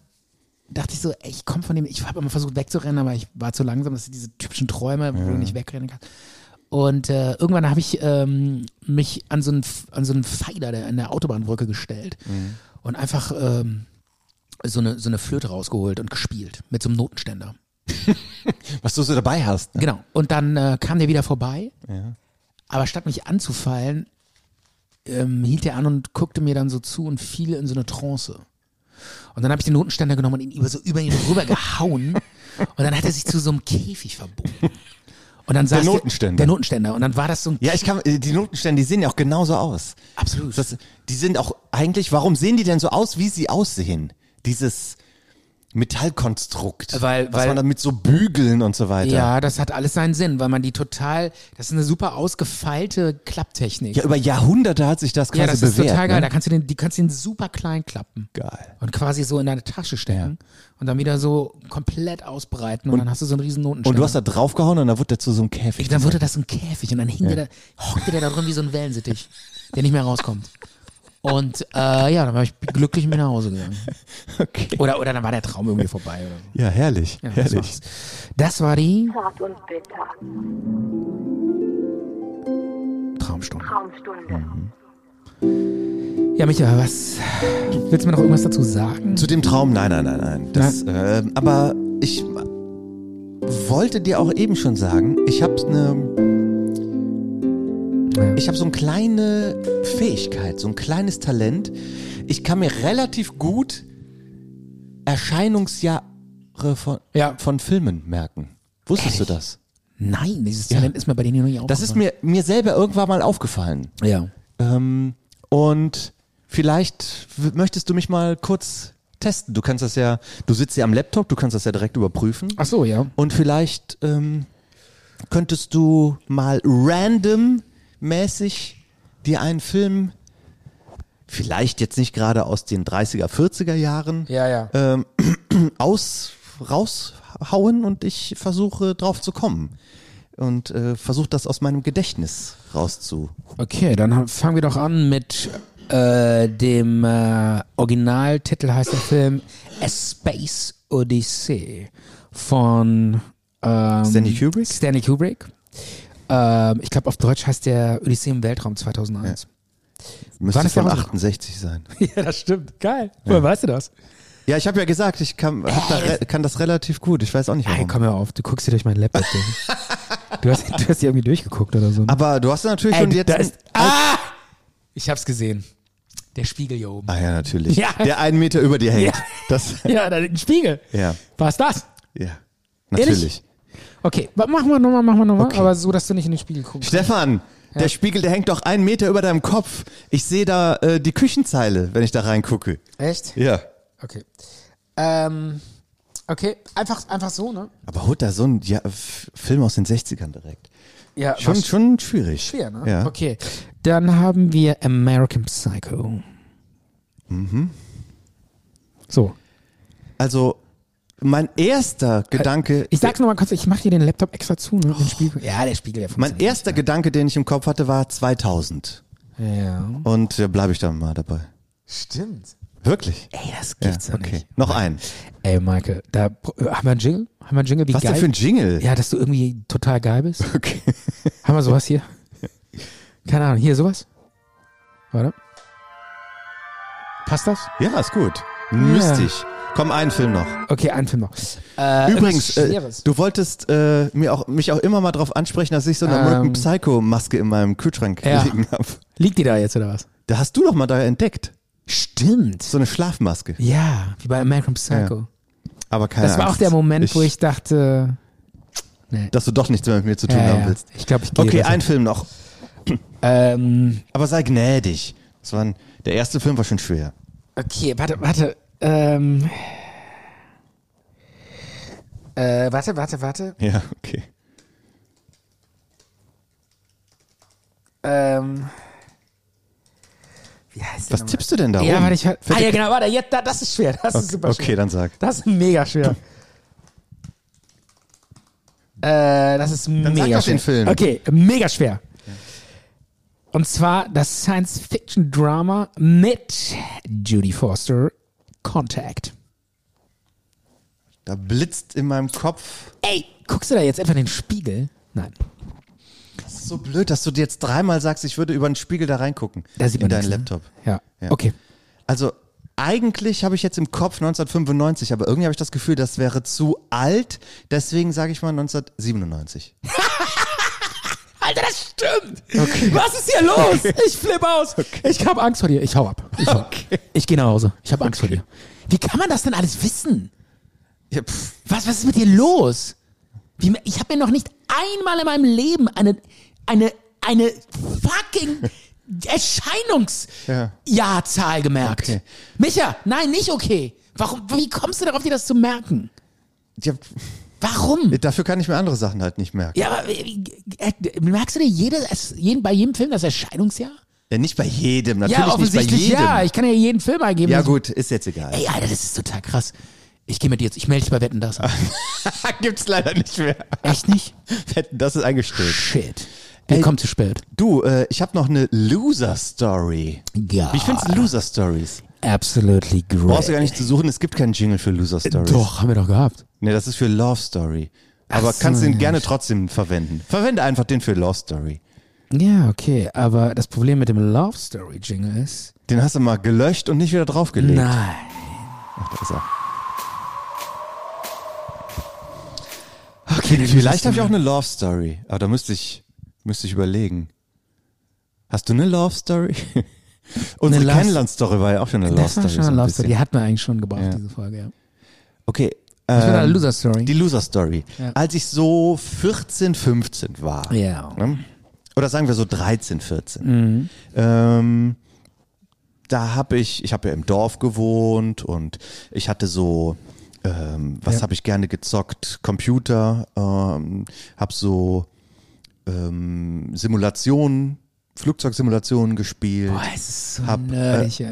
B: dachte ich so, ey, ich komme von dem, ich habe immer versucht wegzurennen, aber ich war zu langsam. Das sind diese typischen Träume, wo du nicht wegrennen kannst. Und äh, irgendwann habe ich ähm, mich an so einen, F- an so einen Pfeiler der, an der Autobahnbrücke gestellt und einfach ähm, so, eine, so eine Flöte rausgeholt und gespielt mit so einem Notenständer.
C: Was du so dabei hast. Ne?
B: Genau. Und dann äh, kam der wieder vorbei. Aber statt mich anzufallen, ähm, hielt er an und guckte mir dann so zu und fiel in so eine Trance. Und dann habe ich den Notenständer genommen und ihn über so über ihn rüber gehauen. Und dann hat er sich zu so einem Käfig verbunden. Und dann saß der-
C: Notenständer.
B: Der Notenständer. Und dann war das so ein
C: Ja, ich kann, äh, die Notenstände, die sehen ja auch genauso aus.
B: absolut.
C: Das, die sind auch eigentlich, warum sehen die denn so aus, wie sie aussehen? Dieses Metallkonstrukt,
B: Weil-
C: was
B: weil-
C: man dann mit so Bügeln und so weiter.
B: ja, das hat alles seinen Sinn, weil man die total, das ist eine super ausgefeilte Klapptechnik.
C: ja, über Jahrhunderte hat sich das quasi
B: Ja, das
C: bewährt.
B: ist total geil. Da
C: Ne?
B: kannst du den, die kannst du den super klein klappen.
C: Geil.
B: Und quasi so in deine Tasche stecken und dann wieder so komplett ausbreiten und, dann hast du so einen riesen Notenständer.
C: Und du hast da draufgehauen und dann wurde der zu so einem Käfig.
B: Ich- dann wurde das so ein Käfig und dann hing der da, hockte der da drin wie so ein Wellensittich, der nicht mehr rauskommt. Und äh, ja, dann war ich glücklich mit nach Hause gegangen.
C: Okay.
B: Oder, oder dann war der Traum irgendwie vorbei. Oder so.
C: Ja, herrlich,
B: Ja, das
C: herrlich.
B: war's. Das war die
E: Zart und bitter.
B: Traumstunde.
E: Traumstunde.
B: Ja, Micha, was willst du mir noch irgendwas dazu sagen?
C: Zu dem Traum, nein, nein, nein, nein. Das, ähm, aber ich wollte dir auch eben schon sagen, ich habe eine, ich habe so eine kleine Fähigkeit, so ein kleines Talent. Ich kann mir relativ gut Erscheinungsjahre von,
B: Ja.
C: von Filmen merken. Wusstest du das?
B: Nein, dieses Talent ist mir bei denen noch nicht
C: Das ist mir, mir selber irgendwann mal aufgefallen.
B: Ja.
C: Ähm, und vielleicht w- möchtest du mich mal kurz testen. Du kannst das ja, du sitzt ja am Laptop, du kannst das ja direkt überprüfen.
B: Ach so, ja.
C: Und vielleicht ähm, könntest du mal randommäßig dir einen Film, vielleicht jetzt nicht gerade aus den 30er, 40er Jahren,
B: Ja, ja.
C: ähm, aus, raushauen und ich versuche drauf zu kommen. Und äh, versuche das aus meinem Gedächtnis rauszu.
B: Okay, dann ha- fangen wir doch an mit äh, dem äh, Originaltitel heißt der Film A Space Odyssey von ähm,
C: Stanley Kubrick?
B: Stanley Kubrick. Ähm, ich glaube, auf Deutsch heißt der Odyssee im Weltraum 2001.
C: Müsste
B: das
C: von
B: der Haus-
C: 68 sein.
B: Ja, das stimmt. Geil. Woher weißt du das?
C: Ja, ich habe ja gesagt, ich kann, hab da re kann das relativ gut. Ich weiß auch nicht
B: Hey,
C: warum.
B: komm hör auf, du guckst dir durch meinen Laptop durch. du, hast, du hast die irgendwie durchgeguckt oder so.
C: Aber du hast natürlich
B: Ey,
C: schon jetzt.
B: da ist,
C: ein-
B: ah! Ich hab's gesehen. Der Spiegel hier oben.
C: ah ja, natürlich.
B: Ja.
C: Der einen Meter über dir hängt.
B: Ja.
C: Das.
B: Ja, da ein Spiegel.
C: Ja.
B: Was das?
C: Ja.
B: Ehrlich?
C: Natürlich.
B: Okay, wa- machen wir nochmal, machen wir nochmal, aber so, dass du nicht in den Spiegel guckst.
C: Stefan, der Spiegel, der hängt doch einen Meter über deinem Kopf. Ich sehe da äh, die Küchenzeile, wenn ich da reingucke.
B: Echt?
C: Ja.
B: Okay. Ähm, okay, einfach, einfach so, ne?
C: Aber holt da so ein ja, F- Film aus den 60ern direkt.
B: Ja,
C: Schon,
B: war
C: schon schwierig.
B: schwer, ne?
C: Ja.
B: Okay, dann haben wir American Psycho. Mhm.
C: Mhm.
B: So,
C: Also, mein erster Gedanke.
B: Äh, ich sag's nochmal kurz, ich mache dir den Laptop extra zu, ne? Den Spiegel. Ja, der Spiegel, der
C: mein erster Gedanke, den ich im Kopf hatte, war 2000.
B: Ja.
C: Und äh, da bleibe ich dann mal dabei.
H: Stimmt.
C: Wirklich?
B: Ey, das gibt's ja,
C: okay.
B: nicht.
C: Noch einen.
B: Ey, Michael, da äh, haben wir einen Jingle? Haben wir einen Jingle, wie
C: Was
B: geil?
C: denn für ein Jingle?
B: Ja, dass du irgendwie total geil bist.
C: Okay.
B: haben wir sowas hier? Keine Ahnung, hier sowas? Warte. Passt das?
C: Ja, ist gut. Mystig. Komm, einen Film noch.
B: Okay, einen Film noch.
C: Übrigens,
B: was
C: äh,
B: Schweres.
C: du wolltest äh, mir auch, mich auch immer mal drauf ansprechen, dass ich so eine
B: Ähm.
C: American Psycho-Maske in meinem Kühlschrank
B: Ja.
C: liegen habe.
B: Liegt die da jetzt oder was?
C: Da hast du doch mal da entdeckt.
B: Stimmt.
C: So eine Schlafmaske.
B: Ja, wie bei American Psycho.
C: Aber keine
B: Das war auch
C: Angst.
B: der Moment, wo ich dachte,
C: Dass du doch nichts mehr mit mir zu tun
B: ja,
C: haben
B: ja.
C: willst.
B: ich glaube, ich gehe.
C: Okay,
B: besser.
C: ein Film noch.
B: Ähm,
C: Aber sei gnädig. Das war ein, der erste Film war schon schwer.
B: okay, warte, warte. Ähm, äh, warte, warte, warte.
C: Ja, okay.
B: Ähm, wie heißt der
C: Was tippst du denn da
B: Ja,
C: oben?
B: warte, ich hör, Ah
C: Fette
B: ja, genau, warte, jetzt, da, das ist schwer. Das ist super schwer.
C: Okay, dann sag.
B: Das ist mega schwer. äh, das ist
C: sag
B: mega
C: doch
B: schwer.
C: den Film.
B: Okay, mega schwer. Und zwar das Science-Fiction-Drama mit Judy Foster, Contact.
C: Da blitzt in meinem Kopf.
B: Ey, guckst du da jetzt etwa in den Spiegel? Nein.
C: Das ist so blöd, dass du dir jetzt dreimal sagst, ich würde über den Spiegel da reingucken.
B: Da sieht
C: in
B: man
C: deinen
B: nichts, ne?
C: Laptop.
B: Ja.
C: Ja.
B: Okay.
C: Also eigentlich habe ich jetzt im Kopf 1995, aber irgendwie habe ich das Gefühl, das wäre zu alt. Deswegen sage ich mal 1997.
B: Alter, das stimmt! Was ist hier los? Ich flippe aus! Ich habe Angst vor dir. Ich hau ab. Ich, hau. ich gehe nach Hause. Ich habe Angst vor dir. Wie kann man das denn alles wissen?
C: Ja, pff.
B: Was, was ist mit dir los? Wie, ich habe mir noch nicht einmal in meinem Leben eine, eine, eine fucking
C: Ja.
B: Erscheinungsjahrzahl gemerkt.
C: Okay.
B: Micha, nein, nicht okay. Warum, wie kommst du darauf, dir das zu merken?
C: Ja,
B: Warum?
C: dafür kann ich mir andere Sachen halt nicht merken.
B: Ja, aber wie- äh, merkst du dir jedes, jeden, bei jedem Film das Erscheinungsjahr?
C: Ja, nicht bei jedem, natürlich
B: ja,
C: nicht bei
B: offensichtlich
C: jedem.
B: ja. Ich kann ja jeden Film eingeben.
C: ja
B: Das-
C: gut, ist jetzt egal.
B: Ey, Alter, das ist total krass. Ich gehe mit dir jetzt, ich melde dich bei Wetten, das an.
C: Gibt's leider nicht mehr.
B: Echt nicht?
C: Wetten, Das ist eingestellt.
B: Shit. Wir kommen zu spät.
C: Du, äh, ich habe noch eine Loser-Story.
B: Ja.
C: Wie findest du Loser-Stories?
B: Absolutely great.
C: Brauchst du gar nicht zu suchen, es gibt keinen Jingle für Loser-Stories.
B: Äh, Doch, haben wir doch gehabt.
C: Ne, das ist für Love Story. Aber
B: so,
C: kannst den
B: ja,
C: gerne trotzdem verwenden. Verwende einfach den für Love Story.
B: Ja, okay, aber das Problem mit dem Love Story Jingle ist.
C: Den hast du mal gelöscht und nicht wieder draufgelegt.
B: Nein.
C: Ach, da ist er.
B: Okay,
C: Vielleicht habe ich auch eine Love Story. Aber da müsste ich, müsste ich überlegen. Hast du eine Love Story? Unsere
B: Love-
C: Kennenlernstory war ja auch schon eine Love
B: Das war
C: Story.
B: schon
C: so
B: eine
C: ein
B: Love Story.
C: bisschen.
B: Die hatten wir eigentlich schon gebraucht,
C: Ja.
B: diese Folge, ja.
C: Okay.
B: Das war eine
C: ähm,
B: Loser Story.
C: Die Loser Story.
B: Ja.
C: Als ich so 14, 15 war.
B: Ja.
C: ne? Oder sagen wir so 13, 14.
B: Mhm.
C: Ähm, da habe ich, ich habe ja im Dorf gewohnt und ich hatte so, ähm, was habe ich gerne gezockt? Computer, ähm, habe so ähm, Simulationen, Flugzeugsimulationen gespielt.
B: Boah, Ah, es ist so
C: Hab, äh,
B: nerdig, ey.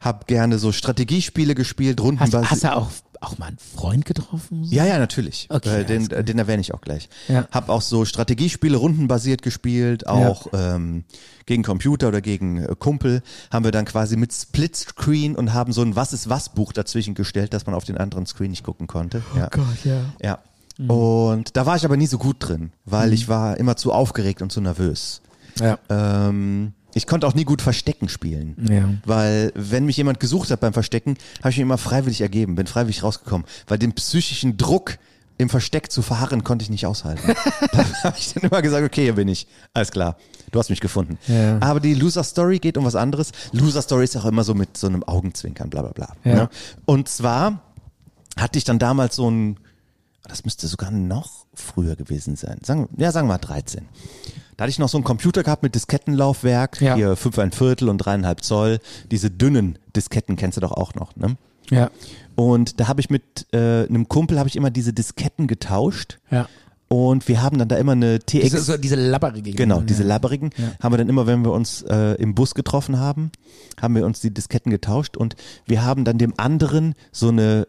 C: Hab gerne so Strategiespiele gespielt,
B: Hast,
C: rundenbasiert.
B: hast du auch, auch mal einen Freund getroffen?
C: Ja, ja, natürlich.
B: Okay,
C: äh, den,
B: alles
C: äh, den erwähne ich auch gleich.
B: Ja.
C: Hab auch so Strategiespiele rundenbasiert gespielt, auch ähm, gegen Computer oder gegen äh, Kumpel. Haben wir dann quasi mit Splitscreen und haben so ein Was ist was Buch dazwischen gestellt, dass man auf den anderen Screen nicht gucken konnte. ja.
B: Oh Gott, Mhm. ja.
C: ja. Und da war ich aber nie so gut drin, weil
B: Mhm.
C: ich war immer zu aufgeregt und zu nervös.
B: Ja.
C: Ähm, ich konnte auch nie gut Verstecken spielen.
B: Ja.
C: Weil, wenn mich jemand gesucht hat beim Verstecken, habe ich mich immer freiwillig ergeben, bin freiwillig rausgekommen. Weil den psychischen Druck, im Versteck zu verharren, konnte ich nicht aushalten. da habe ich dann immer gesagt, okay, hier bin ich. Alles klar, du hast mich gefunden.
B: Ja.
C: Aber die Loser Story geht um was anderes. Loser Story ist auch immer so mit so einem Augenzwinkern, bla bla bla.
B: Ja.
C: Ne? Und zwar hatte ich dann damals so ein, das müsste sogar noch früher gewesen sein. Sagen, ja, sagen wir mal 13. Da hatte ich noch so einen Computer gehabt mit Diskettenlaufwerk,
B: Ja.
C: hier 5,1 Viertel und 3,5 Zoll. Diese dünnen Disketten kennst du doch auch noch, ne?
B: Ja.
C: Und da habe ich mit äh, einem Kumpel habe ich immer diese Disketten getauscht.
B: Ja.
C: Und wir haben dann da immer eine TX.
B: Diese, so, diese labberige.
C: Genau,
B: ja.
C: diese labberigen haben wir dann immer, wenn wir uns äh, im Bus getroffen haben, haben wir uns die Disketten getauscht und wir haben dann dem anderen so eine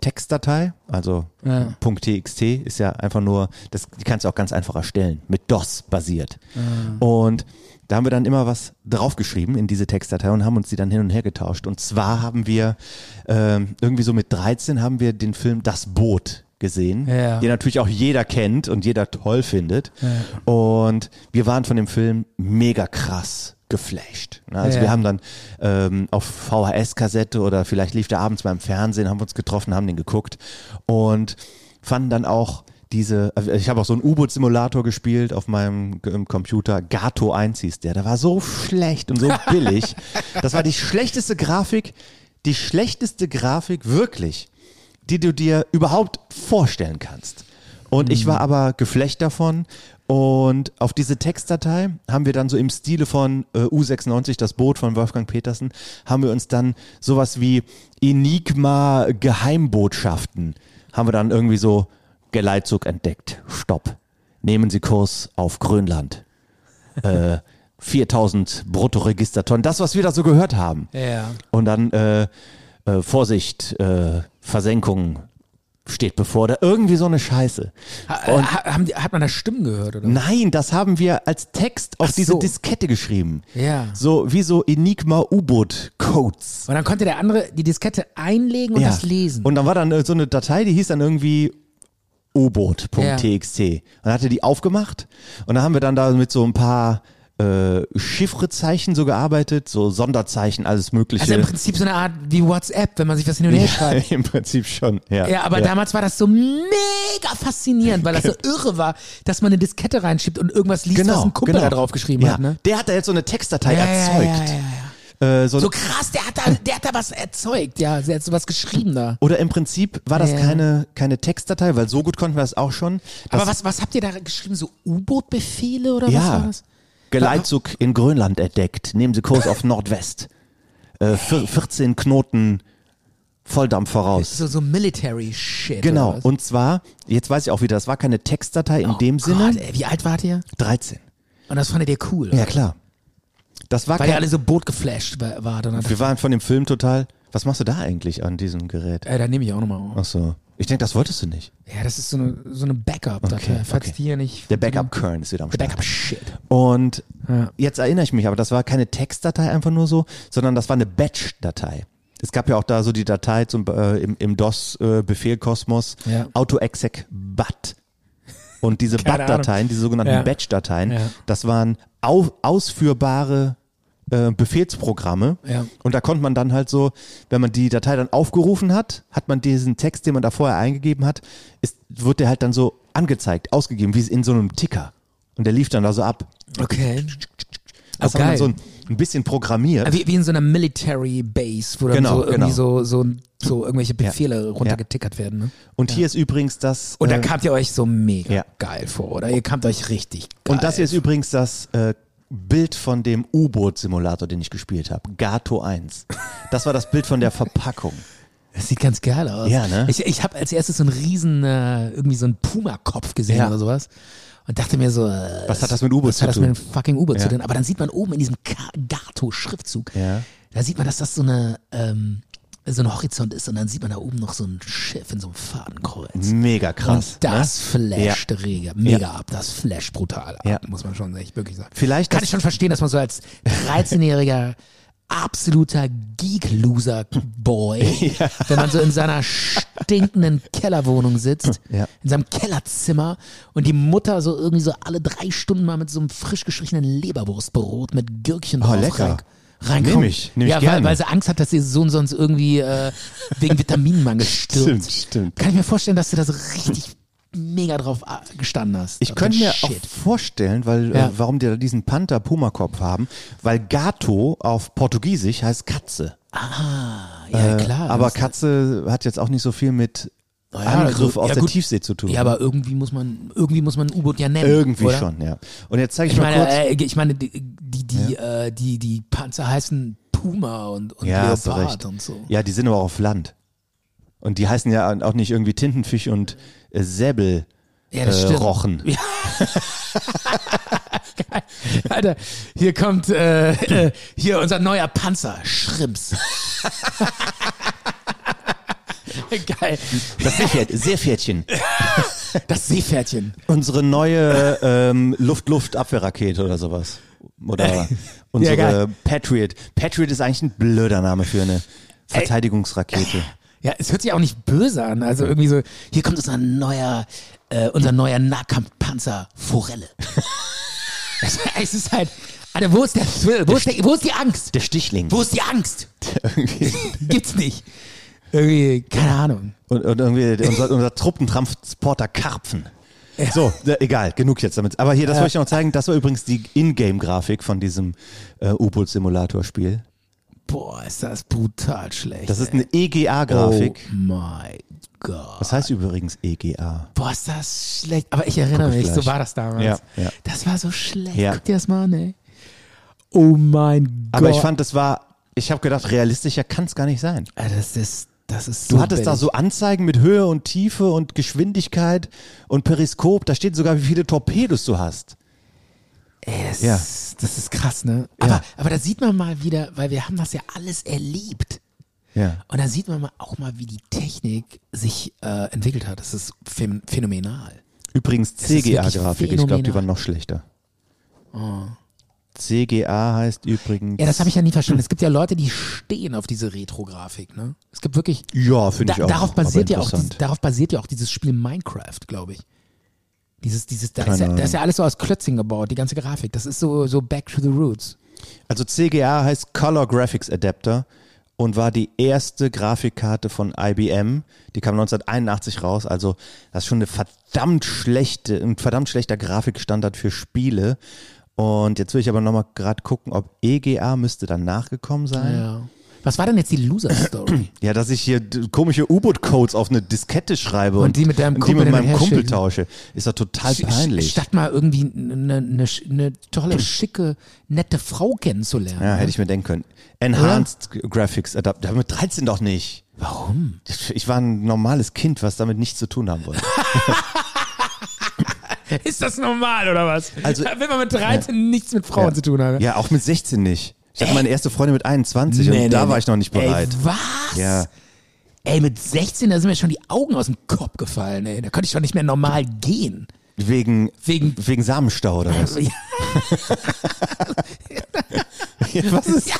C: Textdatei, also .txt ist ja einfach nur, das die kannst du auch ganz einfach erstellen, mit DOS basiert.
B: Ah.
C: Und da haben wir dann immer was draufgeschrieben in diese Textdatei und haben uns die dann hin und her getauscht. Und zwar haben wir ähm, irgendwie so mit 13 haben wir den Film Das Boot gesehen,
H: Ja.
C: den natürlich auch jeder kennt und jeder toll findet. Und wir waren von dem Film mega krass geflasht. Ne? Also
H: Ja.
C: wir haben dann ähm, auf VHS-Kassette oder vielleicht lief der abends beim Fernsehen, haben wir uns getroffen, haben den geguckt und fanden dann auch diese, also ich habe auch so einen U-Boot-Simulator gespielt auf meinem G- im Computer, Gato 1 hieß der, der war so schlecht und so billig. Das war die schlechteste Grafik, die schlechteste Grafik wirklich die du dir überhaupt vorstellen kannst. Und ich war aber geflecht davon. Und auf diese Textdatei haben wir dann so im Stile von äh, U96, das Boot von Wolfgang Petersen, haben wir uns dann sowas wie Enigma Geheimbotschaften, haben wir dann irgendwie so Geleitzug entdeckt. Stopp. Nehmen Sie Kurs auf Grönland. Äh, 4000 Bruttoregistertonnen. Das, was wir da so gehört haben.
H: Ja.
C: Und dann, äh, äh, Vorsicht, äh, Versenkung steht bevor. Da irgendwie so eine Scheiße.
B: Und haben die, hat man da Stimmen gehört oder?
C: Nein, das haben wir als Text auf
B: Ach
C: diese
B: so.
C: Diskette geschrieben.
B: Ja.
C: So wie so Enigma-U-Boot-Codes.
B: Und dann konnte der andere die Diskette einlegen und
C: Ja.
B: das lesen.
C: Und dann war dann äh, so eine Datei, die hieß dann irgendwie U-Boot.txt. Und dann hatte die aufgemacht und dann haben wir dann da mit so ein paar äh, Chiffrezeichen so gearbeitet, so Sonderzeichen, alles mögliche.
B: also im Prinzip so eine Art wie WhatsApp, wenn man sich was hin und her schreibt.
C: Im Prinzip schon, ja.
B: Ja, aber damals war das so mega faszinierend, weil das so irre war, dass man eine Diskette reinschiebt und irgendwas liest, was ein Kumpel da drauf geschrieben
C: Genau, ja.
B: hat. Ne?
C: Der hat da jetzt so eine Textdatei
B: Ja, ja,
C: erzeugt.
B: ja, ja,
C: Äh, so
B: So krass, der hat, da, der hat da was erzeugt, ja, der hat so was geschrieben da.
C: oder im Prinzip war das
B: Ja.
C: keine, keine Textdatei, weil so gut konnten wir das auch schon. Das
B: Aber was, was habt ihr da geschrieben? So U-Boot-Befehle oder was war
C: Ja.
B: das?
C: Geleitzug in Grönland entdeckt. Nehmen Sie Kurs auf Nordwest. Äh, vier- 14 Knoten Volldampf voraus.
B: So, so Military-Shit.
C: Genau.
B: oder was?
C: Und zwar, jetzt weiß ich auch wieder, das war keine Textdatei in dem Sinne.
B: Oh Gott, ey, wie alt wart ihr?
C: 13.
B: Und das fandet ihr cool.
C: Ja, klar. Das war
B: Weil ihr
C: kein,
B: alle so Boot geflasht wa- wart. Und dann,
C: Wir waren von dem Film total. Was machst du da eigentlich an diesem Gerät?
B: ey, da nehme ich auch nochmal auf.
C: Ach so. Ich denke, das wolltest du nicht.
B: Ja, das ist so eine, so eine Backup-Datei.
C: Okay,
B: Falls
C: okay.
B: die hier nicht.
C: Der Backup-Kern ist wieder am
B: Der
C: Start.
B: Backup-Shit.
C: Und
B: Ja.
C: jetzt erinnere ich mich, aber das war keine Textdatei einfach nur so, sondern das war eine Batch-Datei. Es gab ja auch da so die Datei zum, äh, im, im DOS-Befehlkosmos,
B: Ja.
C: autoexec bat. Und diese
B: Keine
C: Bat-Dateien, diese sogenannten
B: Ja.
C: Batch-Dateien,
B: Ja.
C: das waren au ausführbare äh, Befehlsprogramme.
B: Ja.
C: Und da konnte man dann halt so, wenn man die Datei dann aufgerufen hat, hat man diesen Text, den man da vorher eingegeben hat, ist, wird der halt dann so angezeigt, ausgegeben, wie es in so einem Ticker. Und der lief dann da so ab.
B: Okay.
C: Das
B: Oh,
C: haben wir
B: geil. Ah,
C: so ein, ein bisschen programmiert.
B: Wie, wie in so einer Military Base, wo dann
C: Genau,
B: so irgendwie
C: genau.
B: so, so, so irgendwelche Befehle runtergetickert werden. Ne?
C: Und hier ist übrigens das.
B: Und da
C: äh,
B: kamt ihr euch so mega
C: ja.
B: geil vor, oder? Ihr kamt euch richtig geil.
C: und das hier ist übrigens das äh, Bild von dem U-Boot-Simulator, den ich gespielt habe. Gato 1. Das war das Bild von der Verpackung.
B: das sieht ganz geil aus.
C: Ja, ne?
B: Ich, ich habe als erstes so einen riesen, äh, irgendwie so einen Puma-Kopf gesehen
C: Ja.
B: oder sowas. Und dachte mir so, äh,
C: Was hat das mit U-Boot
B: was hat
C: zu
B: das
C: tun?
B: mit dem fucking U-Boot zu
C: Ja.
B: tun? Aber dann sieht man oben in diesem Ka- Gato-Schriftzug,
C: Ja.
B: da sieht man, dass das so eine, ähm, so ein Horizont ist und dann sieht man da oben noch so ein Schiff in so einem Fadenkreuz.
C: Mega krass.
B: Und das
C: ne?
B: flasht rege, mega ab, das flasht brutal ab,
C: Ja.
B: muss man schon echt wirklich sagen.
C: Vielleicht
B: kann
C: das-
B: ich schon verstehen, dass man so als 13-jähriger absoluter Geek-Loser-Boy, wenn man so in seiner stinkenden Kellerwohnung sitzt,
C: Ja.
B: in seinem Kellerzimmer und die Mutter so irgendwie so alle drei Stunden mal mit so einem frisch gestrichenen Leberwurstbrot mit Gürkchen
C: Oh,
B: drauf
C: lecker.
B: rein- reinkommt.
C: Nehm ich, nehm ich
B: ja, Weil,
C: gerne.
B: weil sie Angst hat, dass ihr Sohn sonst irgendwie äh, wegen Vitaminmangel stirbt.
C: Stimmt, stimmt.
B: Kann ich mir vorstellen, dass du da so richtig mega drauf ah, gestanden hast.
C: Ich
B: Auf
C: könnte
B: den
C: mir auch
B: Shit.
C: vorstellen, weil
B: Ja.
C: äh, warum die da diesen Panther Puma Kopf haben, weil Gato auf Portugiesisch heißt Katze.
B: Ah, Ja, klar.
C: Äh, aber
B: das-
C: Katze hat jetzt auch nicht so viel mit
B: ja,
C: Angriff
B: also-
C: aus
B: ja,
C: der
B: gut.
C: Tiefsee zu tun.
B: Ja, aber irgendwie muss man, irgendwie muss man ein U-Boot ja nennen.
C: irgendwie
B: oder?
C: schon, ja. Und jetzt zeige ich,
B: Ich
C: mal kurz.
B: meine, äh, ich meine, die, die, die, äh, die, die Panzer heißen Puma und, und
C: ja, hast du recht.
B: Leopard und so.
C: Ja, die sind aber auch auf Land. Und die heißen ja auch nicht irgendwie Tintenfisch und äh, Säbel.
B: Ja, das
C: äh,
B: stimmt.
C: Rochen.
B: Ja. Geil. Alter, hier kommt äh, äh, hier unser neuer Panzer, Schrimps. Geil.
C: Das Seepferd, Seepferdchen.
B: Das Seepferdchen.
C: Unsere neue ähm, Luft-Luft-Abwehrrakete oder sowas. Oder unsere
B: geil.
C: Patriot. Patriot ist eigentlich ein blöder Name für eine Verteidigungsrakete.
B: Ja, es hört sich auch nicht böse an. Also irgendwie so, hier kommt unser neuer, äh, unser neuer Nahkampfpanzer Forelle. es, es ist halt, Alter, wo ist der Thrill? Wo ist, der, wo ist die Angst?
C: Der Stichling.
B: Wo ist die Angst?
C: Irgendwie.
B: Gibt's nicht. Irgendwie, keine Ahnung.
C: Und, und irgendwie unser, unser Truppentransporter Karpfen. So, äh, egal, genug jetzt damit. Aber hier, das wollte ich noch zeigen. Das war übrigens die Ingame-Grafik von diesem äh, U-Boot-Simulator-Spiel.
B: Boah, ist das brutal schlecht.
C: Das ist eine E EGA-Grafik.
B: Oh my God.
C: Was heißt übrigens E EGA?
B: Boah, ist das schlecht. Aber ich erinnere
C: Guck ich
B: mich, so
C: gleich.
B: war das damals.
C: Ja, ja.
B: Das war so schlecht.
C: Ja.
B: Guck dir das mal an, ey. Oh mein Gott.
C: Aber ich fand, das war, ich habe gedacht, realistischer kann es gar nicht sein.
B: Alter, das ist, das ist so
C: Du hattest da
B: billig.
C: so Anzeigen mit Höhe und Tiefe und Geschwindigkeit und Periskop. Da steht sogar, wie viele Torpedos du hast.
B: Ey, das,
C: Ja.
B: ist, das ist krass, ne? Aber,
C: Ja.
B: aber da sieht man mal wieder, weil wir haben das ja alles erlebt.
C: Ja.
B: Und da sieht man mal auch mal, wie die Technik sich äh, entwickelt hat. Das ist phän- phänomenal.
C: Übrigens
B: Das ist wirklich
C: CGA-Grafik. Ich glaube,
B: phänomenal.
C: die
B: Ah.
C: waren noch schlechter. CGA heißt übrigens.
B: Ja, das habe ich ja nie verstanden. Es gibt ja Leute, die stehen auf diese Retro-Grafik, ne? Es gibt wirklich.
C: Ja, finde ich auch.
B: Darauf basiert,
C: aber
B: ja auch dieses,
C: interessant.
B: darauf basiert ja auch dieses Spiel Minecraft, glaube ich. Dieses, dieses, da
C: Keine
B: ist, ja, da
C: Ahnung.
B: ist ja alles so aus Klötzchen gebaut, die ganze Grafik. Das ist so, so back to the roots.
C: Also CGA heißt Color Graphics Adapter und war die erste Grafikkarte von IBM. Die kam 1981 raus. Also das ist schon eine verdammt schlechte, ein verdammt schlechter Grafikstandard für Spiele. Und jetzt will ich aber nochmal gerade gucken, ob EGA müsste dann nachgekommen sein. Ja,
B: Ja. Was war denn jetzt die Loser-Story?
C: dass ich hier d- komische U-Boot-Codes auf eine Diskette schreibe und,
B: die mit deinem
C: die
B: Kumpel hin
C: mit
B: und
C: meinem
B: her
C: Kumpel
B: schicken.
C: tausche. Ist doch total
B: Sch-
C: Halt peinlich.
B: sch- Statt mal irgendwie eine ne, ne tolle, schicke, nette Frau kennenzulernen.
C: Ja, hätte ich mir denken können. Enhanced Graphics Adapter. Mit 13 doch nicht.
B: Warum?
C: Ich war ein normales Kind, was damit nichts zu tun haben wollte.
B: Ist das normal oder was?
C: Also-
B: Wenn man mit 13 nichts mit Frauen zu tun hat.
C: Ja, auch mit 16 nicht. Ich hatte meine erste Freundin mit 21 und da war ich noch nicht bereit.
B: Ey, was?
C: ja.
B: Ey, mit 16, da sind mir schon die Augen aus dem Kopf gefallen, ey. Da konnte ich schon nicht mehr normal gehen. Also,
C: Wegen,
B: Wegen-
C: wegen Samenstau oder was? was ist?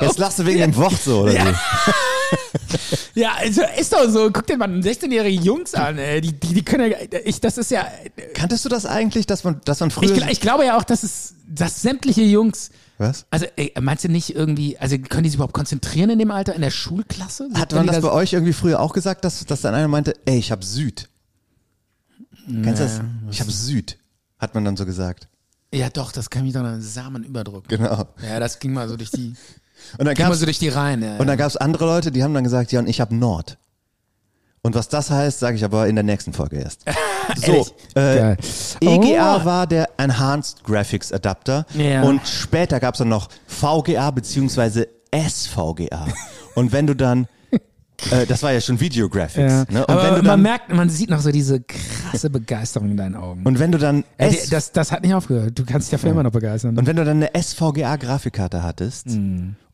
C: Jetzt lachst du wegen dem Wort so, oder wie?
B: Ja, also ist doch so. Guck dir mal 16-jährige Jungs an, ey. Die, die, die können ja, ich, das ist ja,
C: Kanntest du das eigentlich, dass man, dass man früher.
B: ich, gl- ich glaube ja auch, dass es, dass sämtliche Jungs,
C: was?
B: also ey, meinst du nicht irgendwie, also können die sich überhaupt konzentrieren in dem Alter, in der Schulklasse?
C: Hat
B: Wenn
C: man
B: die
C: das
B: da-
C: bei euch irgendwie früher auch gesagt, dass, dass dann einer meinte, ey, ich hab Süd? Kennst du das? Ich hab Süd. Hat man dann so gesagt.
B: Ja, doch, das kann mich doch einen Samenüberdruck.
C: Genau.
B: Ja, das ging mal so durch die,
C: Und dann
B: ging mal
C: gab's
B: so durch die Reihen, ja.
C: Und dann gab es andere Leute, die haben dann gesagt, ja, und ich habe Nord. Und was das heißt, sage ich aber in der nächsten Folge erst. So, äh,
B: Geil.
C: EGA
B: Oh.
C: war der Enhanced Graphics Adapter
B: Ja.
C: und später gab es dann noch VGA beziehungsweise SVGA. und wenn du dann, äh, das war ja schon Video Graphics,
B: Ja.
C: ne? und,
B: Aber
C: wenn du
B: man
C: dann,
B: merkt, man sieht noch so diese krasse Begeisterung in deinen Augen.
C: und wenn du dann
B: Äh,
C: S
B: die- das, das hat nicht aufgehört. Du kannst dich dafür immer noch begeistern.
C: und wenn du dann eine SVGA-Grafikkarte hattest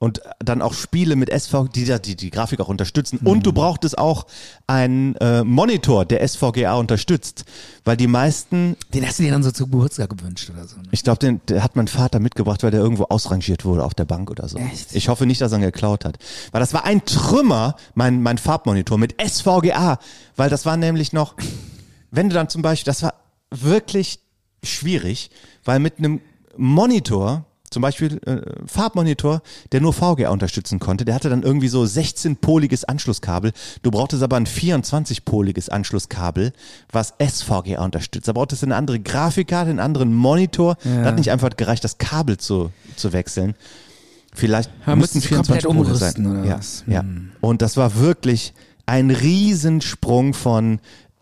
C: und dann auch Spiele mit SV, die da- die, die Grafik auch unterstützen und du brauchtest auch einen äh, Monitor, der SVGA unterstützt, weil die meisten,
B: den hast du dir dann so zu Geburtstag gewünscht oder so. Ne?
C: ich glaube, den, den hat mein Vater mitgebracht, weil der irgendwo ausrangiert wurde auf der Bank oder so.
B: Echt?
C: Ich hoffe nicht, dass er ihn geklaut hat, weil das war ein Trümmer, mein mein Farbmonitor mit SVGA, weil das war nämlich noch, wenn du dann zum Beispiel, das war wirklich schwierig, weil mit einem Monitor, zum Beispiel äh, Farbmonitor, der nur VGA unterstützen konnte, der hatte dann irgendwie so 16-poliges Anschlusskabel. Du brauchtest aber ein 24-poliges Anschlusskabel, was SVGA unterstützt. Da brauchtest du eine andere Grafikkarte, einen anderen Monitor. Da hat nicht einfach gereicht, das Kabel zu, zu wechseln. Vielleicht
B: Ja,
C: müssten
B: müssen sie komplett
C: 24 Pole sein.
B: umrüsten oder
C: ja,
B: was? Hm.
C: ja. Und das war wirklich ein Riesensprung von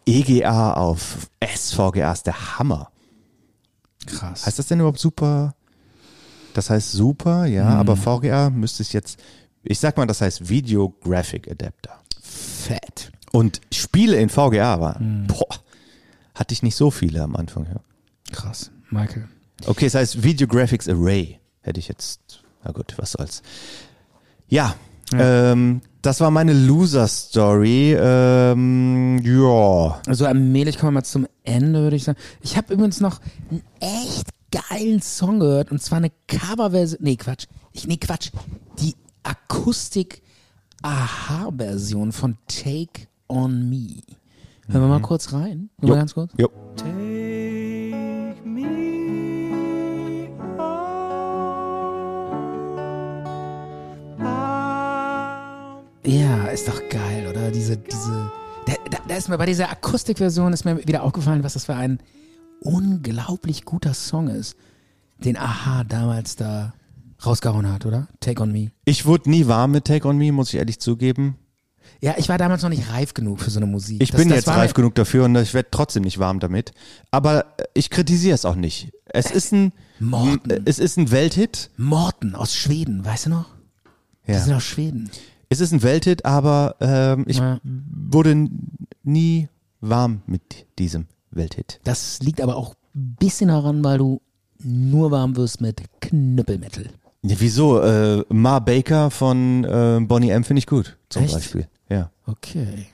C: EGA auf SVGA. Ist der Hammer.
B: Krass.
C: Heißt das denn überhaupt super? Das heißt super, ja,
B: Hm.
C: aber VGA müsste es jetzt, ich sag mal, das heißt Video Graphic Adapter.
B: fett. Hm.
C: Und Spiele in VGA waren, boah, hatte ich nicht so viele am Anfang. Ja.
B: Krass. Michael.
C: Okay, es heißt Video Graphics Array. Hätte ich jetzt. Na gut, was soll's. Ja, ähm, Das war meine Loser-Story. Ähm, ja.
B: Also allmählich kommen wir mal zum Ende, würde ich sagen. Ich habe übrigens noch einen echt geilen Song gehört und zwar eine Coverversion. Nee, Quatsch. Ich, nee, Quatsch. Die Akustik-Aha-Version von Take on Me. Hören wir mal kurz rein. Nur mal ganz kurz.
C: Jo.
B: Ja, ist doch geil, oder? Diese, diese. Da, da, da ist mir bei dieser Akustikversion ist mir wieder aufgefallen, was das für ein unglaublich guter Song ist, den Aha damals da rausgehauen hat, oder? Take on Me.
C: Ich wurde nie warm mit Take on Me, muss ich ehrlich zugeben.
B: Ja, ich war damals noch nicht reif genug für so eine Musik.
C: Ich
B: Das-
C: bin
B: das
C: jetzt
B: war
C: reif
B: mir,
C: genug dafür und ich werde trotzdem nicht warm damit. Aber äh, ich kritisiere es auch nicht. Es ist ein,
B: Morten.
C: m- es ist ein Welthit.
B: Morten aus Schweden, weißt du noch? Die
C: Ja.
B: sind aus Schweden.
C: Es ist ein Welthit, aber ähm, ich
B: Ja.
C: wurde n- nie warm mit diesem Welthit.
B: Das liegt aber auch ein bisschen daran, weil du nur warm wirst mit Knüppelmetal.
C: Ja, wieso? Äh, Ma Baker von äh, Bonnie M finde ich gut, zum
B: Echt?
C: Beispiel. Ja.
B: Okay.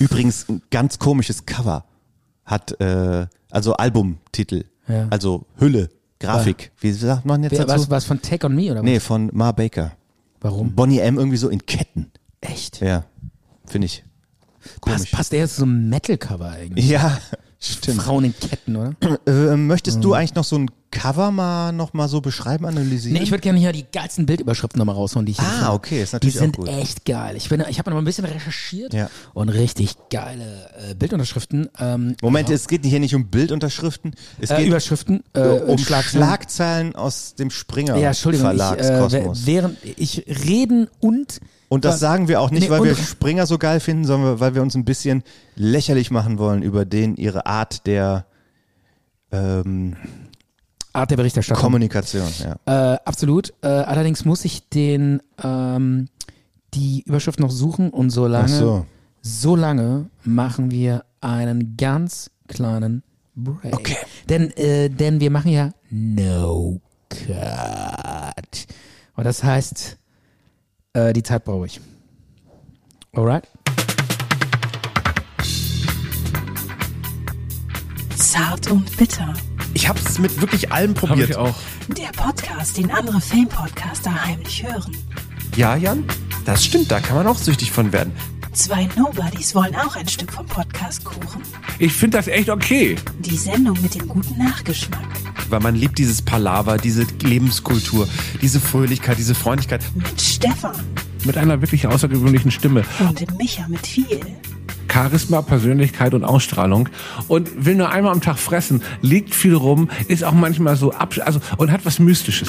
C: Übrigens ein ganz komisches Cover hat, äh, also Albumtitel,
B: Ja.
C: also Hülle, Grafik. Wie sagt man jetzt
B: Wer,
C: dazu?
B: was, was von Take on Me oder was?
C: Also- Nee, von Ma Baker.
B: Warum?
C: Bonnie M irgendwie so in Ketten.
B: Echt?
C: Ja, finde ich.
B: Passt,
C: Komisch.
B: passt eher zu so einem Metal-Cover eigentlich.
C: Ja, stimmt.
B: Frauen in Ketten, oder?
C: Äh, möchtest
B: Mhm.
C: du eigentlich noch so ein Cover mal noch mal so beschreiben, analysieren?
B: Nee, ich würde gerne hier die geilsten Bildüberschriften nochmal raushauen, die ich hier
C: Ah,
B: finde.
C: okay, ist
B: Die
C: natürlich auch
B: sind
C: gut.
B: echt geil. Ich, bin, ich habe noch mal ein bisschen recherchiert
C: Ja.
B: und richtig geile äh, Bildunterschriften. Ähm,
C: Moment, es geht hier nicht um Bildunterschriften, es
B: äh,
C: geht
B: Überschriften, äh,
C: um
B: Schlagzeilen.
C: Schlagzeilen aus dem Springer
B: Ja, Entschuldigung, ich, äh,
C: Verlagskosmos.
B: w- während ich reden und
C: und das sagen wir auch nicht,
B: Nee,
C: weil
B: und-
C: wir Springer so geil finden, sondern weil wir uns ein bisschen lächerlich machen wollen über den ihre Art der ähm,
B: Art der Berichterstattung.
C: Kommunikation. Ja.
B: Äh, absolut. Äh, allerdings muss ich den ähm, die Überschrift noch suchen und solange
C: Ach so.
B: solange machen wir einen ganz kleinen Break. Okay. Denn äh, denn wir machen ja No Cut und das heißt äh, die Zeit brauche ich. Alright.
H: Zart und bitter.
I: Ich habe es mit wirklich allem probiert.
J: ich auch.
H: Der Podcast, den andere Filmpodcaster heimlich hören.
I: Ja, Jan? Das stimmt, da kann man auch süchtig von werden.
H: Zwei Nobodies wollen auch ein Stück vom Podcast kuchen.
J: Ich finde das echt okay.
H: Die Sendung mit dem guten Nachgeschmack.
I: Weil man liebt dieses Palaver, diese Lebenskultur, diese Fröhlichkeit, diese Freundlichkeit.
H: Mit Stefan
J: Mit einer wirklich außergewöhnlichen Stimme.
H: und Micha mit viel.
J: Charisma, Persönlichkeit und Ausstrahlung. Und will nur einmal am Tag fressen, liegt viel rum, ist auch manchmal so ab, also, und hat was Mystisches.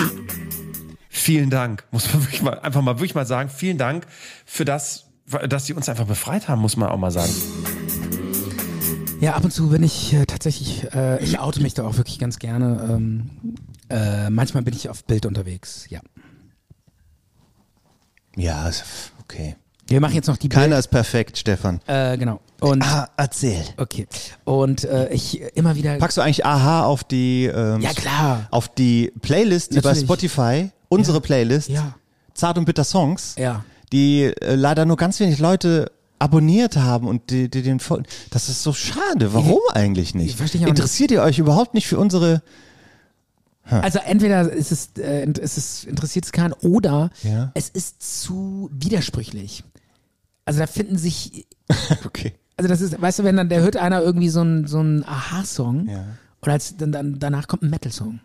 I: Vielen Dank, muss man wirklich mal, einfach mal wirklich mal sagen, vielen Dank für das, dass sie uns einfach befreit haben, muss man auch mal sagen.
B: Ja, ab und zu bin ich äh, tatsächlich, äh, ich oute mich da auch wirklich ganz gerne. Ähm, äh, manchmal bin ich auf Bild unterwegs, ja.
C: ja, ist- okay.
B: Wir machen jetzt noch die
C: Keiner ist perfekt, Stefan.
B: Äh, genau. Und
C: Ah, erzähl.
B: okay. Und äh, ich äh, immer wieder.
C: Packst du eigentlich Aha auf die ähm,
B: Ja, klar.
C: auf die Playlist, die
B: Natürlich.
C: bei Spotify, unsere Playlist,
B: Ja.
C: Zart und Bitter Songs,
B: Ja.
C: die äh, leider nur ganz wenig Leute abonniert haben und die, die den folgen. Das ist so schade. Warum eigentlich nicht?
B: ich verstehe auch
C: Interessiert ihr euch überhaupt nicht für unsere Ah.
B: Also entweder ist es, äh, int- ist es interessiert es keinen oder
C: Ja.
B: es ist zu widersprüchlich. Also da finden sich,
C: Okay.
B: also das ist, weißt du, wenn dann der hört einer irgendwie so einen so einen Aha-Song
C: Ja.
B: und als dann, dann danach kommt ein Metal-Song.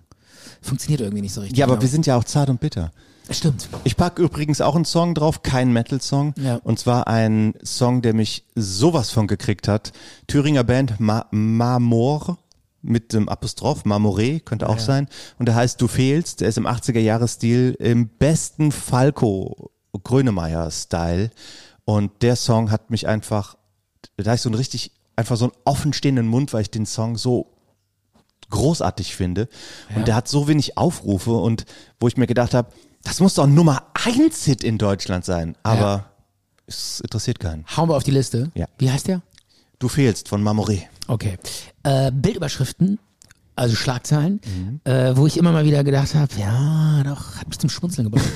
B: Funktioniert irgendwie nicht so richtig.
C: Ja, aber
B: glaub
C: wir sind ja auch zart und bitter.
B: ich. stimmt.
C: Ich packe übrigens auch einen Song drauf, kein Metal-Song.
B: Ja.
C: Und zwar ein Song, der mich sowas von gekriegt hat. Thüringer Band Ma Marmor mit dem Apostroph, Marmoré könnte auch sein. Und der heißt Du fehlst, der ist im 80er-Jahres-Stil im besten Falco-Grönemeyer-Style. Und der Song hat mich einfach, da hab ich so einen richtig, einfach so einen offenstehenden Mund, weil ich den Song so großartig finde. Und der hat so wenig Aufrufe und wo ich mir gedacht habe, das muss doch Nummer eins Hit in Deutschland sein. Aber es interessiert keinen.
B: Hauen wir auf die Liste.
C: Ja.
B: Wie heißt der?
C: Du fehlst von Mamoré.
B: Okay. Äh, Bildüberschriften. Äh, also Schlagzeilen, äh, wo ich immer mal wieder gedacht habe, ja, doch, hat mich zum Schmunzeln gebracht.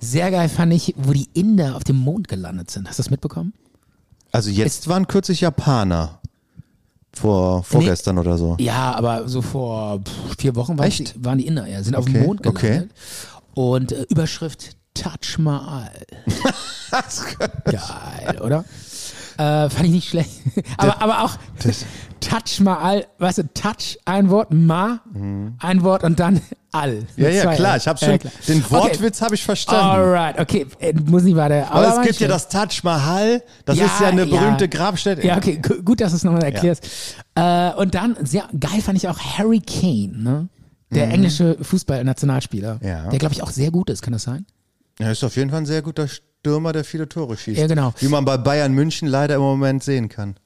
B: Sehr geil fand ich, wo die Inder auf dem Mond gelandet sind. Hast du das mitbekommen?
C: Also jetzt waren kürzlich Japaner. Vor, vorgestern oder so.
B: Ja, aber so vor pff, vier Wochen waren,
C: Echt?
B: Die, waren die Inder, ja, sind auf dem
C: Okay,
B: Mond gelandet. Und äh, Überschrift Touch Mahal. Geil, oder? Äh, fand ich nicht schlecht. aber, aber auch Touch Mahal, weißt du, Touch ein Wort, Ma ein Wort und dann Al.
C: Mhm. Ja,
B: Mit
C: äh, ja,
B: zwei
C: klar,
B: Al.
C: ich habe
B: Ja,
C: schon,
B: klar.
C: den Wortwitz habe ich
B: Okay.
C: verstanden.
B: Alright, okay, äh, muss nicht weiter.
C: Aber
B: war
C: es gibt
B: schön.
C: ja das Taj Mahal, das ist ja eine berühmte Grabstätte.
B: Ja, okay, gu- gut, dass du es nochmal erklärst. Äh, und dann, sehr geil fand ich auch Harry Kane, ne? Der englische Fußballnationalspieler,
C: Mhm. Ja.
B: der glaube ich auch sehr gut ist, kann das sein?
C: Er ist auf jeden Fall ein sehr guter Stürmer, der viele Tore schießt.
B: Ja, genau.
C: Wie man bei Bayern München leider im Moment sehen kann.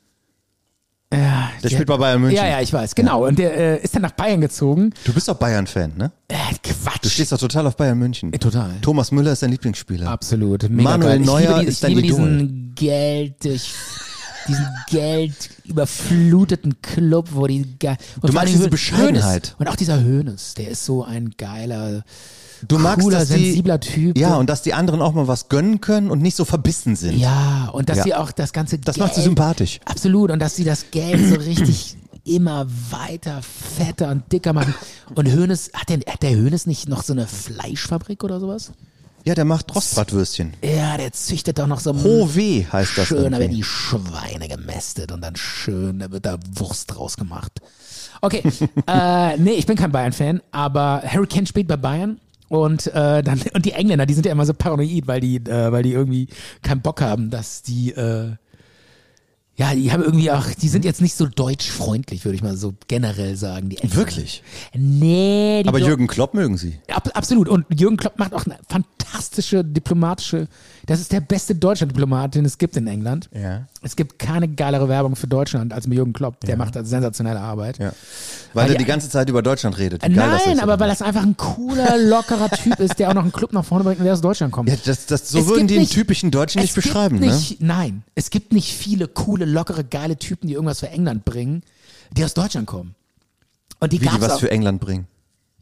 C: Ja, der spielt bei Bayern München.
B: Ja, ja, ich weiß, genau. Und der äh, ist dann nach Bayern gezogen.
C: Du bist doch Bayern-Fan, ne?
B: Äh, Quatsch. Äh,
C: Du stehst doch total auf Bayern München.
B: total.
C: Thomas Müller ist dein Lieblingsspieler.
B: Absolut. Mega
C: Manuel
B: geil. Ich
C: Neuer
B: liebe, die-
C: ist dein
B: Ich liebe
C: Idol.
B: diesen Geld, ich, diesen geldüberfluteten Club, wo die ge
C: Du magst diese Bescheidenheit.
B: Und auch dieser Hönes, der ist so ein geiler,
C: Du magst,
B: cooler,
C: dass die,
B: sensibler Typ.
C: Ja, und dass die anderen auch mal was gönnen können und nicht so verbissen sind.
B: Ja, und dass
C: Ja.
B: sie auch das ganze
C: Das
B: Geld,
C: macht sie sympathisch.
B: Absolut, und dass sie das Geld so richtig immer weiter fetter und dicker machen. Und Hönes, hat der, hat der Hönes nicht noch so eine Fleischfabrik oder sowas?
C: Ja, der macht Rostbratwürstchen.
B: Ja, der züchtet doch noch so
C: Howe heißt das.
B: schön, aber
C: irgendwie.
B: die Schweine gemästet und dann schön, da wird da Wurst draus gemacht. Okay, äh, nee, ich bin kein Bayern-Fan, aber Harry Kane spielt bei Bayern. Und, äh, dann, und die Engländer, die sind ja immer so paranoid, weil die, äh, weil die irgendwie keinen Bock haben, dass die, äh, ja, die haben irgendwie auch, die sind jetzt nicht so deutschfreundlich, würde ich mal so generell sagen. Die Engländer.
C: Wirklich?
B: Nee, die
C: aber
B: Deu-
C: Jürgen Klopp mögen sie.
B: Ab, absolut. Und Jürgen Klopp macht auch eine fantastische diplomatische. Das ist der beste deutsche Diplomat, den es gibt in England.
C: Ja.
B: Es gibt keine geilere Werbung für Deutschland als mit Jürgen Klopp. Der macht da sensationelle Arbeit.
C: Ja. Weil,
B: Weil
C: er die
B: die-
C: ganze Zeit über Deutschland redet. Wie geil das
B: Nein,
C: ist.
B: aber weil das einfach ein cooler, lockerer Typ ist, der auch noch einen Club nach vorne bringt und der aus Deutschland kommt.
C: Ja, das, das, so
B: Es
C: würden
B: gibt
C: die einen
B: nicht-
C: typischen Deutschen nicht
B: es gibt
C: beschreiben, ne?
B: nicht, Nein, es gibt nicht viele coole, lockere, geile Typen, die irgendwas für England bringen, die aus Deutschland kommen. Und die
C: Wie die
B: gab's
C: was
B: auch.
C: für England bringen.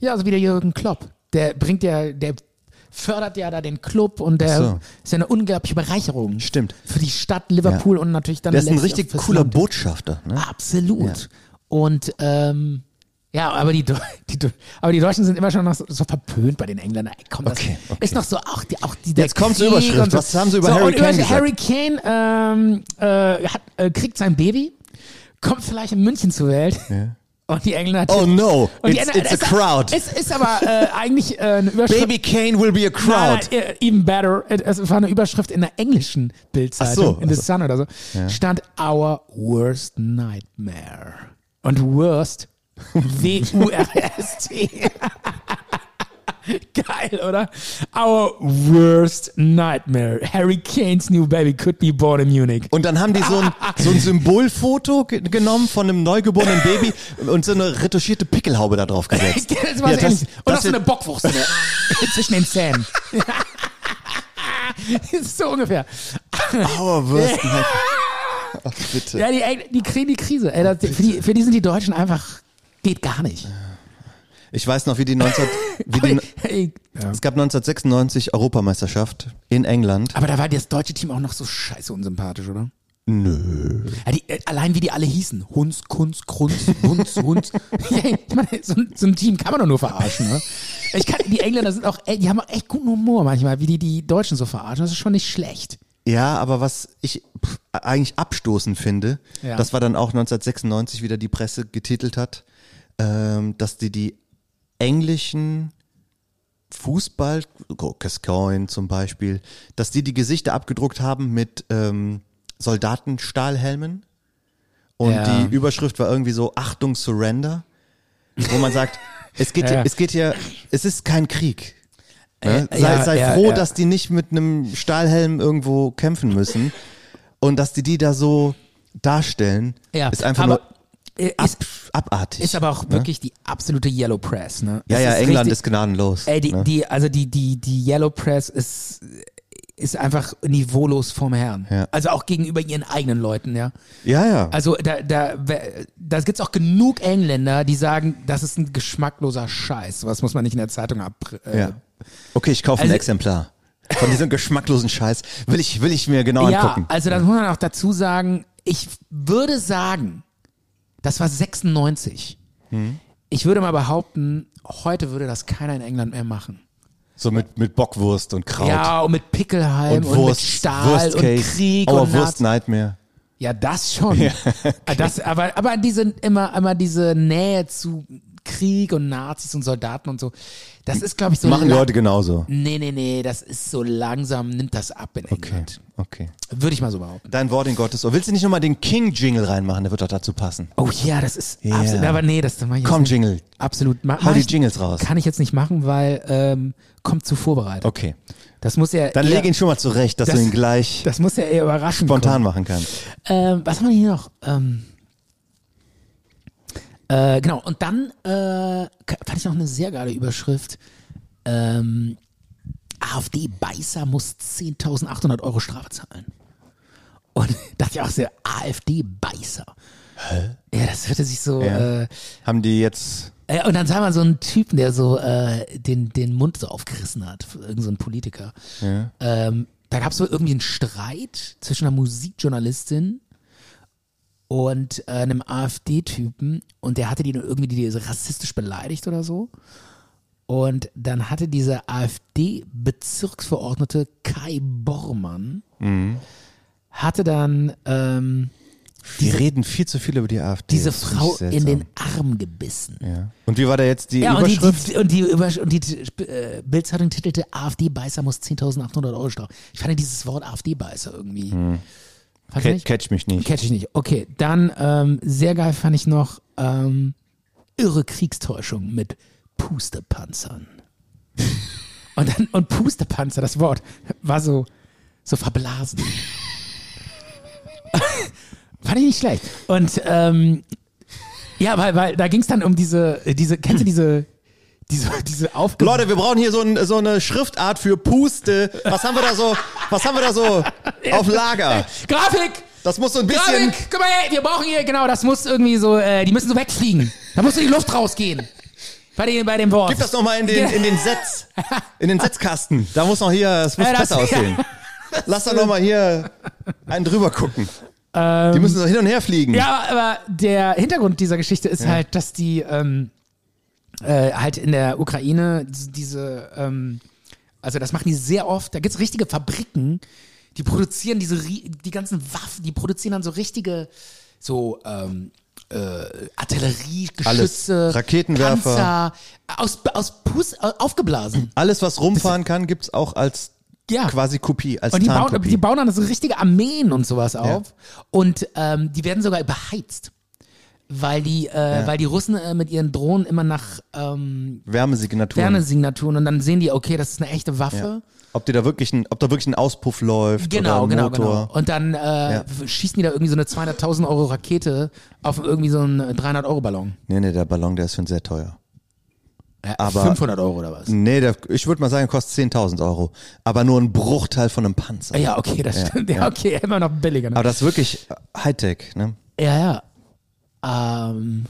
B: Ja, also wie der Jürgen Klopp. Der bringt ja, der fördert ja da den Club und der
C: Ach so.
B: ist ja eine unglaubliche Bereicherung.
C: Stimmt.
B: Für die Stadt Liverpool
C: Ja.
B: und natürlich dann.
C: Der ist ein
B: letztlich
C: richtig
B: auch fürs
C: cooler
B: Land.
C: Botschafter, ne?
B: Absolut. Und ähm, ja, aber die, Deu- die, Deu- aber die Deutschen sind immer schon noch so, so verpönt bei den Engländern. Ey, komm, das
C: Okay, okay.
B: ist noch so auch die, auch die der
C: Jetzt kommt zur
B: Krieg
C: Überschrift.
B: und so.
C: Was haben sie über
B: so,
C: Harry
B: und
C: Kane gesagt?
B: Harry Kane ähm, äh, hat, äh, kriegt sein Baby, kommt vielleicht in München zur Welt. Und die Engländer.
C: Oh no,
B: Und die
C: it's-
B: Engländer-
C: it's a
B: es-
C: crowd.
B: Es ist aber äh, eigentlich äh, eine Überschrift.
C: Baby Kane will be a
B: Nein,
C: crowd.
B: nein, e- even better. Es war eine Überschrift in der englischen Bildzeitung,
C: Ach so,
B: in The
C: also.
B: Sun oder so, stand Our Worst Nightmare. Und Worst, W-U-R-S-T. Geil, oder? Our worst nightmare. Harry Kane's new baby could be born in Munich.
C: Und dann haben die so ein, so ein Symbolfoto ge genommen von einem neugeborenen Baby und so eine retuschierte Pickelhaube da drauf gesetzt.
B: das war's
C: Ja,
B: ehrlich. Und
C: das
B: noch so
C: wird-
B: eine Bockwurst ne? zwischen den Zähnen. so ungefähr.
C: Sauerwürsten. halt. Ach, bitte.
B: Ja, die, Engl- die kriegen die Krise. Ey, das, für, die, für die sind die Deutschen einfach, geht gar nicht.
C: Ich weiß noch, wie die 19... Wie
B: Aber,
C: die,
B: ey,
C: es gab 1996 Europameisterschaft in England.
B: aber da war das deutsche Team auch noch so scheiße unsympathisch, oder? Nö. Ja, die, äh, allein wie die alle hießen. Hunz, Kunz, Krunz, Hunz, Hunz. Ja, ich meine, so, ein- so ein Team kann man doch nur verarschen, ne? Ich kann, die Engländer sind auch, ey, die haben auch echt guten Humor manchmal, wie die die Deutschen so verarschen. Das ist schon nicht schlecht.
C: Ja, aber was ich pff, eigentlich abstoßend finde,
B: Ja.
C: das war dann auch 1996 wieder die Presse getitelt hat, ähm, dass die die englischen Fußball, Gascoigne zum Beispiel, dass die die Gesichter abgedruckt haben mit ähm, Soldatenstahlhelmen und
B: Ja.
C: die Überschrift war irgendwie so Achtung Surrender, wo man sagt, es geht,
B: Ja.
C: hier, es geht hier, es ist kein Krieg. Ne?
B: Äh,
C: Sei,
B: ja,
C: sei
B: ja,
C: froh,
B: ja.
C: dass die nicht mit einem Stahlhelm irgendwo kämpfen müssen und dass die die da so darstellen,
B: Ja,
C: ist einfach
B: aber,
C: nur
B: äh,
C: ab,
B: ist-
C: abartig.
B: Ist aber auch wirklich die absolute Yellow Press, ne?
C: ja,
B: Das
C: ja, England
B: richtig-
C: ist gnadenlos.
B: Ey, die,
C: ne?
B: die, also die, die, die Yellow Press ist, ist einfach niveaulos vom Herrn.
C: Ja.
B: Also auch gegenüber ihren eigenen Leuten, ja.
C: Ja, ja.
B: Also da, da, wer- da gibt's auch genug Engländer, die sagen, das ist ein geschmackloser Scheiß. Was muss man nicht in der Zeitung ab... Äh,
C: ja. Okay, ich kaufe
B: Also-
C: ein Exemplar. Von diesem geschmacklosen Scheiß will ich, will ich mir genau
B: ja,
C: angucken.
B: also dann muss man auch dazu sagen, ich würde sagen, das war 96.
C: Hm.
B: Ich würde mal behaupten, heute würde das keiner in England mehr machen.
C: So mit, mit Bockwurst und Kraut.
B: Ja, und mit Pickelheim und, mit
C: Wurst,
B: Stahl und
C: Wurstcase,
B: Krieg
C: Our
B: und
C: Wurst
B: Nazi-
C: Nightmare.
B: Ja, das schon. Ah, das, aber, aber diese, immer, immer diese Nähe zu Krieg und Nazis und Soldaten und so, das ist, glaube ich, so.
C: Machen
B: lang-
C: Leute genauso.
B: Nee, nee, nee, das ist so langsam, nimmt das ab in
C: Okay,
B: England.
C: okay.
B: Würde ich mal so behaupten.
C: Dein Wort in Gottes Ohr. Willst du nicht nochmal den King-Jingle reinmachen? Der wird doch dazu passen.
B: Oh ja, das ist
C: Ja.
B: absolut. Aber nee, das mach ich jetzt
C: Komm,
B: nicht.
C: Jingle.
B: Absolut. Ma
C: Hau die
B: mach ich-
C: Jingles raus.
B: Kann ich jetzt nicht machen, weil ähm, kommt zu vorbereitet.
C: Okay.
B: Das muss ja.
C: Dann
B: eher,
C: leg ihn schon mal zurecht, dass
B: Das-
C: du ihn gleich
B: Das muss ja eher überraschend
C: spontan machen kannst.
B: Ähm, was haben wir hier noch? Ähm, äh, genau, und dann äh, k- fand ich noch eine sehr geile Überschrift. Ähm, AfD-Beißer muss 10.800 Euro Strafe zahlen. Und dachte ich auch sehr, AfD-Beißer. Hä? Ja, das hörte sich so...
C: Ja.
B: Äh,
C: Haben die jetzt.
B: äh, und dann sah man so einen Typen, der so äh, den, den Mund so aufgerissen hat, irgend so ein Politiker. Ähm, da gab es so irgendwie einen Streit zwischen einer Musikjournalistin und äh, einem AfD-Typen und der hatte die dann irgendwie die, die so rassistisch beleidigt oder so. Und dann hatte dieser AfD-Bezirksverordnete Kai Bormann,
C: Mhm.
B: hatte dann ähm,
C: Die reden viel zu viel über die AfD.
B: diese
C: Das finde ich
B: Frau in
C: seltsam.
B: den Arm gebissen.
C: Ja. Und wie war da jetzt die
B: Ja, und die,
C: Überschrift?
B: die, und die, Übersch- und die t- äh, Bildzeitung titelte AfD-Beißer muss 10.800 Euro Strafe. Ich fand ja dieses Wort AfD-Beißer irgendwie.
C: Hm.
B: Fand
C: Ca-
B: ich
C: catch mich nicht.
B: Catch ich nicht. Okay, dann ähm, sehr geil fand ich noch ähm, irre Kriegstäuschung mit Pustepanzern. und dann und Pustepanzer, das Wort war so so verblasen. fand ich nicht schlecht. Und ähm, ja, weil, weil da ging es dann um diese diese kennst du diese diese diese Aufgabe.
C: Leute, wir brauchen hier so, ein, so eine Schriftart für Puste. Was haben wir da so, was haben wir da so auf Lager?
B: Grafik.
C: Das muss so ein bisschen.
B: Grafik, guck mal her, wir brauchen hier, genau, das muss irgendwie so, äh, die müssen so wegfliegen. Da muss so die Luft rausgehen. Bei dem, bei dem Wort.
C: Gib das nochmal in den, in den Setz. In den Setzkasten. Da muss noch hier, es muss
B: Ja, das-
C: besser aussehen. Lass doch nochmal hier einen drüber gucken. Die müssen so hin und her fliegen.
B: Ja, aber, aber der Hintergrund dieser Geschichte ist halt, dass die ähm, äh, halt in der Ukraine d- diese, ähm, also das machen die sehr oft, da gibt's richtige Fabriken, die produzieren diese, rie- die ganzen Waffen, die produzieren dann so richtige, so, ähm, äh, Artilleriegeschütze,
C: Alles. Raketenwerfer.
B: Panzer, aus, aus Pus, äh, aufgeblasen.
C: Alles, was rumfahren kann, gibt's auch als
B: Ja.
C: quasi Kopie, als
B: Und die bauen,
C: Tarnkopie.
B: die bauen dann so richtige Armeen und sowas auf. Und ähm, die werden sogar beheizt. Weil die, äh, weil die Russen äh, mit ihren Drohnen immer nach ähm,
C: Wärmesignaturen.
B: Fernesignaturen und dann sehen die, okay, das ist eine echte Waffe.
C: Ob, die da wirklich ein, ob da wirklich ein Auspuff läuft
B: Genau,
C: oder ein
B: genau,
C: Motor.
B: genau. Und dann äh, f- schießen die da irgendwie so eine 200.000 Euro Rakete auf irgendwie so einen äh, 300-Euro-Ballon.
C: Nee, nee, der Ballon, der ist schon sehr teuer.
B: Ja,
C: Aber-
B: 500 Äh, Euro oder was?
C: Nee, der, ich würde mal sagen, kostet 10.000 Euro. Aber nur ein Bruchteil von einem Panzer.
B: Ja, okay, das
C: Ja,
B: stimmt. Ja,
C: ja.
B: okay, immer noch billiger. Ne?
C: Aber das ist wirklich Hightech, ne?
B: Ja, ja. Ähm,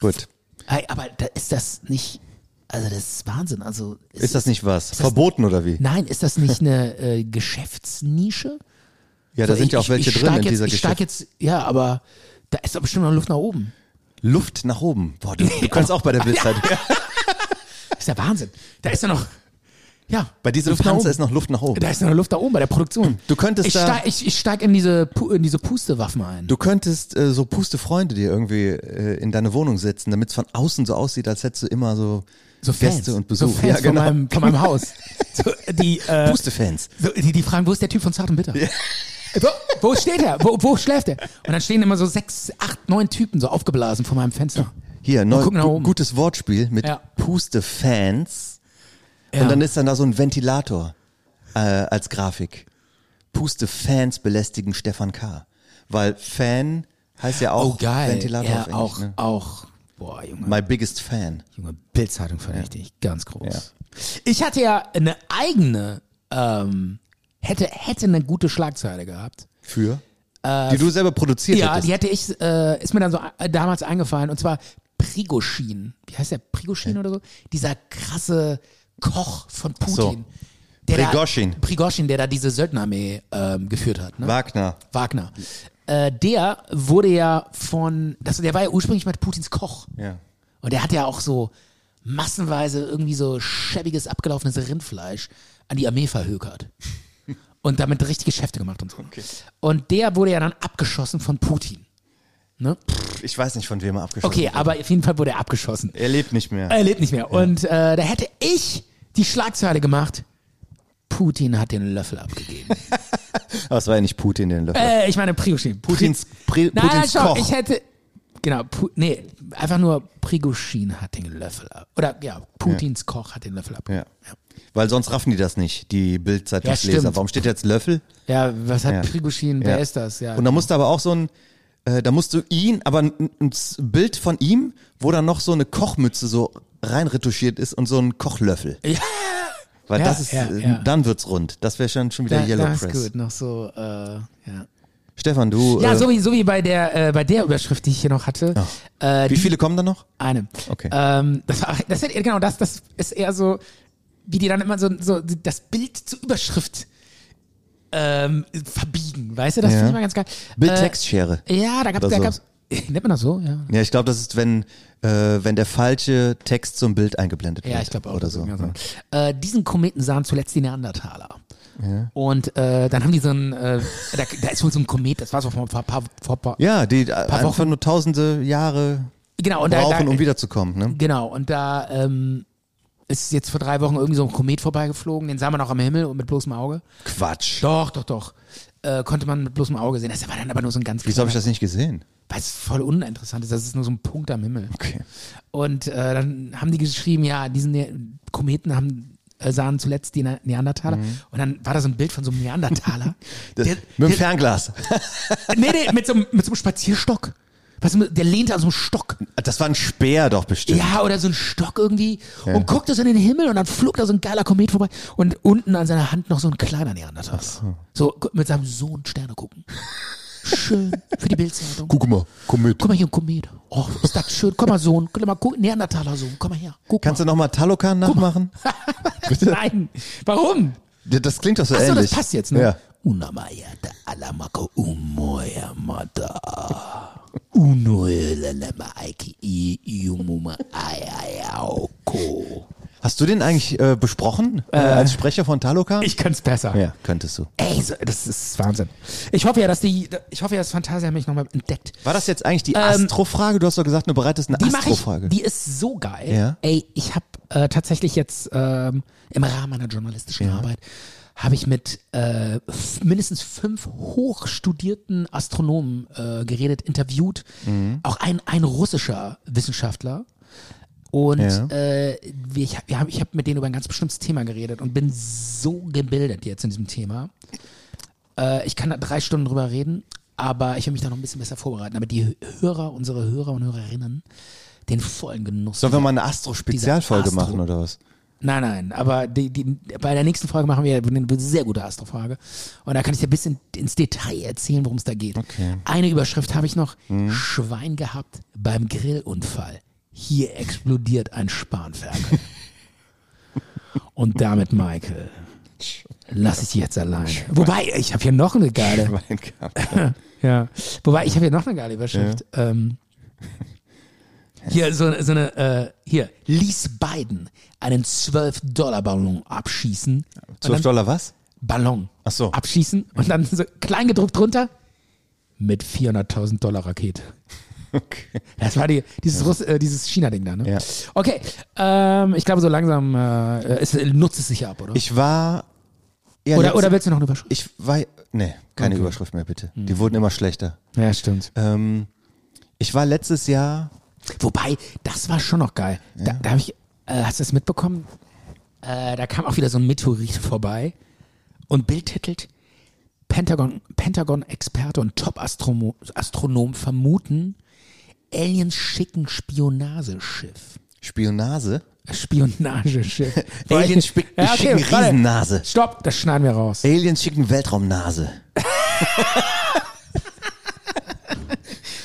C: Gut.
B: hey, aber da ist das nicht, also das ist Wahnsinn. Also
C: Ist das nicht was?
B: das-
C: Verboten oder wie?
B: Nein, ist das nicht eine äh, Geschäftsnische?
C: Ja, da
B: So,
C: sind
B: ich-
C: ja auch
B: also ich-
C: welche
B: ich
C: drin
B: steig
C: in
B: jetzt,
C: dieser
B: ich steig
C: Geschichte.
B: jetzt, ja, aber da ist doch bestimmt noch Luft nach oben.
C: Luft nach oben. Boah, du, du kannst auch bei der Bildzeitung.
B: Das ist ja Wahnsinn. Da ist ja noch, ja.
C: Bei diesem
B: Luft nach
C: Panzer
B: oben.
C: ist noch Luft nach oben.
B: Da ist noch Luft da oben bei der Produktion.
C: Du könntest
B: ich
C: da-
B: steig, ich, ich steig in diese, Pu- in diese Pustewaffen ein.
C: Du könntest äh, so puste Freunde dir irgendwie äh, in deine Wohnung setzen, damit es von außen so aussieht, als hättest du immer so,
B: so Fans.
C: Gäste und Besuch.
B: So Fans
C: ja, genau.
B: von, meinem, von meinem Haus. So, die, äh,
C: Puste-Fans.
B: so, die, die fragen, wo ist der Typ von Zart und Bitter? Wo, wo steht er? Wo, wo schläft er? Und dann stehen immer so sechs, acht, neun Typen so aufgeblasen vor meinem Fenster.
C: Hier, neu,
B: gucken Oh, nach
C: gu-
B: oben.
C: gutes Wortspiel mit
B: Ja.
C: Puste-Fans.
B: Ja.
C: Und dann ist dann da so ein Ventilator äh, als Grafik. Puste-Fans belästigen Stefan K. Weil Fan heißt ja auch
B: Oh geil.
C: Ventilator
B: ja,
C: auf Englisch,
B: auch,
C: ne?
B: auch. Boah, Junge.
C: My biggest fan.
B: Junge, Bildzeitung verdächtig, ganz groß. Ich hatte ja eine eigene ähm, hätte, hätte eine gute Schlagzeile gehabt.
C: Für? die du selber produziert
B: Ja,
C: hättest.
B: die hätte ich, äh, ist mir dann so äh, damals eingefallen und zwar Prigoschin. Wie heißt der? Prigoschin oder so? Dieser krasse Koch von Putin. Der da-
C: Prigoschin.
B: Prigoschin, der da diese Söldnerarmee ähm, geführt hat. Ne?
C: Wagner.
B: Wagner. Äh, der wurde ja von, das, der war ja ursprünglich mal Putins Koch.
C: Ja.
B: Und der hat ja auch so massenweise irgendwie so schäbiges, abgelaufenes Rindfleisch an die Armee verhökert. Und damit richtig Geschäfte gemacht und so. Und der wurde ja dann abgeschossen von Putin. Ne?
C: Ich weiß nicht, von wem er abgeschossen
B: Okay,
C: wurde.
B: aber auf jeden Fall wurde er abgeschossen.
C: Er lebt nicht mehr.
B: Er lebt nicht mehr. Und äh, da hätte ich die Schlagzeile gemacht, Putin hat den Löffel abgegeben.
C: Aber es war ja nicht Putin, den Löffel.
B: äh, ich meine, Prigoshin.
C: Putins, Pri,
B: Nein, nein,
C: Putins
B: schau,
C: Koch.
B: ich hätte. Genau, Pu nee, einfach nur Prigoshin hat den Löffel ab. Oder ja, Putins Koch hat den Löffel ab.
C: ja. Weil sonst raffen die das nicht, die Bildzeitungsleser.
B: Ja, stimmt.
C: Warum steht jetzt Löffel?
B: Ja, was hat
C: Ja.
B: Prigoshin, wer ist das? Ja. genau.
C: Und da musste aber auch so ein, äh, da musst du ihn, aber ein, ein Bild von ihm, wo dann noch so eine Kochmütze so reinretuschiert ist und so ein Kochlöffel.
B: Ja.
C: Weil
B: Ja,
C: das ist,
B: ja,
C: äh,
B: ja.
C: dann wird's rund. Das wäre schon, schon wieder
B: ja,
C: Yellow
B: das
C: Press.
B: ist gut, noch so, äh, ja.
C: Stefan, du,
B: Ja,
C: äh,
B: so wie, so wie bei der, äh, bei der Überschrift, die ich hier noch hatte. Äh,
C: wie
B: die-
C: viele kommen da noch?
B: Eine.
C: Okay.
B: Ähm, das, war- das, ist- genau, das, das ist eher so, wie die dann immer so, so das Bild zur Überschrift ähm, verbiegen. Weißt du, das
C: Ja.
B: finde ich mal ganz geil.
C: Bildtextschere.
B: Äh, ja, da gab's,
C: Oder
B: da
C: so.
B: gab's, nennt man das so? Ja.
C: Ja, ich glaube, das ist, wenn, äh, wenn der falsche Text zum Bild eingeblendet wird.
B: Ja, ich glaube auch.
C: Oder
B: das
C: so. ne?
B: wird mir
C: Ja.
B: sagen. Äh, diesen Kometen sahen zuletzt die Neandertaler. Und äh, dann haben die so ein, äh, da, da ist wohl so ein Komet, das war so vor ein paar, paar, vor, paar
C: Ja, die äh, einfach
B: Wochen.
C: nur tausende Jahre
B: genau, und da,
C: brauchen,
B: da,
C: um wiederzukommen. Ne?
B: Genau, und da ähm, ist jetzt vor drei Wochen irgendwie so ein Komet vorbeigeflogen, den sah man auch am Himmel und mit bloßem Auge.
C: Quatsch.
B: Doch, doch, doch. Äh, konnte man mit bloßem Auge sehen. Das war dann aber nur so ein ganz
C: Wieso habe ich
B: kleiner-
C: das nicht gesehen?
B: Weil es voll uninteressant ist. Das ist nur so ein Punkt am Himmel.
C: Okay.
B: Und äh, dann haben die geschrieben, ja, diesen ne Kometen haben äh, sahen zuletzt die ne Neandertaler. Und dann war da so ein Bild von so einem Neandertaler.
C: Mhm. Das,
B: der,
C: mit dem Fernglas.
B: nee, nee, mit so, einem- mit so einem Spazierstock. Was, der lehnte an so einem Stock.
C: Das war ein Speer doch bestimmt.
B: Ja, oder so ein Stock irgendwie und guckt so in den Himmel und dann flog da so ein geiler Komet vorbei und unten an seiner Hand noch so ein kleiner Neandertaler. So. gu- mit seinem Sohn Sterne gucken. Schön für die Bildzeitung. Guck,
C: Guck mal, komm mit.
B: mal hier ein Komet. Oh, ist das schön. Komm mal Sohn, guck mal gucken, Neandertaler Sohn, komm mal her. Guck
C: Kannst du
B: mal.
C: nochmal Talokan nachmachen?
B: Nein. Warum?
C: Das klingt doch so
B: Achso,
C: ähnlich.
B: das passt jetzt, ne?
C: Ja.
B: Unamayata alamako umoya mata. Unoelalama aiki iumuma ayaoko.
C: Hast du den eigentlich äh, besprochen äh, als Sprecher von Talokan?
B: Ich könnte es besser.
C: ja, könntest du.
B: Ey, so, das ist Wahnsinn. Ich hoffe ja, dass die, ich hoffe ja, dass Fantasia mich nochmal entdeckt.
C: War das jetzt eigentlich die
B: Ähm,
C: Astro-Frage? Du hast doch gesagt, du bereitest eine
B: Die mache ich,
C: Astro-Frage.
B: die ist so geil.
C: Ja.
B: Ey, ich habe äh, tatsächlich jetzt ähm, im Rahmen meiner journalistischen Arbeit habe ich mit äh, f- mindestens fünf hochstudierten Astronomen äh, geredet, interviewt.
C: Mhm.
B: Auch ein, ein russischer Wissenschaftler. Und
C: Ja.
B: äh, wir- ich habe hab, ich hab mit denen über ein ganz bestimmtes Thema geredet und bin so gebildet jetzt in diesem Thema. Äh, ich kann da drei Stunden drüber reden, aber ich will mich da noch ein bisschen besser vorbereiten, damit die Hörer, unsere Hörer und Hörerinnen, den vollen Genuss.
C: Sollen wir mal eine Astro-Spezialfolge
B: Dieser Astro-
C: machen oder was?
B: nein, nein, aber die, die, bei der nächsten Folge machen wir eine sehr gute Astrofrage. Und da kann ich dir ein bisschen ins Detail erzählen, worum es da geht.
C: Okay. Mhm.
B: Eine Überschrift habe ich noch. Schwein gehabt beim Grillunfall. Hier explodiert ein Spanferkel. Und damit, Michael, lass ich dich jetzt allein. Wobei, ich habe hier noch eine geile.
C: Mein Gott.
B: Ja. Wobei, ich habe hier noch eine geile Überschrift. Ähm, hier, so, so eine, äh, hier, ließ Biden einen 12-Dollar-Ballon abschießen. Und
C: 12
B: dann-
C: Dollar was?
B: Ballon.
C: Ach so.
B: Abschießen und dann so kleingedruckt drunter mit 400.000 Dollar Rakete.
C: Okay.
B: Das war die, dieses, Russ, äh, dieses China-Ding da, ne?
C: Ja.
B: Okay, ähm, ich glaube, so langsam äh, es, nutzt es sich ab, oder?
C: Ich war. Ja,
B: oder,
C: letzt-
B: oder willst du noch eine Überschrift?
C: Ich war. Nee, keine Überschrift mehr, bitte.
B: Hm.
C: Die wurden immer schlechter.
B: Ja, stimmt.
C: Ähm, ich war letztes Jahr.
B: Wobei, das war schon noch geil. Da, da habe ich, äh, hast du das mitbekommen? Äh, da kam auch wieder so ein Meteorit vorbei und Bild titelt Pentagon, Pentagon-Experte und Top-Astronom vermuten, Aliens schicken Spionageschiff. Äh,
C: Spionage.
B: Spionageschiff.
C: Aliens schick- schicken
B: warte.
C: Riesennase.
B: Stopp, das schneiden wir raus.
C: Aliens schicken Weltraumnase.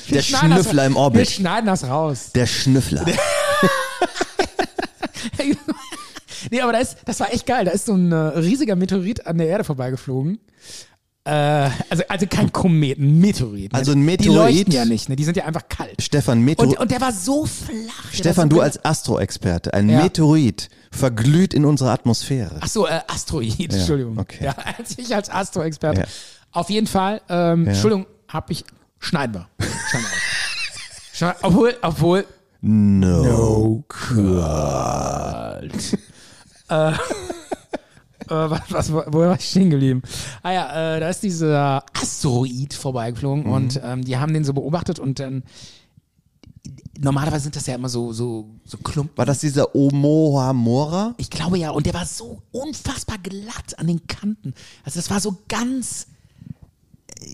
C: Der
B: Wir schneiden das-
C: Schnüffler im
B: Wir
C: Orbit.
B: schneiden das raus.
C: Der Schnüffler.
B: nee, aber da ist, das war echt geil. Da ist so ein äh, riesiger Meteorit an der Erde vorbeigeflogen. Äh, also, also kein Komet, ein Meteorit. Ne?
C: Also ein
B: Die
C: Meteorit.
B: leuchten ja nicht, ne? die sind ja einfach kalt.
C: Stefan, Meteor
B: Und, und der war so flach. der
C: Stefan,
B: war so
C: du als Astro-Experte, ein
B: Ja.
C: Meteorit verglüht in unserer Atmosphäre.
B: Ach so, äh, Asteroid, Entschuldigung.
C: okay.
B: Ja, als ich als Astro-Experte.
C: Ja.
B: Auf jeden Fall, ähm, Entschuldigung, hab ich, schneiden wir. Schneiden wir aus. Schneiden wir- obwohl, obwohl. No. God. äh, äh, was, äh, was, wo wo war ich stehen geblieben? Ah ja, äh, da ist dieser Asteroid vorbeigeflogen und ähm, die haben den so beobachtet und dann. Normalerweise sind das ja immer so, so, so Klumpen.
C: War das dieser Oumuamua?
B: Ich glaube ja, und der war so unfassbar glatt an den Kanten. Also das war so ganz äh,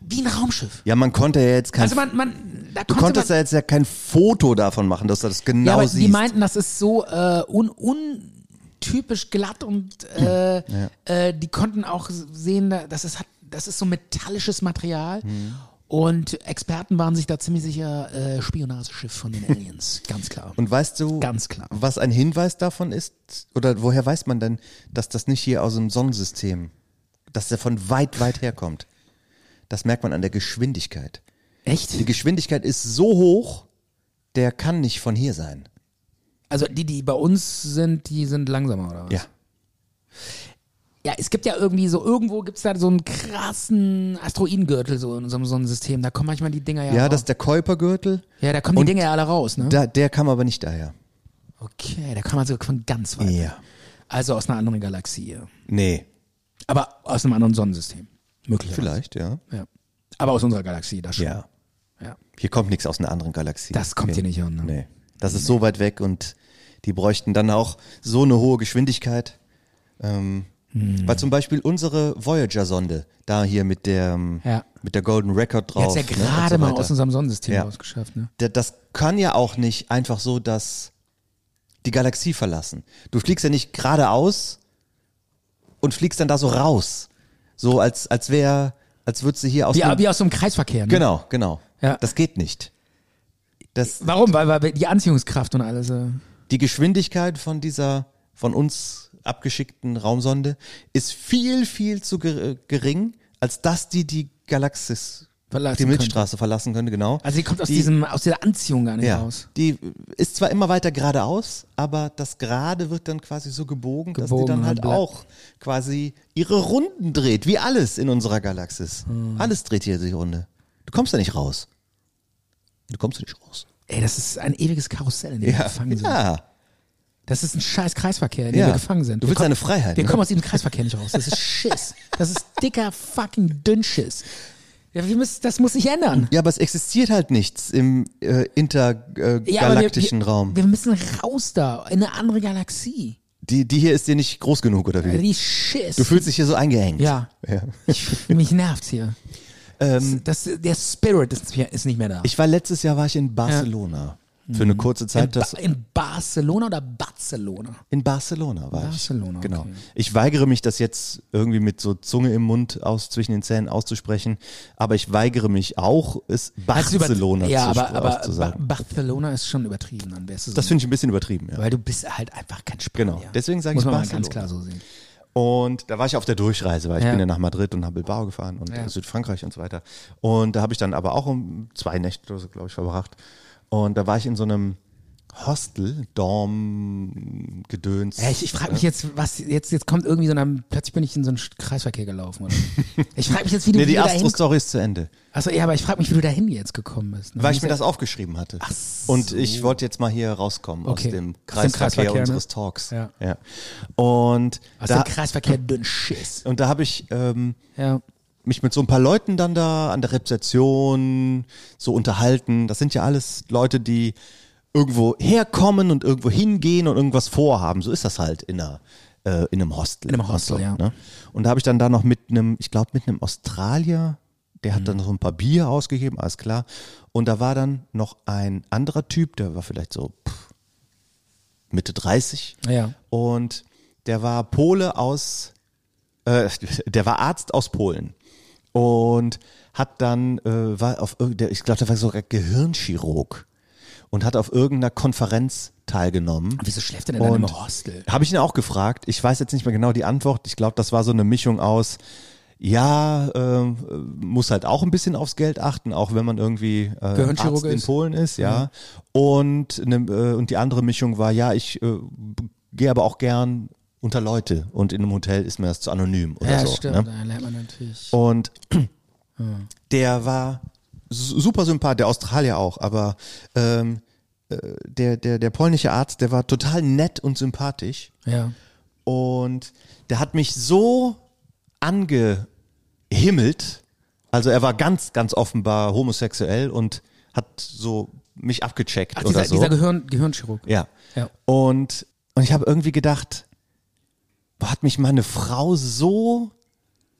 B: wie ein Raumschiff.
C: Ja, man konnte ja jetzt kein.
B: Also man, man da
C: du
B: konnte
C: konntest
B: man,
C: ja jetzt ja kein Foto davon machen, dass du das
B: ja,
C: genau
B: aber die
C: siehst.
B: meinten, das ist so äh, un, untypisch glatt und äh, äh, die konnten auch sehen, da- dass es hat, das ist so metallisches Material.
C: Mhm.
B: Und Experten waren sich da ziemlich sicher, äh, Spionageschiff von den Aliens, ganz klar.
C: Und weißt du,
B: Ganz klar.
C: was ein Hinweis davon ist? Oder woher weiß man denn, dass das nicht hier aus dem Sonnensystem, dass der von weit, weit herkommt? Das merkt man an der Geschwindigkeit.
B: Echt?
C: Die Geschwindigkeit ist so hoch, der kann nicht von hier sein.
B: Also die, die bei uns sind, die sind langsamer, oder was?
C: Ja.
B: Ja, es gibt ja irgendwie so, irgendwo gibt's da so einen krassen Asteroidengürtel so in so einem Sonnensystem. Da kommen manchmal die Dinger ja
C: Ja,
B: raus.
C: das ist der Käupergürtel.
B: ja da kommen die
C: und
B: Dinger ja alle raus, ne?
C: Da, der kam aber nicht daher.
B: okay, da kann man sogar von ganz weit. Also aus einer anderen Galaxie. ja.
C: Nee.
B: Aber aus einem anderen Sonnensystem. Möglicherweise.
C: Vielleicht, ja.
B: Ja. Aber aus unserer Galaxie, das schon.
C: Ja.
B: Ja.
C: Hier kommt nichts aus einer anderen Galaxie.
B: Das kommt hier nicht hin, ne?
C: Nee. Das ist so weit weg und die bräuchten dann auch so eine hohe Geschwindigkeit. Ähm,
B: Hm.
C: Weil zum Beispiel unsere Voyager-Sonde, da hier mit der, ähm,
B: Ja.
C: mit der Golden Record
B: Die hat's
C: drauf.
B: ja
C: ne, und
B: gerade
C: so
B: mal
C: weiter.
B: aus unserem Sonnensystem
C: Ja.
B: rausgeschafft, ne?
C: Da- das kann ja auch nicht einfach so, dass die Galaxie verlassen. Du fliegst ja nicht geradeaus und fliegst dann da so raus. So als, als wäre, als würdest du hier aus
B: Wie,
C: einem-
B: wie aus so einem Kreisverkehr, ne?
C: Genau, genau.
B: Ja.
C: Das geht nicht. Das,
B: Warum? Weil, weil die Anziehungskraft und alles. Äh
C: die Geschwindigkeit von dieser von uns abgeschickten Raumsonde ist viel, viel zu ge- gering, als dass die die Galaxis,
B: Verlassen
C: die
B: könnte.
C: Milchstraße verlassen könnte, genau.
B: also die kommt aus,
C: Die-
B: diesem, aus dieser Anziehung gar nicht
C: ja,
B: raus.
C: die ist zwar immer weiter geradeaus, aber das Gerade wird dann quasi so gebogen, dass
B: Gebogen
C: die dann halt
B: und bleibt-
C: auch quasi ihre Runden dreht, wie alles in unserer Galaxis.
B: Hm.
C: Alles dreht hier sich Runde. Du kommst da nicht raus. Du kommst da nicht raus.
B: Ey, das ist ein ewiges Karussell, in dem wir gefangen sind.
C: ja.
B: Das ist ein scheiß Kreisverkehr, in dem
C: Ja.
B: wir gefangen sind. Wir
C: Du willst
B: kommen-
C: deine Freiheit,
B: Wir
C: ne?
B: kommen aus diesem Kreisverkehr nicht raus. Das ist Schiss. Das ist dicker fucking Dünnschiss. Ja, wir müssen, das muss sich ändern.
C: Ja, aber es existiert halt nichts im äh,
B: Ja, aber
C: intergalaktischen
B: wir, wir,
C: Raum.
B: Wir müssen raus da, in eine andere Galaxie.
C: die, die hier ist dir nicht groß genug, oder wie?
B: Die ist Schiss.
C: Du fühlst dich hier so eingeengt.
B: Ja.
C: ja.
B: Ich, mich nervt's hier. das, der Spirit ist, ist nicht mehr da.
C: Ähm, Ich war letztes Jahr war ich in Barcelona. Für eine kurze
B: Mhm. in,
C: Zeit.
B: ba
C: Das,
B: in Barcelona oder Barcelona?
C: in Barcelona war
B: Barcelona,
C: ich. Genau.
B: okay.
C: Ich weigere mich, das jetzt irgendwie mit so Zunge im Mund aus zwischen den Zähnen auszusprechen, aber ich weigere mich auch, es
B: Hast du über-
C: Barcelona
B: Ja,
C: zu,
B: aber, aber ba
C: auszusagen.
B: Barcelona ist schon übertrieben. Dann wärst du so
C: Das finde ich ein bisschen übertrieben, ja.
B: Weil du bist halt einfach kein Spanier.
C: Genau. Deswegen sage
B: Muss
C: ich
B: man mal
C: Barcelona.
B: ganz klar so sehen.
C: Und da war ich auf der Durchreise, weil ich
B: Ja.
C: bin ja nach Madrid und habe Bilbao gefahren und
B: Ja.
C: Südfrankreich und so weiter. Und da habe ich dann aber auch um zwei Nächte oder so, glaube ich, verbracht. Und da war ich in so einem Hostel, Dorm, Gedöns.
B: Ja, ich ich frage mich jetzt, was jetzt jetzt kommt irgendwie so ein plötzlich bin ich in so einen Sch- Kreisverkehr gelaufen. Oder? Ich frage mich jetzt, wie du,
C: Nee,
B: wie
C: die
B: du dahin.
C: Astro-Story ist zu Ende,
B: Achso, ja, aber ich frage mich, wie du dahin jetzt gekommen bist. ne?
C: weil ich mir das aufgeschrieben hatte. Und ich wollte jetzt mal hier rauskommen
B: Okay.
C: aus dem
B: Aus dem
C: Kreisverkehr,
B: Kreisverkehr, ne?
C: unseres Talks.
B: Ja.
C: Und,
B: aus
C: da,
B: dem Kreisverkehr dünn Schiss.
C: und da habe ich ähm,
B: Ja.
C: mich mit so ein paar Leuten dann da an der Rezeption so unterhalten. Das sind ja alles Leute, die irgendwo herkommen und irgendwo hingehen und irgendwas vorhaben. So ist das halt in, einer, äh, in einem Hostel.
B: In einem Hostel, ja.
C: Ne? Und da habe ich dann da noch mit einem, ich glaube mit einem Australier, der
B: Mhm.
C: hat dann so ein paar Bier ausgegeben, alles klar. Und da war dann noch ein anderer Typ, der war vielleicht so pff, Mitte 30.
B: Ja.
C: Und der war Pole aus, äh, der war Arzt aus Polen und hat dann, äh, war auf irgendeiner, ich glaube, der war sogar Gehirnchirurg und hat auf irgendeiner Konferenz teilgenommen.
B: Wieso schläft er denn dann
C: Und-
B: im Hostel?
C: Habe ich ihn auch gefragt. Ich weiß jetzt nicht mehr genau die Antwort. Ich glaube, das war so eine Mischung aus, ja, ähm, äh, muss halt auch ein bisschen aufs Geld achten, auch wenn man irgendwie äh,
B: Gehirnchirurg
C: Arzt in
B: ist.
C: Polen ist, ja. Und, ne, äh, und die andere Mischung war, ja, ich äh, b- gehe aber auch gern unter Leute und in einem Hotel ist mir das zu anonym oder so. Ne?
B: da lernt man natürlich.
C: Und
B: Ah.
C: der war su- super sympath, der Australier auch, aber ähm, äh, der, der, der polnische Arzt, der war total nett und sympathisch.
B: Ja.
C: Und der hat mich so angehimmelt. Also er war ganz, ganz offenbar homosexuell und hat so mich abgecheckt
B: Ach,
C: oder
B: dieser,
C: so.
B: dieser Gehirn, Gehirnchirurg.
C: ja.
B: Ja.
C: Und, und ich habe irgendwie gedacht, boah, hat mich meine Frau so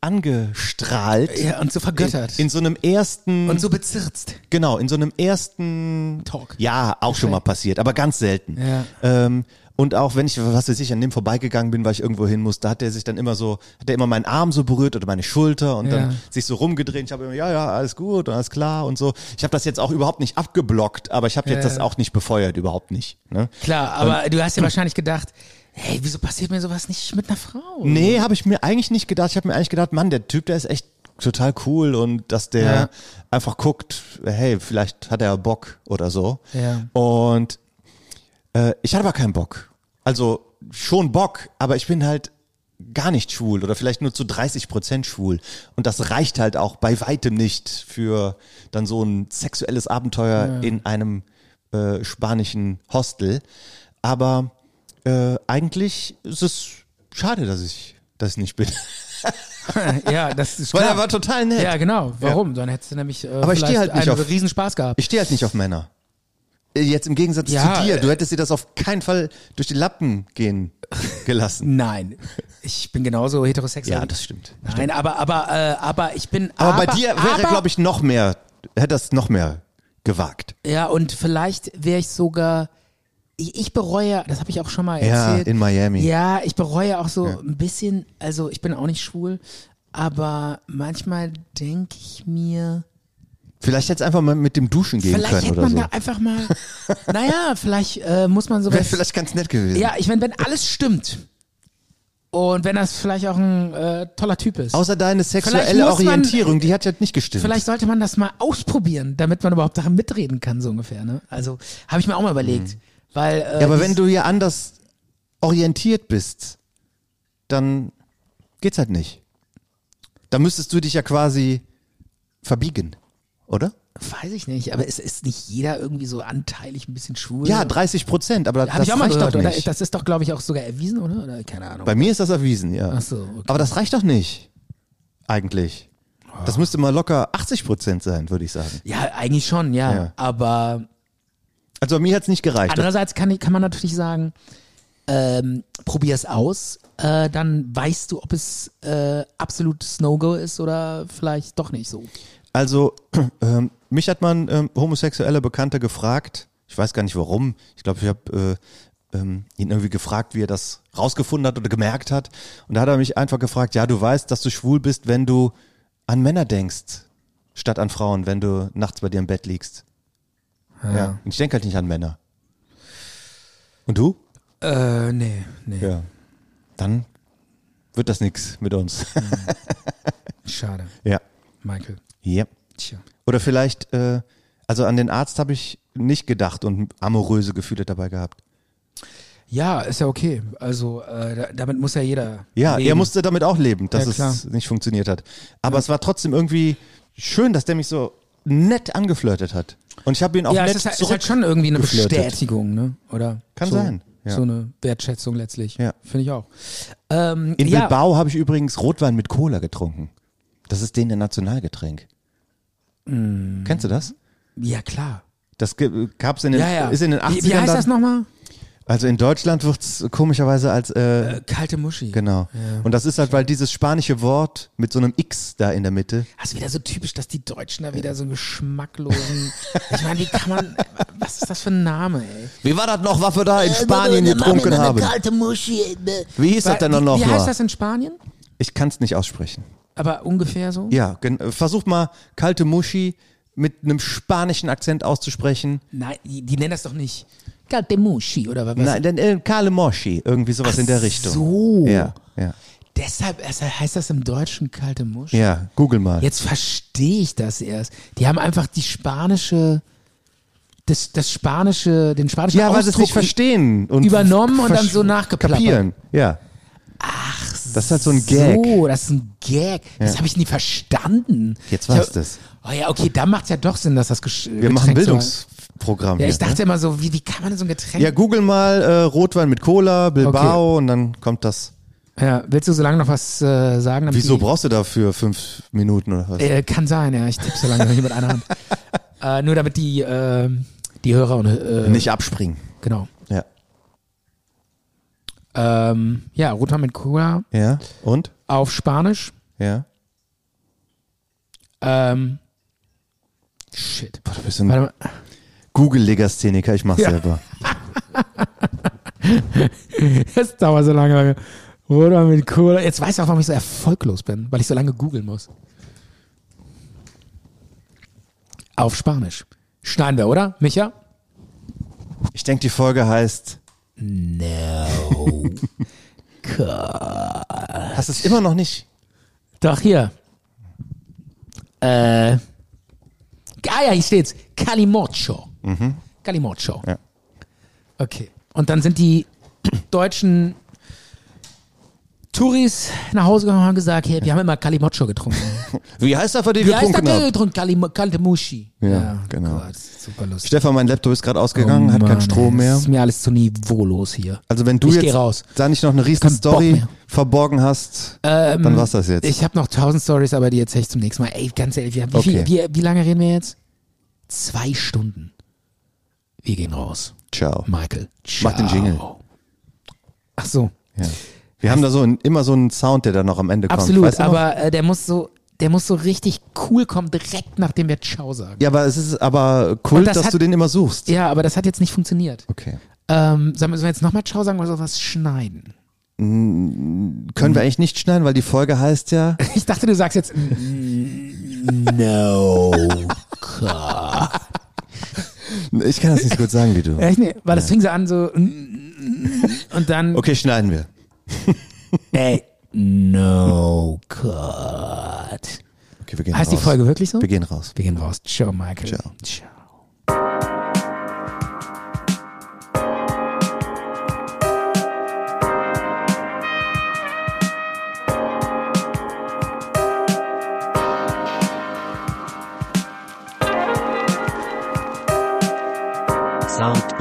C: angestrahlt.
B: Ja, und so vergöttert.
C: In, in so einem ersten,
B: und so bezirzt.
C: genau, in so einem ersten
B: Talk.
C: ja, auch schon mal passiert, aber ganz selten.
B: Ja.
C: Ähm, und auch wenn ich, was weiß ich, an dem vorbeigegangen bin, weil ich irgendwo hin muss, da hat er sich dann immer so, hat er immer meinen Arm so berührt oder meine Schulter und
B: Ja.
C: dann sich so rumgedreht. Ich habe immer, ja, ja, alles gut und alles klar und so. Ich habe das jetzt auch überhaupt nicht abgeblockt, aber ich habe jetzt
B: Ja.
C: das auch nicht befeuert, überhaupt nicht. Ne?
B: Klar, aber du hast ja wahrscheinlich gedacht, hey, wieso passiert mir sowas nicht mit einer Frau?
C: Nee, habe ich mir eigentlich nicht gedacht. Ich habe mir eigentlich gedacht, Mann, der Typ, der ist echt total cool und dass der
B: Ja.
C: einfach guckt, hey, vielleicht hat er ja Bock oder so.
B: Ja.
C: Und äh, ich hatte aber keinen Bock. Also schon Bock, aber ich bin halt gar nicht schwul oder vielleicht nur zu 30 Prozent schwul. Und das reicht halt auch bei weitem nicht für dann so ein sexuelles Abenteuer in einem äh, spanischen Hostel. Aber äh, eigentlich ist es schade, dass ich das nicht bin.
B: ja, das ist
C: Weil
B: klar.
C: er war total nett.
B: ja, genau. Warum? Dann hättest du nämlich äh,
C: ich
B: vielleicht
C: stehe halt nicht
B: einen
C: auf-
B: riesen Spaß gehabt.
C: Ich stehe halt nicht auf Männer. Äh, Jetzt im Gegensatz
B: Ja,
C: zu dir. Du
B: äh,
C: hättest dir das auf keinen Fall durch die Lappen gehen gelassen.
B: Nein, ich bin genauso heterosexuell.
C: Ja, das stimmt.
B: Nein, aber aber äh, aber ich bin
C: Aber, bei dir wäre,
B: aber-
C: glaube ich, noch mehr, hätte das noch mehr gewagt.
B: Ja, und vielleicht wäre ich sogar. Ich, ich bereue, das habe ich auch schon mal
C: Ja,
B: erzählt.
C: in Miami.
B: Ja, ich bereue auch so ein bisschen, also ich bin auch nicht schwul, aber manchmal denke ich mir,
C: Vielleicht hättest du einfach mal mit dem Duschen gehen
B: vielleicht
C: können
B: hätte
C: oder
B: man
C: so.
B: da einfach mal, naja, vielleicht äh, muss man
C: Wäre
B: sowas.
C: vielleicht ganz nett gewesen.
B: ja, ich meine, wenn alles stimmt und wenn das vielleicht auch ein äh, toller Typ ist.
C: Außer deine
B: muss
C: sexuelle
B: man-
C: Orientierung, die hat ja nicht gestimmt.
B: Vielleicht sollte man das mal ausprobieren, damit man überhaupt daran mitreden kann, so ungefähr. Ne? Also habe ich mir auch mal überlegt. Weil, äh,
C: Mhm. ja, aber
B: dies-
C: wenn du hier anders orientiert bist, dann geht's halt nicht. Da müsstest du dich ja quasi verbiegen, oder?
B: Weiß ich nicht, aber es ist nicht jeder irgendwie so anteilig ein bisschen schwul.
C: Ja, 30 Prozent, aber das,
B: Hab ich auch
C: das
B: mal
C: reicht
B: gehört,
C: doch
B: oder?
C: nicht.
B: Das ist doch, glaube ich, auch sogar erwiesen, oder? oder? Keine Ahnung.
C: Bei mir ist das erwiesen, ja.
B: Ach so, okay.
C: Aber das reicht doch nicht, eigentlich. Das müsste mal locker 80 Prozent sein, würde ich sagen.
B: ja, eigentlich schon, ja.
C: Ja.
B: Aber
C: Also bei mir hat's nicht gereicht.
B: andererseits kann, ich- kann man natürlich sagen, ähm, probier es aus, äh, dann weißt du, ob es äh, absolutes No-Go ist oder vielleicht doch nicht so.
C: Also, ähm, mich hat man ähm, homosexueller Bekannter gefragt. Ich weiß gar nicht warum. Ich glaube, ich habe äh, ähm, ihn irgendwie gefragt, wie er das rausgefunden hat oder gemerkt hat. Und da hat er mich einfach gefragt: Ja, du weißt, dass du schwul bist, wenn du an Männer denkst, statt an Frauen, wenn du nachts bei dir im Bett liegst. Ja. Und ich denke halt nicht an Männer. Und du?
B: Äh, nee, nee.
C: Ja. Dann wird das nix mit uns.
B: Schade,
C: ja.
B: Michael.
C: Ja.
B: Tja.
C: Oder vielleicht, äh, also an den Arzt habe ich nicht gedacht und amoröse Gefühle dabei gehabt.
B: Ja, ist ja okay. Also äh, da, damit muss ja jeder.
C: Ja, er
B: leben.
C: musste damit auch leben,
B: Ja,
C: dass
B: klar.
C: es nicht funktioniert hat. Aber es war trotzdem irgendwie schön, dass der mich so nett angeflirtet hat. Und ich habe ihn auch
B: ja,
C: nett
B: es ist, halt- ist
C: zurück.
B: halt schon irgendwie eine
C: geflirtet.
B: Bestätigung, ne? Oder?
C: Kann
B: so,
C: sein, ja.
B: So eine Wertschätzung letztlich.
C: Ja.
B: Finde ich auch. Ähm,
C: In
B: ja,
C: Bilbao habe ich übrigens Rotwein mit Cola getrunken. Das ist denen der Nationalgetränk. Kennst du das?
B: ja, klar.
C: Das ge- gab's in den,
B: Ja, ja.
C: ist in den 80ern
B: wie, wie heißt
C: dann,
B: das nochmal?
C: Also in Deutschland wird es komischerweise als äh,
B: Kalte Muschi.
C: Genau. Und das ist halt, weil dieses spanische Wort mit so einem X da in der Mitte.
B: Das ist wieder so typisch, dass die Deutschen da wieder so einen geschmacklosen. ich meine, wie kann man. Was ist das für ein Name, ey?
C: Wie war das noch, was wir
B: Äh,
C: da in Spanien getrunken haben? Wie hieß das denn
B: Weil-
C: dann noch
B: wie, wie heißt
C: mal?
B: das in Spanien?
C: Ich kann es nicht aussprechen.
B: Aber ungefähr so?
C: Ja, gen- äh, versuch mal kalte Muschi mit einem spanischen Akzent auszusprechen.
B: Nein, die, die nennen das doch nicht. Kalte Muschi oder was?
C: Nein, dann äh, Kale Moschi, irgendwie sowas in der Richtung.
B: So.
C: Ja, ja.
B: Deshalb also heißt das im Deutschen kalte Muschi.
C: Ja, google mal.
B: Jetzt verstehe ich das erst. Die haben einfach die spanische, das, das spanische, den spanischen
C: ja, weil sie es
B: Ausdruck
C: nicht verstehen. Und
B: übernommen und
C: versch-
B: dann so nachgeplappert.
C: Kapieren, ja. Ach, Das ist halt so ein Gag.
B: So, das ist ein Gag. Das
C: Ja.
B: habe ich nie verstanden.
C: Jetzt
B: Ich hab-
C: weißt du's.
B: Oh ja, okay, da macht ja doch Sinn, dass das gesch
C: Wir machen ein Bildungsprogramm
B: Ja,
C: hier.
B: ich dachte
C: ne?
B: immer so, wie, wie kann man so ein Getränk?
C: Ja, google mal äh, Rotwein mit Cola, Bilbao und dann kommt das.
B: Ja, willst du so lange noch was äh, sagen? damit
C: Wieso
B: die-
C: brauchst du dafür fünf Minuten oder was?
B: Äh, kann sein, ja. Ich tippe so lange noch nicht mit einer Hand. Äh, nur damit die, äh, die Hörer und äh,
C: Nicht abspringen.
B: genau.
C: Ja.
B: Ähm, ja, Rotwein mit Cola
C: Ja. Und?
B: auf Spanisch.
C: Ja.
B: Ähm, shit.
C: Boah, du bist so ein
B: Warte mal.
C: Google-Legastheniker, ich mach's
B: Ja.
C: selber.
B: Das dauert so lange. Rotwein mit Cola. Jetzt weiß ich auch, warum ich so erfolglos bin, weil ich so lange googeln muss. Auf Spanisch. Schneiden wir, oder? Micha?
C: Ich denke, die Folge heißt. No. Hast es immer noch nicht?
B: Doch, hier. Äh. Ah ja, hier steht's. Calimocho. Calimocho.
C: Ja.
B: Okay. Und dann sind die deutschen Touris nach Hause gekommen und haben gesagt, hey, wir haben immer Calimocho getrunken.
C: Wie heißt der, für den ich
B: Wie heißt das
C: getrunken
B: denn
C: habe?
B: getrunken? Calimo- Caldemushi.
C: Ja, genau.
B: Gott, super lustig.
C: Stefan, mein Laptop ist gerade ausgegangen, hat keinen
B: Oh Mann,
C: Strom
B: ey,
C: mehr.
B: Ist mir alles zu niveaulos hier.
C: Also wenn du
B: ich
C: jetzt
B: geh raus.
C: da nicht noch eine riesen
B: keinen Bock
C: Story
B: mehr. Ähm,
C: verborgen hast, dann war's das jetzt.
B: Ich habe noch tausend Stories, aber die erzähl ich zum nächsten Mal. Ey, ganz ehrlich, wir haben, wie,
C: Okay.
B: viel, wie, wie lange reden wir jetzt? Zwei Stunden. Wir gehen raus.
C: Ciao.
B: Michael. Ciao.
C: Mach den Jingle.
B: Ach so,
C: Ja. Wir haben da so ein, immer so einen Sound, der dann noch am Ende kommt.
B: absolut.
C: Weißt du noch?
B: aber äh, der muss so, der muss so richtig cool kommen, direkt nachdem wir Ciao sagen.
C: ja, aber es ist aber Kult,
B: Und das
C: dass
B: hat-
C: du den immer suchst.
B: Ja, aber das hat jetzt nicht funktioniert.
C: Okay.
B: Ähm, sollen wir sollen wir jetzt nochmal Ciao sagen oder sowas schneiden?
C: Können
B: Mhm.
C: wir eigentlich nicht schneiden, weil die Folge heißt ja.
B: Ich dachte, du sagst jetzt. no.
C: Ich kann das nicht so gut sagen wie du.
B: Echt? Nee, weil das fing so an, so. Und dann.
C: Okay, schneiden wir.
B: Ey. No God.
C: Okay, wir gehen
B: Heißt die
C: raus.
B: Folge wirklich so?
C: Wir gehen raus.
B: Wir gehen raus. Ciao, Michael.
C: Ciao.
B: Ciao.
K: Zart